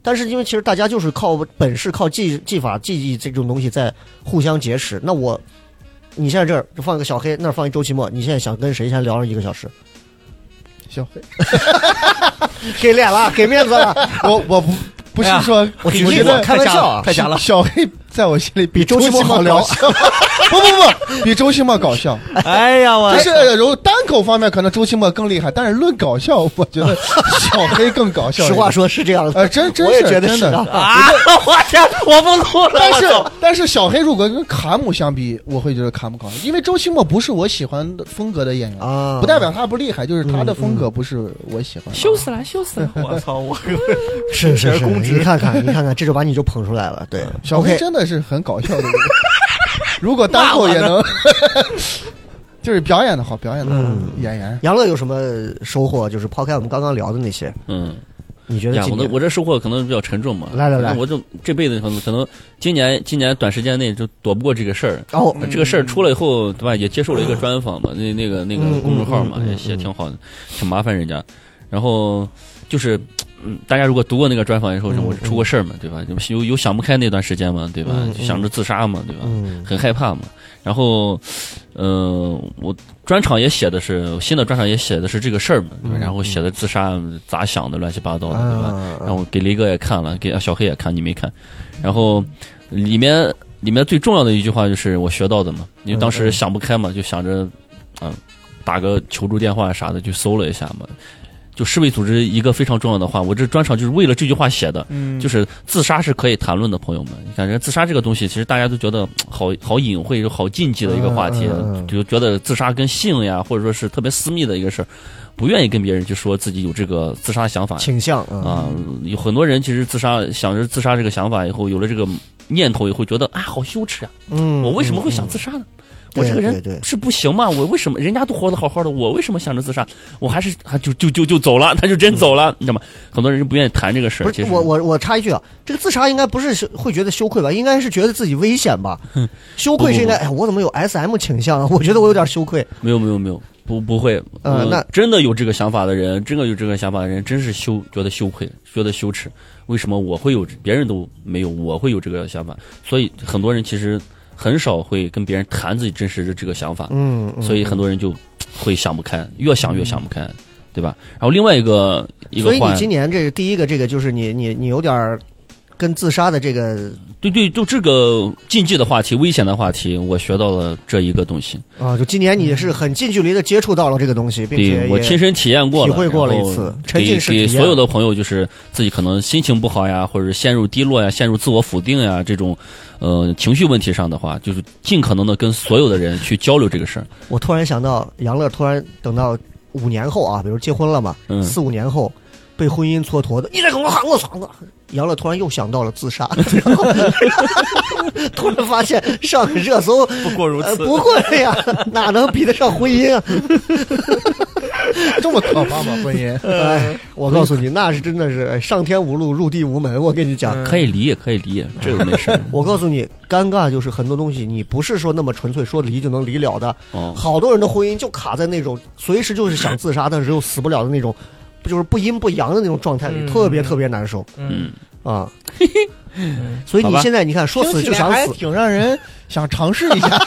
Speaker 3: 但是因为其实大家就是靠本事、靠技技法、技艺这种东西在互相结识。那我，你现在这儿放一个小黑，那儿放一周奇墨，你现在想跟谁先聊上一个小时？
Speaker 6: 小黑，
Speaker 3: 给脸 了，给面子了。
Speaker 6: 我我不不是说，
Speaker 3: 哎我举
Speaker 6: 我
Speaker 3: 例
Speaker 6: 觉
Speaker 3: 子
Speaker 6: 得，
Speaker 3: 开玩笑啊，
Speaker 4: 太假了。
Speaker 6: 小黑在我心里
Speaker 3: 比周奇
Speaker 6: 周
Speaker 3: 墨
Speaker 6: 墨
Speaker 3: 好
Speaker 6: 聊
Speaker 3: 聊
Speaker 6: 笑，不不不，比周奇墨搞笑。
Speaker 4: 哎呀，我
Speaker 6: 就是然后单口方面可能周奇墨更厉害，但是论搞笑，我觉得小黑更搞笑。
Speaker 3: 实话，说是这样的，
Speaker 6: 呃，真真
Speaker 3: 我也
Speaker 6: 是
Speaker 3: 觉得
Speaker 6: 真
Speaker 3: 是
Speaker 6: 的。
Speaker 3: 的。
Speaker 4: 啊，我天，我不录 了，
Speaker 6: 但是
Speaker 4: 我操
Speaker 6: 但是小黑如果跟卡姆相比，我会觉得卡姆搞笑，因为周奇墨不是我喜欢的风格的演员，
Speaker 3: 啊
Speaker 6: 不代表他不厉害，就是他的风格不是我喜欢的。
Speaker 5: 嗯羞死了，羞死了。
Speaker 4: 我操，我
Speaker 3: 是是是，
Speaker 4: 公职
Speaker 3: 你看看，你看看，这就把你就捧出来了。对
Speaker 6: 啊小黑
Speaker 3: ，OK，
Speaker 6: 真的是很搞笑的一个人。如果单口也能， 就是表演的好，表演的好演员。
Speaker 3: 杨乐有什么收获？就是抛开我们刚刚聊的那些，
Speaker 5: 嗯，
Speaker 3: 你觉得
Speaker 5: 呀，
Speaker 3: 今
Speaker 5: 我的
Speaker 3: 年
Speaker 5: 我这收获可能比较沉重嘛。
Speaker 3: 来来来
Speaker 5: 那我就这辈子可能可能今年今年短时间内就躲不过这个事儿。
Speaker 3: 哦，
Speaker 5: 这个事儿出来以后，对吧？也接受了一个专访嘛，那那个那
Speaker 3: 嗯
Speaker 5: 个
Speaker 3: 嗯
Speaker 5: 公众号嘛，
Speaker 3: 嗯嗯
Speaker 5: 也也挺好的，挺麻烦人家。然后就是，嗯，大家如果读过那个专访以后，
Speaker 3: 嗯
Speaker 5: 我出过事儿嘛，对吧？有有想不开那段时间嘛，对吧
Speaker 3: 嗯嗯？
Speaker 5: 就想着自杀嘛，对吧？
Speaker 3: 嗯
Speaker 5: 很害怕嘛。然后，呃，我专场也写的是新的专场也写的是这个事儿嘛，对吧
Speaker 3: 嗯
Speaker 5: 然后写的自杀咋想的乱七八糟的，对吧？
Speaker 3: 啊，
Speaker 5: 然后给雷哥也看了，给小黑也看，你没看。然后里面里面最重要的一句话就是我学到的嘛，因为当
Speaker 3: 嗯
Speaker 5: 时想不开嘛，就想着啊、打个求助电话啥的，就搜了一下嘛。就世卫组织一个非常重要的话，我这专场就是为了这句话写的，
Speaker 6: 嗯
Speaker 5: 就是自杀是可以谈论的，朋友们。你看，人家自杀这个东西，其实大家都觉得好好隐晦、好禁忌的一个话题，
Speaker 3: 嗯嗯嗯
Speaker 5: 就觉得自杀跟性呀，或者说是特别私密的一个事儿，不愿意跟别人去说自己有这个自杀想法
Speaker 3: 倾向
Speaker 5: 啊。有很多人其实自杀想着自杀这个想法以后，有了这个念头以后，觉得啊，好羞耻啊，
Speaker 3: 嗯，
Speaker 5: 我为什么会想
Speaker 3: 嗯
Speaker 5: 自杀呢？
Speaker 3: 嗯
Speaker 5: 我这个
Speaker 3: 对
Speaker 5: 人
Speaker 3: 对对
Speaker 5: 是不行吗？我为什么人家都活得好好的，我为什么想着自杀？我还是还就就就就走了，他就真走了，你知道吗？很多人就不愿意谈这个事儿。
Speaker 3: 不
Speaker 5: 其
Speaker 3: 是
Speaker 5: 实
Speaker 3: 我我我插一句啊，这个自杀应该不是羞会觉得羞愧吧？应该是觉得自己危险吧？羞愧是应该，哎，我怎么有 S M 倾向啊？ 我觉得我有点羞愧。
Speaker 5: 没有没有没有，不不会。
Speaker 3: 呃
Speaker 5: 呃，
Speaker 3: 那
Speaker 5: 真的有这个想法的人，真的有这个想法的人，真是羞，觉得羞愧，觉得羞耻。为什么我会有，别人都没有，我会有这个想法？所以很多人其实很少会跟别人谈自己真实的这个想法，
Speaker 3: 嗯，嗯
Speaker 5: 所以很多人就会想不开，越想越想不开，对吧？然后另外一个一个
Speaker 3: 所以
Speaker 5: 话
Speaker 3: 你，今年这是第一个，这个就是你你你有点儿跟自杀的这个
Speaker 5: 对对，就这个禁忌的话题、危险的话题，我学到了这一个东西。
Speaker 3: 啊，就今年你是很近距离的接触到了这个东西，并且
Speaker 5: 对我
Speaker 3: 也
Speaker 5: 亲身体验过了，
Speaker 3: 体会过了
Speaker 5: 然后
Speaker 3: 一次沉
Speaker 5: 给
Speaker 3: 浸式体
Speaker 5: 给
Speaker 3: 验
Speaker 5: 所有的朋友，就是自己可能心情不好呀，或者是陷入低落呀、陷入自我否定呀这种，呃，情绪问题上的话，就是尽可能的跟所有的人去交流这个事儿。
Speaker 3: 我突然想到，杨乐突然等到五年后啊，比如结婚了嘛，
Speaker 5: 嗯
Speaker 3: 四五年后被婚姻蹉跎的，你再跟我喊我嗓子，杨乐突然又想到了自杀， 然后突然发现上热搜
Speaker 4: 不过如
Speaker 3: 呃，
Speaker 4: 此。
Speaker 3: 不会 呀，哪能比得上婚姻啊？
Speaker 6: 这么可怕吗？婚姻？
Speaker 4: 嗯
Speaker 3: 哎，我告诉你，那是真的是哎上天无路，入地无门。我跟你讲，
Speaker 4: 嗯
Speaker 5: 可以离也可以离，这个没事 儿
Speaker 3: 我告诉你，尴尬就是很多东西你不是说那么纯粹说离就能离了的。
Speaker 5: 哦。
Speaker 3: 好多人的婚姻就卡在那种随时就是想自杀，但是又死不了的那种，不就是不阴不阳的那种状态里，
Speaker 4: 嗯
Speaker 3: 特别特别难受
Speaker 5: 嗯，
Speaker 3: 啊。所以
Speaker 5: 好
Speaker 3: 你
Speaker 5: 吧
Speaker 3: 现在你看说
Speaker 6: 听
Speaker 3: 死
Speaker 6: 起
Speaker 3: 就
Speaker 6: 来
Speaker 3: 想
Speaker 6: 还
Speaker 3: 死，
Speaker 6: 挺让人想尝试一下。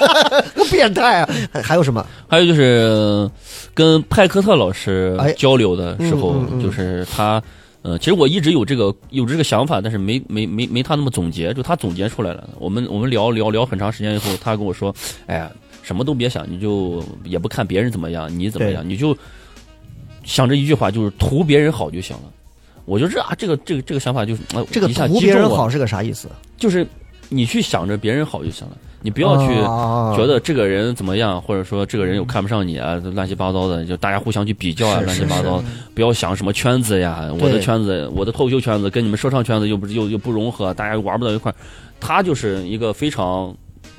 Speaker 3: 变态啊！还还有什么？
Speaker 5: 还有就是呃跟派克特老师
Speaker 3: 哎
Speaker 5: 交流的时候，
Speaker 3: 嗯嗯嗯
Speaker 5: 就是他，呃，其实我一直有这个有这个想法，但是没没没没他那么总结，就他总结出来了。我们我们聊聊聊很长时间以后，他跟我说，哎呀，什么都别想，你就也不看别人怎么样，你怎么样，你就想着一句话，就是图别人好就行了。我就这啊，这个这个这个想法就是，哎
Speaker 3: 这个
Speaker 5: 一下
Speaker 3: 图
Speaker 5: 击
Speaker 3: 别
Speaker 5: 中
Speaker 3: 人
Speaker 5: 我
Speaker 3: 好是个啥意思？
Speaker 5: 就是你去想着别人好就行了，你不要去
Speaker 3: 啊
Speaker 5: 觉得这个人怎么样，或者说这个人有看不上你啊，乱七八糟的，就大家互相去比较啊，
Speaker 3: 是
Speaker 5: 乱
Speaker 3: 是
Speaker 5: 七八糟的，不要想什么圈子呀，我的圈子，我的脱口秀圈子跟你们说唱圈子又不是又又不融合，大家又玩不到一块儿。他就是一个非常。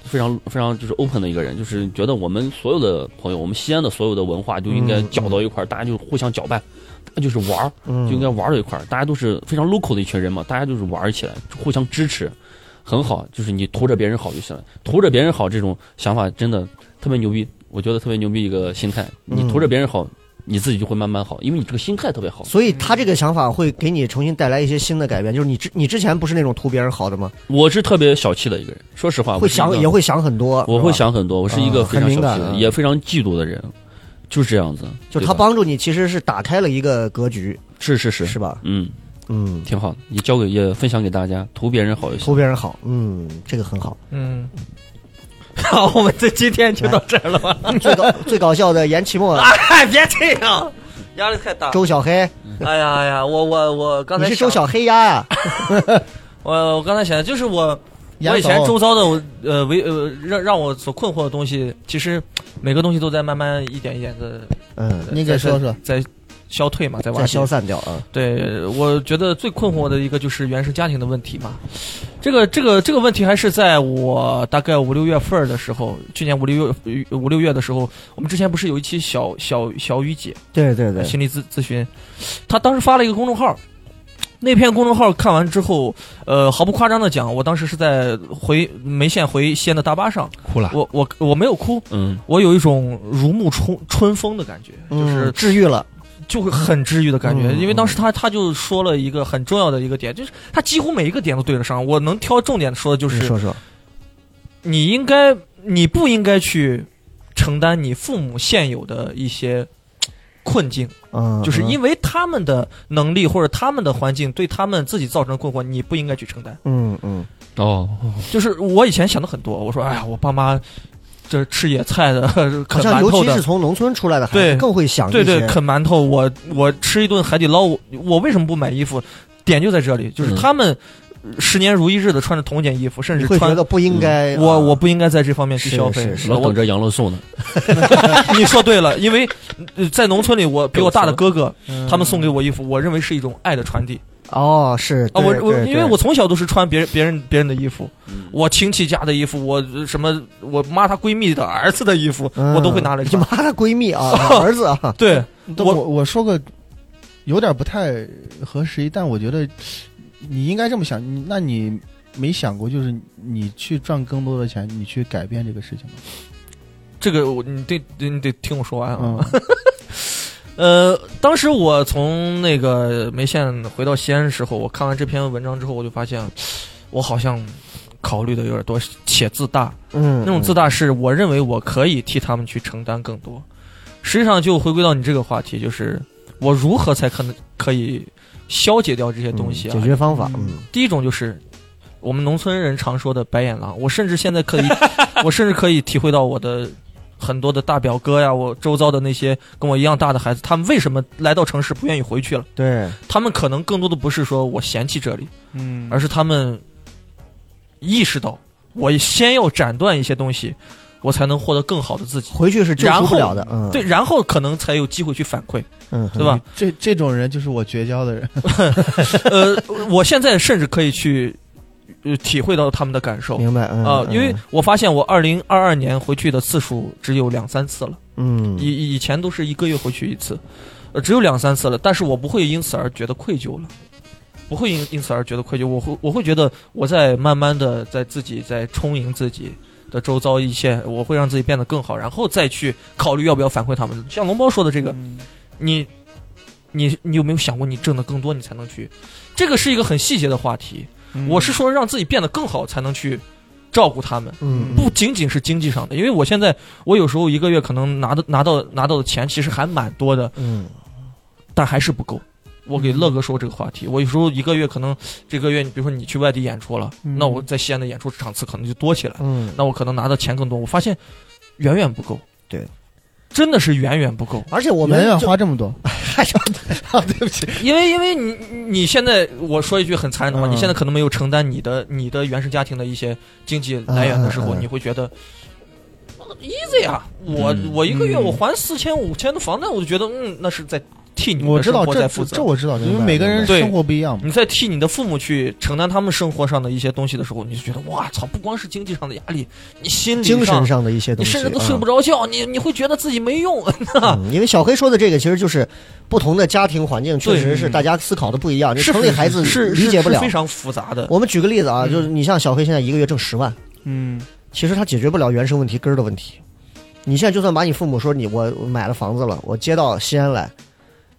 Speaker 5: 非常非常就是 open 的一个人，就是觉得我们所有的朋友，我们西安的所有的文化就应该
Speaker 3: 嗯嗯
Speaker 5: 搅到一块儿，大家就互相搅拌，大家就是玩儿，
Speaker 3: 嗯
Speaker 5: 就应该玩到一块儿，大家都是非常 local 的一群人嘛，大家就是玩起来，互相支持，很好。就是你图着别人好就行了，图着别人好这种想法真的特别牛逼，我觉得特别牛逼一个心态。你
Speaker 3: 嗯
Speaker 5: 图着别人好，你自己就会慢慢好，因为你这个心态特别好。
Speaker 3: 所以他这个想法会给你重新带来一些新的改变，就是你之你之前不是那种图别人好的吗？
Speaker 5: 我是特别小气的一个人，说实话，
Speaker 3: 会
Speaker 5: 啊我是一个
Speaker 3: 想也会想很多，
Speaker 5: 我会
Speaker 3: 是吧，
Speaker 5: 想很多，我是一个
Speaker 3: 啊
Speaker 5: 非常
Speaker 3: 很
Speaker 5: 小
Speaker 3: 敏感
Speaker 5: 气的，
Speaker 3: 啊
Speaker 5: 也非常嫉妒的人，就是这样子。
Speaker 3: 就是
Speaker 5: 对
Speaker 3: 他
Speaker 5: 吧
Speaker 3: 帮助你其实是打开了一个格局，
Speaker 5: 是是是
Speaker 3: 是吧？
Speaker 5: 嗯，
Speaker 3: 嗯，
Speaker 5: 挺好的，也教给也分享给大家，图别人好就行。
Speaker 3: 图别人好，嗯，这个很好。
Speaker 4: 嗯， 好，我们这今天就到这儿了吧？
Speaker 3: 最 高最搞笑的严其墨、
Speaker 4: 哎，别这样， 压力太大。
Speaker 3: 周小黑，
Speaker 4: 哎呀哎呀，我我我刚
Speaker 3: 你
Speaker 4: 才
Speaker 3: 是
Speaker 4: 想啊
Speaker 3: 周小黑鸭呀？
Speaker 4: 我我刚才想的就是我，我以前周遭的我呃为呃让让我所困惑的东西，其实每个东西都在慢慢一点一点的
Speaker 3: 嗯，
Speaker 6: 你给说说，
Speaker 4: 在消退嘛，在
Speaker 3: 再
Speaker 4: 瓦解
Speaker 3: 消。散掉啊。
Speaker 4: 对，我觉得最困惑的一个就是原生家庭的问题嘛。这个这个这个问题还是在我大概五六月份儿的时候，去年五六月五六月的时候，我们之前不是有一期小小小雨姐
Speaker 3: 对对对，
Speaker 4: 心理咨咨询，她当时发了一个公众号，那篇公众号看完之后，呃，毫不夸张的讲，我当时是在回眉县回西安的大巴上，
Speaker 5: 哭了，
Speaker 4: 我我我没有哭，
Speaker 5: 嗯，
Speaker 4: 我有一种如沐春春风的感觉，就是
Speaker 3: 嗯治愈了，
Speaker 4: 就会很治愈的感觉，
Speaker 3: 嗯
Speaker 4: 因为当时他他就说了一个很重要的一个点，就是他几乎每一个点都对得上。我能挑重点说的就
Speaker 3: 你
Speaker 4: 是，
Speaker 3: 说说，
Speaker 4: 你应该你不应该去承担你父母现有的一些困境，
Speaker 3: 嗯，
Speaker 4: 就是
Speaker 3: 嗯
Speaker 4: 因为他们的能力或者他们的环境对他们自己造成的困惑，你不应该去承担。
Speaker 3: 嗯嗯，
Speaker 5: 哦，
Speaker 4: 就是我以前想的很多，我说哎呀，我爸妈这吃野菜的，
Speaker 3: 好
Speaker 4: 啃
Speaker 3: 像尤
Speaker 4: 馒头
Speaker 3: 其是
Speaker 4: 的，
Speaker 3: 从农村出来的孩子
Speaker 4: 对
Speaker 3: 更会想
Speaker 4: 对
Speaker 3: 这
Speaker 4: 对，
Speaker 3: 些
Speaker 4: 啃馒头，我我吃一顿海底捞，我我为什么不买衣服？点就在这里，就是
Speaker 5: 嗯
Speaker 4: 他们呃十年如一日的穿着同一件衣服，甚
Speaker 3: 你
Speaker 4: 至
Speaker 3: 会觉
Speaker 4: 穿
Speaker 3: 得。不应该。
Speaker 4: 嗯我
Speaker 3: 啊
Speaker 4: 我不应该在这方面去
Speaker 3: 是
Speaker 4: 消费
Speaker 3: 是。是
Speaker 5: 老
Speaker 4: 我
Speaker 5: 等着羊肉送呢。
Speaker 4: 你说对了，因为呃在农村里，我比我 大的哥哥，他们送给我衣服，我认为是一种爱的传递
Speaker 3: 嗯哦是
Speaker 4: 啊。
Speaker 3: 对
Speaker 4: 我我
Speaker 3: 对
Speaker 4: 因为
Speaker 3: 对
Speaker 4: 我从小都是穿别人别人别人的衣服，我亲戚家的衣服，我呃什么我妈她闺蜜的儿子的衣服，
Speaker 3: 嗯
Speaker 4: 我都会拿来
Speaker 3: 你
Speaker 4: 穿
Speaker 3: 妈。的闺蜜 啊，儿子啊，
Speaker 4: 对，
Speaker 6: 但
Speaker 4: 我
Speaker 6: 我我说个有点不太合时宜，但我觉得你应该这么想。你那你没想过，就是你去赚更多的钱，你去改变这个事情吗？
Speaker 4: 这个我你得你得听我说完啊。
Speaker 6: 嗯，
Speaker 4: 呃，当时我从那个眉县回到西安的时候，我看完这篇文章之后，我就发现，我好像考虑的有点多，且自大。
Speaker 3: 嗯，
Speaker 4: 那种自大是我认为我可以替他们去承担更多。实际上，就回归到你这个话题，就是我如何才可能可以消解掉这些
Speaker 3: 嗯
Speaker 4: 东西啊？
Speaker 3: 解决方法，嗯，
Speaker 4: 第一种就是我们农村人常说的白眼狼，我甚至现在可以， 我甚至可以体会到我的很多的大表哥呀，我周遭的那些跟我一样大的孩子，他们为什么来到城市不愿意回去了？
Speaker 3: 对，
Speaker 4: 他们可能更多的不是说我嫌弃这里，
Speaker 6: 嗯
Speaker 4: 而是他们意识到我先要斩断一些东西，我才能获得更好的自己。
Speaker 3: 回去是救赎不了的，嗯，
Speaker 4: 对，，然后可能才有机会去反 馈，
Speaker 3: 嗯，
Speaker 4: 对吧？
Speaker 6: 这这种人就是我绝交的人。
Speaker 4: 呃，我现在甚至可以去呃体会到他们的感受
Speaker 3: 嗯？。明白，嗯，
Speaker 4: 啊、
Speaker 3: 嗯
Speaker 4: 因为我发现我二零二二年回去的次数只有两三次了，
Speaker 3: 嗯，
Speaker 4: 以以前都是一个月回去一次，呃，只有两三次了。但是我不会因此而觉得愧疚了，不会因因此而觉得愧疚，我会我会觉得我在慢慢的在自己在充盈自己的周遭一切，我会让自己变得更好，然后再去考虑要不要反馈他们。像龙猫说的这
Speaker 6: 嗯
Speaker 4: 个，你你你有没有想过，你挣的更多，你才能去？这个是一个很细节的话题。
Speaker 3: 嗯
Speaker 4: 我是说让自己变得更好，才能去照顾他们，
Speaker 3: 嗯，
Speaker 4: 不仅仅是经济上的。因为我现在，我有时候一个月可能拿的拿到拿到的钱其实还蛮多的，
Speaker 3: 嗯，
Speaker 4: 但还是不够。我给乐哥说这个话题，我有时候一个月可能这个月，你比如说你去外地演出了，
Speaker 6: 嗯
Speaker 4: 那我在西安的演出场次可能就多起来，
Speaker 3: 嗯，
Speaker 4: 那我可能拿的钱更多。我发现远远不够，
Speaker 3: 对，
Speaker 4: 真的是远远不够。
Speaker 3: 而且我
Speaker 6: 我
Speaker 3: 们
Speaker 6: 们
Speaker 4: 啊
Speaker 6: 要
Speaker 3: 就
Speaker 6: 花这么多，
Speaker 3: 还是啊，对不起，
Speaker 4: 因为因为你你现在我说一句很残忍的话，
Speaker 3: 嗯
Speaker 4: 你现在可能没有承担你的你的原生家庭的一些经济来源的时候，
Speaker 3: 嗯嗯嗯
Speaker 4: 你会觉得 easy 啊，我、
Speaker 5: 嗯
Speaker 4: 我一个月
Speaker 6: 嗯
Speaker 4: 我还四千五千的房贷，我就觉得嗯，那是在替你
Speaker 6: 我
Speaker 4: 的
Speaker 6: 知
Speaker 4: 生
Speaker 6: 道
Speaker 4: 活在
Speaker 6: 这
Speaker 4: 负
Speaker 6: 这
Speaker 4: 责，
Speaker 6: 这我知道，
Speaker 3: 明白
Speaker 6: 因为每个人
Speaker 4: 明白
Speaker 6: 生活不一样嘛。
Speaker 4: 你在替你的父母去承担他们生活上的一些东西的时候，你就觉得哇操，不光是经济上的压力，你心 理
Speaker 3: 精神上的一些
Speaker 4: 你
Speaker 3: 东西，嗯
Speaker 4: 甚至都睡不啊
Speaker 3: 着。
Speaker 4: 着觉，你你会觉得自己没用。
Speaker 3: 嗯因为小黑说的这个，其实就是不同的家庭环境，确
Speaker 4: 对嗯
Speaker 3: 实是大家思考的不一样，你
Speaker 4: 是
Speaker 3: 城里孩子
Speaker 4: 是
Speaker 3: 理解不
Speaker 4: 是
Speaker 3: 了
Speaker 4: 非。常复杂的。
Speaker 3: 我们举个例子啊，
Speaker 4: 嗯
Speaker 3: 就是你像小黑现在一个月挣十万，
Speaker 6: 嗯，
Speaker 3: 其实他解决不了原生问题根儿的问题。你现在就算把你父母说你我我买了房子了，我接到西安来，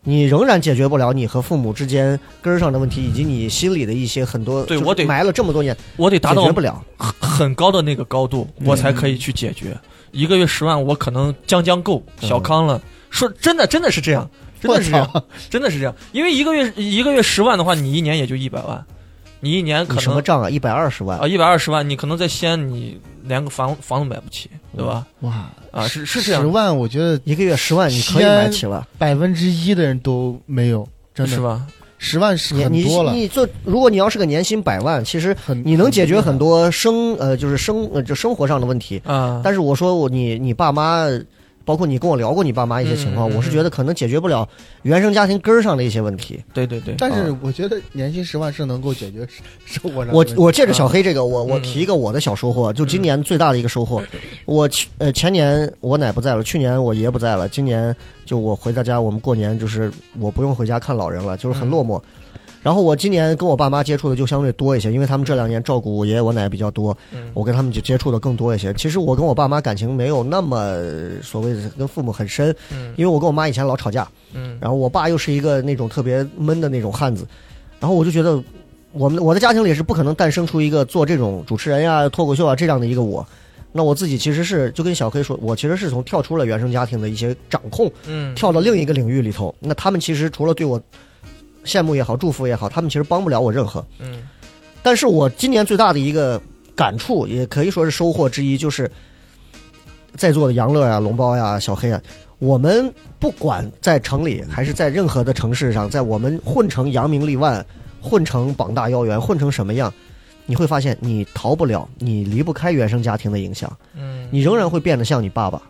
Speaker 3: 你仍然解决不了你和父母之间根儿上的问题，以及你心里的一些很多，
Speaker 4: 对
Speaker 3: 就是
Speaker 4: 我得
Speaker 3: 埋了这么多年
Speaker 4: 我得达
Speaker 3: 解
Speaker 4: 到
Speaker 3: 决不了。
Speaker 4: 很高的那个高度，
Speaker 3: 嗯
Speaker 4: 我才可以去解决。一个月十万，我可能将将够
Speaker 3: 嗯
Speaker 4: 小康了。说真的，真的是这样，真的是这
Speaker 6: 我
Speaker 4: 样，真的是这样。因为一个月一个月十万的话，你一年也就一百万，你一年可
Speaker 3: 你什么
Speaker 4: 能
Speaker 3: 账啊？一百二十万
Speaker 4: 啊，一百二十万，你可能在西安你连个房房都买不起，
Speaker 3: 嗯
Speaker 4: 对吧？
Speaker 6: 哇，
Speaker 4: 啊，是是这
Speaker 6: 十
Speaker 4: 样，
Speaker 6: 万，我觉得
Speaker 3: 一个月十万，你可以
Speaker 6: 西安
Speaker 3: 买起了。
Speaker 6: 百分之一的人都没有，真
Speaker 4: 是
Speaker 6: 的
Speaker 4: 吧？
Speaker 6: 十万是
Speaker 3: 你
Speaker 6: 很
Speaker 3: 你
Speaker 6: 多了，
Speaker 3: 你做，如果你要是个年薪百万，其实
Speaker 6: 很
Speaker 3: 你能解决很。多生呃就是生呃就生活上的问题。
Speaker 4: 啊，
Speaker 3: 但是我说我你你爸妈，包括你跟我聊过你爸妈一些情况，
Speaker 4: 嗯嗯
Speaker 3: 我是觉得可能解决不了原生家庭根儿上的一些问题。
Speaker 4: 对对对，
Speaker 6: 但是我觉得年薪十万是能够解决生生活上的
Speaker 3: 我
Speaker 6: 问题
Speaker 3: 我借着小黑这个，我我
Speaker 4: 啊嗯
Speaker 3: 提一个我的小收获，就今年最大的一个收获。 我去呃前年我奶不在了，去年我爷不在了，今年就我回到家，我们过年就是我不用回家看老人了，
Speaker 4: 嗯
Speaker 3: 就是很落寞。然后我今年跟我爸妈接触的就相对多一些，因为他们这两年照顾我爷爷我奶比较多，
Speaker 4: 嗯
Speaker 3: 我跟他们就接触的更多一些。其实我跟我爸妈感情没有那么呃所谓的跟父母很深，
Speaker 4: 嗯
Speaker 3: 因为我跟我妈以前老吵架，
Speaker 4: 嗯
Speaker 3: 然后我爸又是一个那种特别闷的那种汉子，然后我就觉得我们我的家庭里是不可能诞生出一个做这种主持人呀、脱口秀啊这样的一个我。那我自己其实是就跟小黑说，我其实是从跳出了原生家庭的一些掌控，
Speaker 4: 嗯，
Speaker 3: 跳到另一个领域里头。那他们其实除了对我羡慕也好、祝福也好，他们其实帮不了我任何。
Speaker 4: 嗯
Speaker 3: 但是我今年最大的一个感触，也可以说是收获之一，就是在座的杨乐呀、龙包呀、小黑啊，我们不管在城里还是在任何的城市上，在我们混成扬名立万、混成膀大腰圆、混成什么样，你会发现你逃不了，你离不开原生家庭的影响，
Speaker 4: 嗯，
Speaker 3: 你仍然会变得像你爸爸，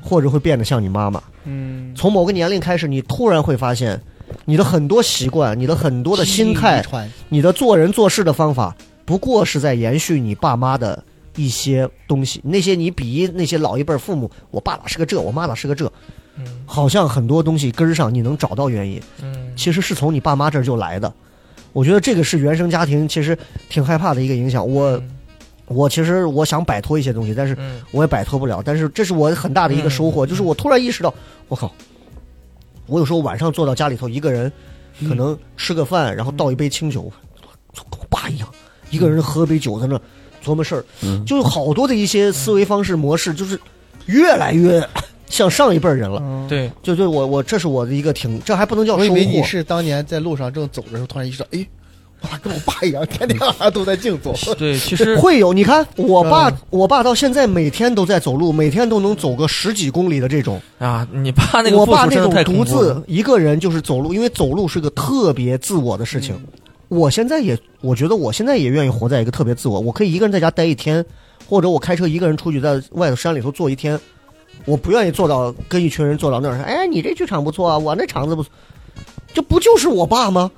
Speaker 3: 或者会变得像你妈妈。
Speaker 6: 嗯，
Speaker 3: 从某个年龄开始，你突然会发现，你的很多习惯，你的很多的心态
Speaker 6: 遗，传
Speaker 3: 你的做人做事的方法，不过是在延续你爸妈的一些东西，那些你比那些老一辈儿父母，我爸爸是个这，我妈妈是个这，
Speaker 4: 嗯
Speaker 3: 好像很多东西根儿上你能找到原因，
Speaker 4: 嗯
Speaker 3: 其实是从你爸妈这儿就来的。我觉得这个是原生家庭其实挺害怕的一个影响。我我其实我想摆脱一些东西，但是
Speaker 4: 嗯
Speaker 3: 我也摆脱不了。但是这是我很大的一个收
Speaker 6: 嗯
Speaker 3: 获，就是我突然意识到，我靠，我有时候晚上坐到家里头一个人，
Speaker 6: 嗯
Speaker 3: 可能吃个饭，然后倒一杯清酒，就跟我爸一样，一
Speaker 6: 嗯
Speaker 3: 个人喝杯酒在那琢磨事儿，
Speaker 5: 嗯
Speaker 3: 就有好多的一些思维方式模式，就是越来越 像上一辈儿人了。
Speaker 6: 嗯
Speaker 4: 对，
Speaker 3: 就就我我这是我的一个挺，这还不能叫
Speaker 6: 我以
Speaker 3: 收获
Speaker 6: 为你。是当年在路上正走着的时候，突然意识到，哎，我咋跟我爸一样，天 天晚上都在竞走？
Speaker 4: 对，其实
Speaker 3: 会有，你看我爸
Speaker 6: 嗯，
Speaker 3: 我爸到现在每天都在走路，每天都能走个十几公里的这种。
Speaker 4: 啊，你爸那个
Speaker 3: 我
Speaker 4: 步
Speaker 3: 爸
Speaker 4: 数
Speaker 3: 那
Speaker 4: 真的
Speaker 3: 种
Speaker 4: 太恐
Speaker 3: 独
Speaker 4: 怖了
Speaker 3: 自一个人就是走路，因为走路是个特别自我的事情。
Speaker 4: 嗯
Speaker 3: 我现在也，我觉得我现在也愿意活在一个特别自我，我可以一个人在家待一天，或者我开车一个人出去，在外头山里头坐一天。我不愿意坐到跟一群人坐到那儿，哎，你这剧场不错啊，我那场子不错，这不就是我爸吗？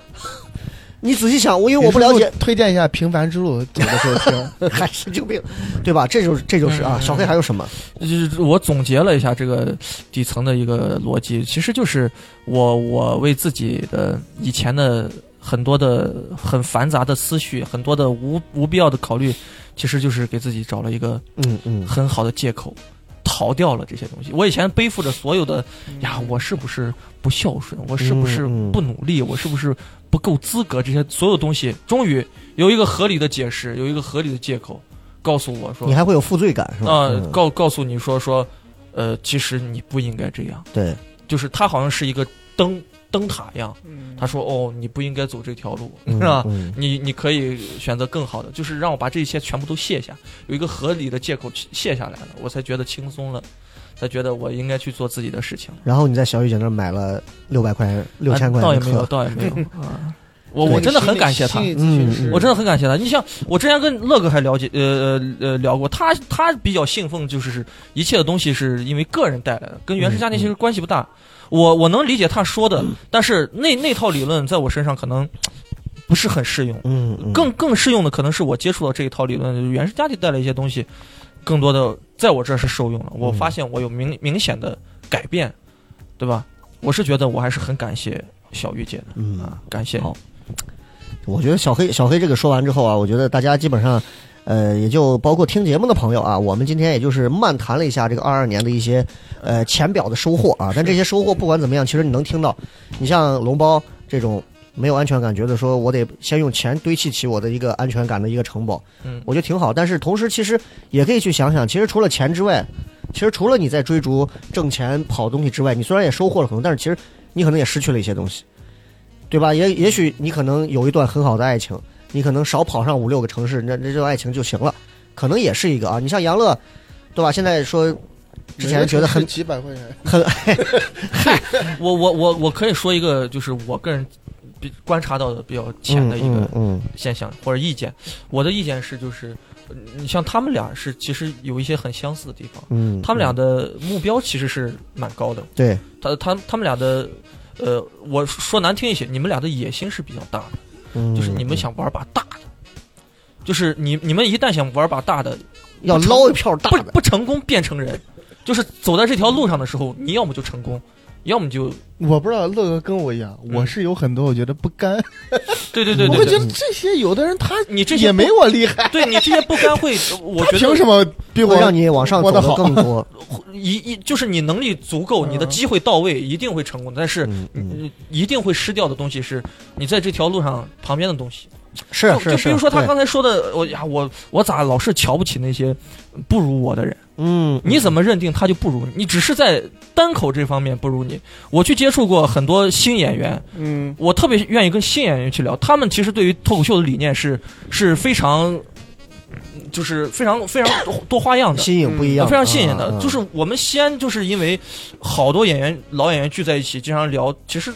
Speaker 3: 你仔细想，我因为我不了解，，
Speaker 6: 推荐一下《平凡之路》走的时候 听。
Speaker 3: 还神经病，对吧？这就是这就是啊，
Speaker 4: 嗯
Speaker 3: 小黑还有什么？
Speaker 4: 就是我总结了一下这个底层的一个逻辑，其实就是我我为自己的以前的很多的很繁杂的思绪，很多的无无必要的考虑，其实就是给自己找了一个
Speaker 3: 嗯嗯
Speaker 4: 很好的借口，逃掉了这些东西。我以前背负着所有的呀，我是不是不孝顺？我是不是
Speaker 3: 嗯嗯
Speaker 4: 不努力？我是不是不够资格？这些所有东西，终于有一个合理的解释，有一个合理的借口，告诉我说
Speaker 3: 你，还会有负罪感是吧？
Speaker 4: 啊、
Speaker 3: 嗯
Speaker 4: 告告诉你说说，呃，其实你不应该这样。
Speaker 3: 对，
Speaker 4: 就是他好像是一个灯灯塔一样，他说哦，你不应该走这条路，
Speaker 3: 嗯
Speaker 4: 是吧？
Speaker 3: 嗯
Speaker 4: 你你可以选择更好的，就是让我把这些全部都卸下，有一个合理的借口去卸下来了，我才觉得轻松了，才觉得我应该去做自己的事情了。
Speaker 3: 然后你在小雨姐那儿买了六百块钱、六千块
Speaker 4: 啊倒
Speaker 3: 钱
Speaker 4: 也
Speaker 3: 的
Speaker 4: 没有，
Speaker 3: 课，
Speaker 4: 倒也没 有啊，我
Speaker 3: 对
Speaker 4: 我真的很感谢他。
Speaker 3: 嗯
Speaker 4: 我真的很感谢他。你像我之前跟乐哥还了解，呃呃呃聊过，他他比较信奉就是一切的东西是因为个人带来的，跟原生家庭其实关系不大。
Speaker 3: 嗯
Speaker 4: 我我能理解他说的，但是那那套理论在我身上可能不是很适用。
Speaker 3: 嗯，嗯
Speaker 4: 更更适用的可能是我接触到这一套理论，就是原生家庭带来一些东西，更多的在我这儿是受用了。
Speaker 3: 嗯
Speaker 4: 我发现我有明明显的改变，对吧？我是觉得我还是很感谢小玉姐的
Speaker 3: 嗯，
Speaker 4: 啊，感谢。
Speaker 3: 好我觉得小黑小黑这个说完之后啊，我觉得大家基本上，呃，也就包括听节目的朋友啊，我们今天也就是漫谈了一下这个二二年的一些呃浅表的收获啊。但这些收获不管怎么样，其实你能听到，你像龙包这种没有安全感，觉得说我得先用钱堆砌起我的一个安全感的一个城堡，
Speaker 4: 嗯
Speaker 3: 我觉得挺好。但是同时，其实也可以去想想，其实除了钱之外，其实除了你在追逐挣钱跑东西之外，你虽然也收获了很多，但是其实你可能也失去了一些东西。对吧？也也许你可能有一段很好的爱情，你可能少跑上五六个城市，那那这段爱情就行了，可能也是一个啊。你像杨乐，对吧？现在说之前觉得很
Speaker 6: 几百块钱，
Speaker 3: 很
Speaker 4: 我我我我可以说一个，就是我个人比观察到的比较浅的一
Speaker 3: 嗯
Speaker 4: 个
Speaker 3: 嗯
Speaker 4: 现象或者意见。我的意见是，就是呃你像他们俩是其实有一些很相似的地方，
Speaker 3: 嗯，嗯
Speaker 4: 他们俩的目标其实是蛮高的。
Speaker 3: 对，
Speaker 4: 他他他们俩的，呃，我说难听一些，你们俩的野心是比较大的，
Speaker 3: 嗯
Speaker 4: 就是你们想玩把大的，就是你你们一旦想玩把大的，
Speaker 3: 要捞一票大
Speaker 4: 不
Speaker 3: 的，
Speaker 4: 不成功便成人，就是走在这条路上的时候，你要么就成功，要么就
Speaker 6: 我不知道乐哥跟我一样，
Speaker 4: 嗯
Speaker 6: 我是有很多我觉得不甘，
Speaker 4: 对对对
Speaker 6: 我
Speaker 4: 对
Speaker 6: 会
Speaker 4: 对
Speaker 6: 觉。得这些有的人他
Speaker 4: 你这些
Speaker 6: 也没
Speaker 4: 不
Speaker 6: 我厉害，
Speaker 4: 对你这些不甘 会，我
Speaker 6: 他
Speaker 4: 觉
Speaker 6: 凭
Speaker 4: 得
Speaker 6: 什么比我
Speaker 3: 会让你往上走
Speaker 6: 活得
Speaker 3: 的
Speaker 6: 好
Speaker 3: 更多。
Speaker 4: 一一就是你能力足够，你的机会到位，一定会成功的。但是
Speaker 3: 嗯嗯
Speaker 4: 你一定会失掉的东西是你在这条路上旁边的东西。
Speaker 3: 是，
Speaker 4: 就是就是比如说他
Speaker 3: 对
Speaker 4: 刚才说的，我呀，我我咋老是瞧不起那些不如我的人？
Speaker 3: 嗯，
Speaker 4: 你怎么认定他就不如你？你只是在单口这方面不如你。我去接触过很多新演员，
Speaker 6: 嗯
Speaker 4: 我特别愿意跟新演员去聊，他们其实对于脱口秀的理念是是非常，就是非常非常多多花样的。
Speaker 3: 新颖不一样？
Speaker 4: 嗯非常新颖
Speaker 3: 啊
Speaker 4: 的
Speaker 3: 啊，
Speaker 4: 就是我们西安就是因为好多演员老演员聚在一起，经常聊，其实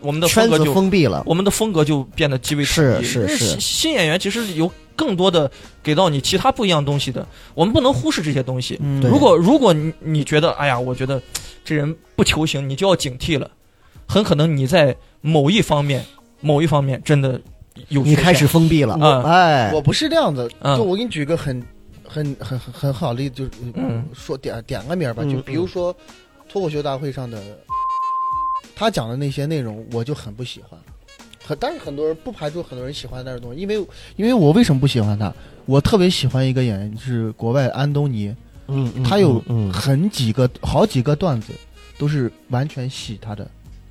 Speaker 4: 我们的风
Speaker 3: 圈
Speaker 4: 格
Speaker 3: 子
Speaker 4: 就
Speaker 3: 封闭了。
Speaker 4: 我们的风格就变得极为
Speaker 3: 是
Speaker 4: 统一
Speaker 3: 是
Speaker 4: 因为
Speaker 3: 是
Speaker 4: 新新演员其实有更多的给到你其他不一样东西的，我们不能忽视这些东西。
Speaker 6: 嗯
Speaker 3: 对
Speaker 4: 如果如果你你觉得哎呀，我觉得这人不求行，你就要警惕了，很可能你在某一方面某一方面真的有
Speaker 3: 你
Speaker 4: 缺
Speaker 3: 开始
Speaker 4: 陷
Speaker 3: 封闭了，
Speaker 4: 嗯
Speaker 3: 哎
Speaker 6: 我，不是这样子，
Speaker 4: 嗯
Speaker 6: 就我给你举个很很很很很好的例子，就是
Speaker 4: 嗯
Speaker 6: 说点点个名儿吧，
Speaker 3: 嗯
Speaker 6: 就比如说脱口秀大会上的他讲的那些内容，我就很不喜欢。很，但是很多人不排除很多人喜欢那种东西，因为因为我为什么不喜欢他？我特别喜欢一个演员，就是国外安东尼，
Speaker 3: 嗯，嗯
Speaker 6: 他有
Speaker 3: 嗯
Speaker 6: 很几个好几个段子都是完全洗他的。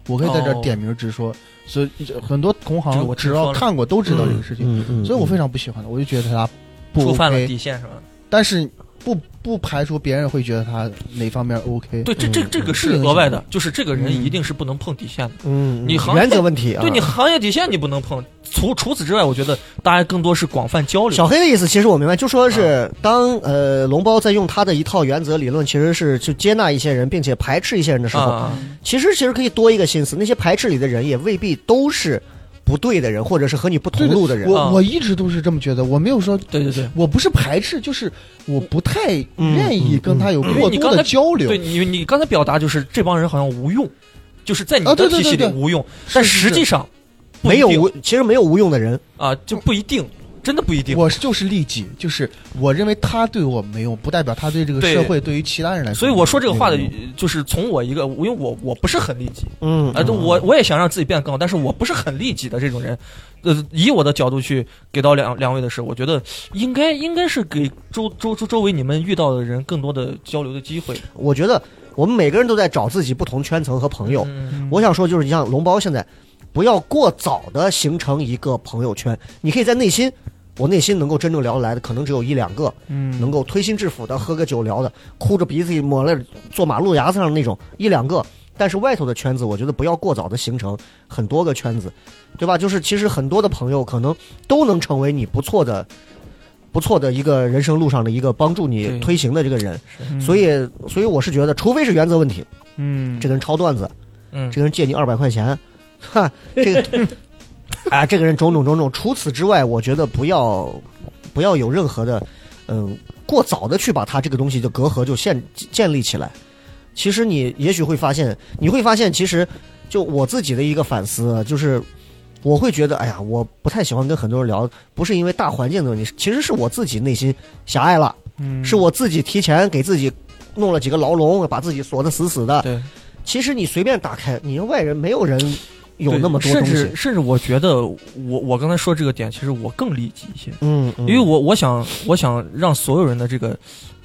Speaker 6: 我可以在这
Speaker 4: 哦
Speaker 6: 儿点名直说，所以很多同
Speaker 4: 这个
Speaker 6: 行
Speaker 4: 我听
Speaker 6: 只
Speaker 4: 说
Speaker 6: 要
Speaker 4: 了
Speaker 6: 看过都知道这个事情。
Speaker 3: 嗯嗯，
Speaker 6: 所以我非
Speaker 3: 常
Speaker 6: 常不喜欢他，我就觉得他不
Speaker 4: 触犯了
Speaker 6: OK，
Speaker 4: 底线是吧？
Speaker 6: 但是不不排除别人会觉得他哪方面 OK。
Speaker 4: 对，这这
Speaker 3: 嗯
Speaker 4: 这个是
Speaker 6: 这个
Speaker 4: 额外
Speaker 6: 是
Speaker 4: 的，就是这个人
Speaker 6: 嗯
Speaker 4: 一定是不能碰底线的。
Speaker 3: 嗯，嗯
Speaker 4: 你行
Speaker 3: 原则问题啊，
Speaker 4: 对你行业底线你不能碰。除除此之外，我觉得大家更多是广泛交
Speaker 3: 小
Speaker 4: 流。
Speaker 3: 黑的意思其实我明白，就说
Speaker 4: 啊
Speaker 3: 是当呃龙包在用他的一套原则理论，其实是去接纳一些人，并且排斥一些人的时候，
Speaker 4: 啊，
Speaker 3: 其实其实可以多一个心思，那些排斥你的人也未必都是不对的人，或者是和你不同
Speaker 6: 对对
Speaker 3: 路的人。
Speaker 4: 啊
Speaker 6: 我我一直都是这么觉得，我没有说
Speaker 4: 对对对，
Speaker 6: 我不是排斥，就是我不太愿意跟他有
Speaker 4: 嗯因为
Speaker 6: 过
Speaker 4: 你
Speaker 6: 多
Speaker 4: 刚才
Speaker 6: 的交流
Speaker 4: 对。你你刚才表达就是这帮人好像无用，就是在你
Speaker 6: 啊
Speaker 4: 的
Speaker 6: 对对
Speaker 4: 体系里
Speaker 6: 对对
Speaker 4: 无用，但
Speaker 6: 是是
Speaker 4: 实际上不一
Speaker 3: 没有
Speaker 4: 定
Speaker 3: 无，其实没有无用的人，
Speaker 4: 啊，就不一定。真的不一定。
Speaker 6: 我就是利己，就是我认为他对我没用，不代表他对这个
Speaker 4: 对
Speaker 6: 社会、对于其他人来说
Speaker 4: 所
Speaker 6: 没
Speaker 4: 以
Speaker 6: 用。
Speaker 4: 我说这个话的
Speaker 6: 没有用，
Speaker 4: 就是从我一个，因为我我不是很利己，
Speaker 3: 嗯
Speaker 4: 啊，对我我也想让自己变得更好，但是我不是很利己的这种人。呃，以我的角度去给到两两位的是，我觉得应该应该是给周周周周围你们遇到的人更多的交流的机会。
Speaker 3: 我觉得我们每个人都在找自己不同圈层和朋友。
Speaker 4: 嗯
Speaker 3: 我想说就是，你像龙包现在，不要过早的形成一个朋友圈，你可以在内心。我内心能够真正聊得来的，可能只有一两个，
Speaker 4: 嗯
Speaker 3: 能够推心置腹的喝个酒聊的，哭着鼻子抹了坐马路牙子上那种一两个。但是外头的圈子，我觉得不要过早的形成很多个圈子，对吧？就是其实很多的朋友可能都能成为你不错的、不错的一个人生路上的一个帮助你
Speaker 4: 对嗯
Speaker 3: 推行的这个人。所以，所以我是觉得，除非是原则问题，
Speaker 7: 嗯
Speaker 3: 这个人抄段子，
Speaker 4: 嗯
Speaker 3: 这，个人借你二百块钱，哈，这个 啊，这个人种种种种。除此之外，我觉得不要不要有任何的，嗯、过早的去把他这个东西就隔阂就建建立起来。其实你也许会发现，你会发现，其实就我自己的一个反思啊，就是我会觉得，哎呀，我不太喜欢跟很多人聊，不是因为大环境的问题，其实是我自己内心狭隘了。
Speaker 7: 嗯
Speaker 3: 是我自己提前给自己弄了几个牢笼，把自己锁得死死的。
Speaker 4: 对，
Speaker 3: 其实你随便打开，你外人没有人有
Speaker 4: 对
Speaker 3: 那么多
Speaker 4: 甚
Speaker 3: 东西
Speaker 4: 至。甚至我觉得我我刚才说这个点，其实我更利己一些，
Speaker 3: 嗯，嗯
Speaker 4: 因为我我想我想让所有人的这个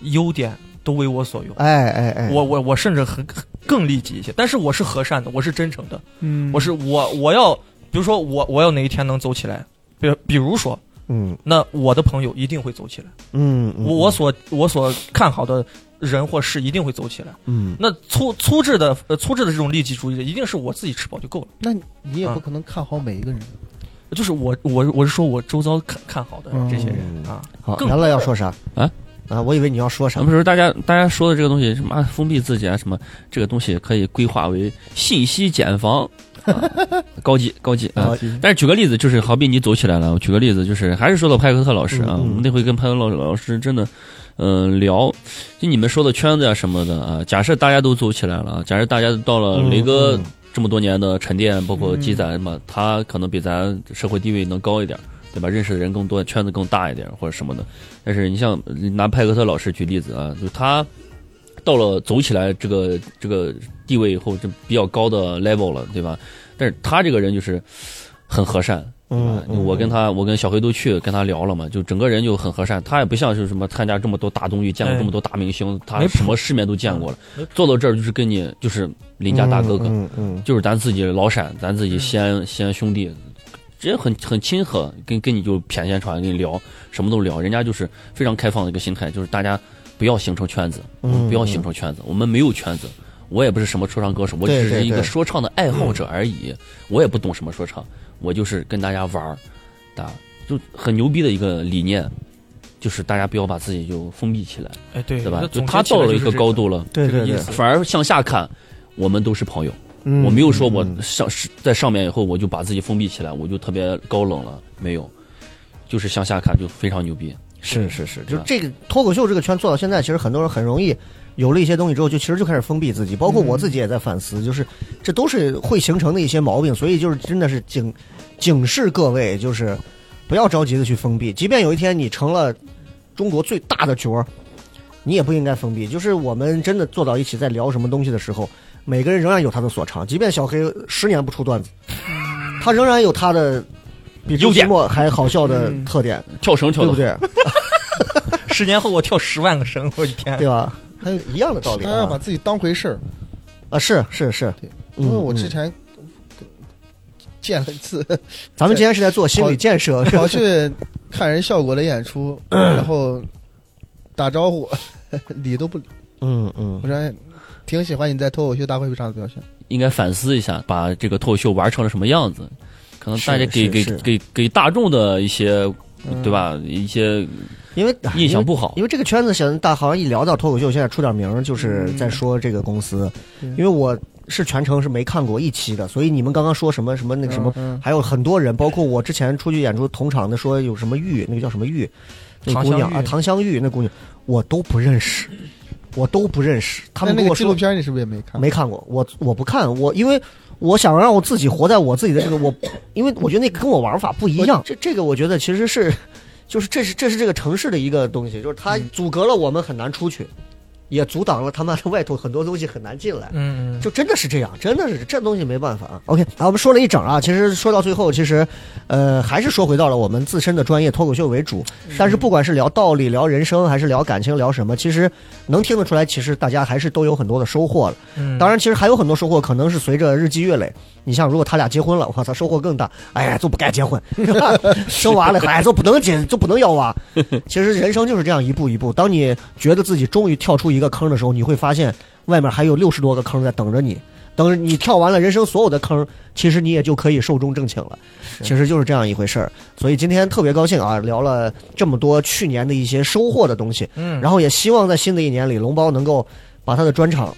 Speaker 4: 优点都为我所用。
Speaker 3: 哎哎哎，
Speaker 4: 我我我甚至很很更利己一些，但是我是和善的，我是真诚的，
Speaker 7: 嗯
Speaker 4: 我是我我要，比如说我我要哪一天能走起来，比如比如说，
Speaker 3: 嗯
Speaker 4: 那我的朋友一定会走起来，
Speaker 3: 嗯，嗯
Speaker 4: 我我所我所看好的人或事一定会走起来。
Speaker 3: 嗯
Speaker 4: 那粗粗制的呃粗制的这种利己主义，一定是我自己吃饱就够了。
Speaker 6: 那你也
Speaker 4: 啊
Speaker 6: 不可能看好每一个人。
Speaker 4: 就是我我我是说我周遭看看好的
Speaker 6: 嗯
Speaker 4: 这些
Speaker 3: 哦
Speaker 4: 人啊，
Speaker 3: 好，
Speaker 4: 更
Speaker 3: 杨乐要说啥
Speaker 5: 啊
Speaker 3: 啊？我以为你要说啥
Speaker 5: 咱们。说大家大家说的这个东西，什么封闭自己啊，什么这个东西可以规划为信息茧房，啊高级高级啊
Speaker 3: 啊。
Speaker 5: 但是举个例子，就是好比你走起来了，我举个例子，就是还是说到派克特老师啊，
Speaker 3: 嗯嗯
Speaker 5: 我们那回跟派克特老老师真的，嗯、聊，就你们说的圈子啊什么的啊，假设大家都走起来了，啊假设大家到了
Speaker 3: 嗯
Speaker 5: 雷哥
Speaker 3: 嗯
Speaker 5: 这么多年的沉淀，包
Speaker 4: 嗯
Speaker 5: 括积攒嘛，他可能比咱社会地位能高一点，对吧？认识的人更多，圈子更大一点或者什么的。但是你像拿派克特老师举例子啊，就他到了走起来这个这个地位以后，就比较高的 level 了，对吧？但是他这个人就是很和善，
Speaker 3: 嗯
Speaker 5: 啊，
Speaker 3: 嗯
Speaker 5: 我跟他，我跟小黑都去跟他聊了嘛，就整个人就很和善。他也不像是什么参加这么多大综艺，见过
Speaker 4: 哎
Speaker 5: 这么多大明星，他
Speaker 4: 没谱嗯
Speaker 5: 什么世面都见过了
Speaker 4: 没谱。
Speaker 5: 坐到这儿就是跟你就是邻家大哥哥，
Speaker 3: 嗯嗯
Speaker 5: 就是咱自己老陕，咱自己西安西安兄弟，直接很很亲和，跟跟你就谝闲传，跟你聊什么都聊。人家就是非常开放的一个心态，就是大家不要形成圈子，
Speaker 3: 嗯
Speaker 5: 我们不要形成圈子，我们没有圈子。我也不是什么说唱歌手，我只
Speaker 3: 对
Speaker 5: 是
Speaker 3: 对
Speaker 5: 一个
Speaker 3: 对嗯
Speaker 5: 说唱的爱好者而已。我也不懂什么说唱，我就是跟大家玩儿，打就很牛逼的一个理念，就是大家不要把自己就封闭起来，
Speaker 4: 哎对
Speaker 5: 对吧
Speaker 4: 那？
Speaker 5: 就
Speaker 4: 总结
Speaker 5: 他
Speaker 4: 起
Speaker 5: 到
Speaker 4: 来
Speaker 5: 了
Speaker 4: 就
Speaker 5: 一
Speaker 4: 是
Speaker 5: 个
Speaker 4: 这
Speaker 5: 高度了，
Speaker 3: 对对
Speaker 4: 这个
Speaker 3: 对
Speaker 4: 意，思
Speaker 5: 反而向下看，我们都是朋友。
Speaker 3: 嗯
Speaker 5: 我没有说我
Speaker 3: 嗯
Speaker 5: 上是在上面以后我就把自己封闭起来，我就特别高冷了，没有，就是向下看就非常牛逼。
Speaker 3: 是是是，
Speaker 5: 对
Speaker 3: 就
Speaker 5: 吧
Speaker 3: 这个脱口秀这个圈做到现在，其实很多人很容易有了一些东西之后，就其实就开始封闭自己，包括我自己也在反思，就是这都是会形成的一些毛病，所以就是真的是警警示各位，就是不要着急的去封闭，即便有一天你成了中国最大的角儿，你也不应该封闭。就是我们真的坐到一起在聊什么东西的时候，每个人仍然有他的所长，即便小黑十年不出段子，他仍然有他的。比周
Speaker 5: 优
Speaker 3: 奇
Speaker 5: 点
Speaker 3: 墨还好笑的
Speaker 7: 嗯
Speaker 3: 特点，
Speaker 5: 跳绳跳
Speaker 3: 对不
Speaker 5: 的
Speaker 3: 对？
Speaker 4: 个十年后我跳十万个绳，我的天！
Speaker 3: 对吧？还有一样的道理
Speaker 6: 大家要把
Speaker 3: 啊，
Speaker 6: 自己当回事儿，
Speaker 3: 啊是是是
Speaker 6: 对，
Speaker 3: 嗯
Speaker 6: 因为我之，
Speaker 3: 嗯
Speaker 6: 前见了一次，
Speaker 3: 咱们今天是在做心理建 设，
Speaker 6: 跑去看人效果的演出，然后打招呼， 理都不理。
Speaker 3: 嗯嗯
Speaker 6: 我，说哎挺喜欢你在脱口秀大会上的表现，
Speaker 5: 应该反思一下，把这个脱口秀玩成了什么样子。可能大家
Speaker 3: 是
Speaker 5: 给
Speaker 3: 是
Speaker 5: 给
Speaker 3: 是
Speaker 5: 给给大众的一些，
Speaker 6: 嗯
Speaker 5: 对？吧？一些
Speaker 3: 因为啊
Speaker 5: 印象不好
Speaker 3: 因为这个圈子现大，好像一聊到脱口秀，现在出点名儿就是在说这个公司，因为我是全程是没看过一期的，所以你们刚刚说什么什么那个什么，
Speaker 6: 嗯
Speaker 3: 还有很多人，包括我之前出去演出同场的说有什么玉，那个叫什么玉，那姑娘
Speaker 4: 唐香玉
Speaker 3: 啊唐香玉那姑娘，我都不认识，我都不认识，他
Speaker 6: 那
Speaker 3: 们
Speaker 6: 那
Speaker 3: 跟
Speaker 6: 个
Speaker 3: 我
Speaker 6: 纪
Speaker 3: 说
Speaker 6: 录片你是不是也没看？
Speaker 3: 没看过，我我不看，我因为我想让我自己活在我自己的这个我，因为我觉得那个跟我玩法不一样。这这个我觉得其实是就是这是这是这个城市的一个东西，就是它阻隔了我们很难出去，也阻挡了他妈的外头很多东西很难进来。
Speaker 4: 嗯，
Speaker 3: 就真的是这样，真的是这东西没办法啊。OK，好，我们说了一整啊，其实说到最后，其实，呃，还是说回到了我们自身的专业脱口秀为主。但是不管是聊道理、聊人生，还是聊感情、聊什么，其实能听得出来，其实大家还是都有很多的收获了。
Speaker 4: 嗯
Speaker 3: 当然，其实还有很多收获，可能是随着日积月累。你像，如果他俩结婚了，我操，收获更大。哎呀，就不该结婚， 是吧生娃了，哎，就不能结，就不能要娃。其实人生就是这样一步一步。当你觉得自己终于跳出一个坑的时候，你会发现外面还有六十多个坑在等着你。等你跳完了人生所有的坑，其实你也就可以寿终正寝了。其实就是这样一回事儿。所以今天特别高兴啊，聊了这么多去年的一些收获的东西。
Speaker 4: 嗯
Speaker 3: 然后也希望在新的一年里，龙包能够把他的专场。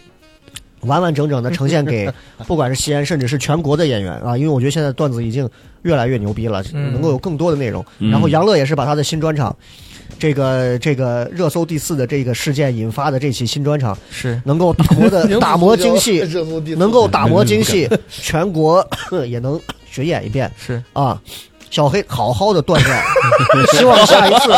Speaker 3: 完完整整的呈现 给不管是西安，甚至是全国的演员啊，因为我觉得现在段子已经越来越牛逼了，
Speaker 4: 嗯
Speaker 3: 能够有更多的内容。
Speaker 5: 嗯
Speaker 3: 然后杨乐也是把他的新专场，这个这个热搜第四的这个事件引发的这期新专场，
Speaker 4: 是
Speaker 3: 能够打磨 的打磨精细，
Speaker 6: 热搜第四
Speaker 3: 能够打磨精细，全国 也能巡演一遍
Speaker 4: 是，
Speaker 3: 啊。小黑好好的锻炼，希望下一次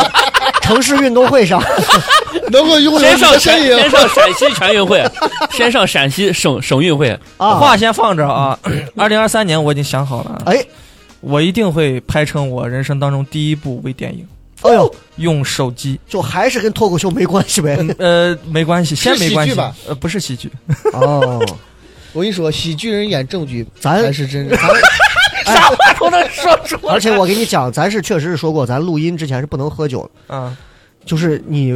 Speaker 3: 城市运动会上，
Speaker 6: 能够拥有
Speaker 5: 先
Speaker 6: 你
Speaker 5: 上
Speaker 6: 的
Speaker 5: 陕
Speaker 6: 身
Speaker 5: 先
Speaker 6: 影。
Speaker 3: 啊
Speaker 5: 上陕西全运会，先上陕西省省运会。
Speaker 3: 啊
Speaker 4: 话先放这儿啊。二零二三年我已经想好了，
Speaker 3: 哎，
Speaker 4: 我一定会拍成我人生当中第一部微电影，
Speaker 3: 哎呦，
Speaker 4: 用手机。
Speaker 3: 就还是跟脱口秀没关系呗。
Speaker 4: 呃，没关系，先
Speaker 6: 是
Speaker 4: 没
Speaker 6: 喜
Speaker 4: 关
Speaker 6: 剧
Speaker 4: 系
Speaker 6: 吧，
Speaker 4: 呃，不是喜剧，
Speaker 3: 哦，
Speaker 6: 我跟你说，喜剧人演正剧
Speaker 3: 咱
Speaker 6: 才是真正。
Speaker 3: 啊
Speaker 5: 啥话都能说出来。
Speaker 3: 而且我跟你讲，咱是确实是说过，咱录音之前是不能喝酒的，
Speaker 4: 啊，
Speaker 3: 就是你，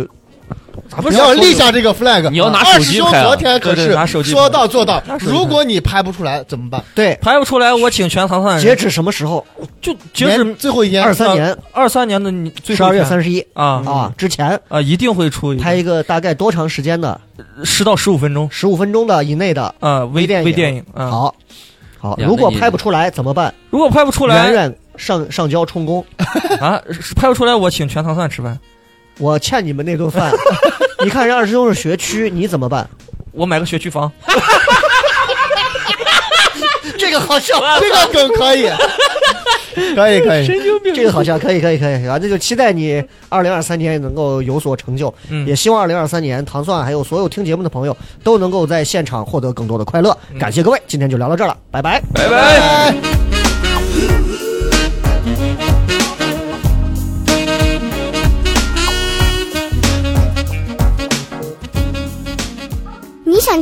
Speaker 3: 咱
Speaker 6: 你要立下这个 flag，
Speaker 5: 你要拿
Speaker 6: 二
Speaker 5: 手
Speaker 6: 师
Speaker 5: 机
Speaker 6: 兄
Speaker 5: 拍啊
Speaker 6: 昨天可
Speaker 4: 对
Speaker 6: 是
Speaker 4: 对拿手机
Speaker 6: 说
Speaker 4: 拍
Speaker 6: 到做到
Speaker 4: 拿，手机拍
Speaker 6: 如果你拍不出来怎么办？
Speaker 3: 对
Speaker 4: 拍不出来，我请全唐山
Speaker 3: 截
Speaker 4: 人，
Speaker 3: 止什么时候？
Speaker 4: 就截止
Speaker 6: 年最后一天
Speaker 3: 二三年
Speaker 4: 二三年的你最
Speaker 3: 十
Speaker 4: 后
Speaker 3: 二
Speaker 4: 一
Speaker 3: 月
Speaker 4: 天
Speaker 3: 三十一
Speaker 4: 啊
Speaker 3: 啊之前
Speaker 4: 啊，一定会出一
Speaker 3: 拍一个大概多长时间的？
Speaker 4: 十到十五分钟
Speaker 3: 十五分钟的以内的。
Speaker 4: 啊，微
Speaker 3: 微电影
Speaker 4: 微电影啊。
Speaker 3: 好，好，
Speaker 5: 呀
Speaker 3: 如果
Speaker 5: 那你
Speaker 3: 拍不出来怎么办？
Speaker 4: 如果拍不出
Speaker 3: 圆
Speaker 4: 来
Speaker 3: 圆上上交充公，
Speaker 4: 啊，是拍不出来，我请全唐蒜吃饭，
Speaker 3: 我欠你们那顿饭。 你看人二师兄是学区，你怎么办？
Speaker 4: 我买个学区房。
Speaker 3: 这个好笑，
Speaker 6: 这个梗可以，可以可以。
Speaker 3: 这个好笑，可以可以可以啊！那就期待你二零二三年能够有所成就，
Speaker 4: 嗯
Speaker 3: 也希望二零二三年糖蒜还有所有听节目的朋友都能够在现场获得更多的快乐。感谢各位，今天就聊到这儿了，拜拜。
Speaker 4: 拜拜。
Speaker 1: 你想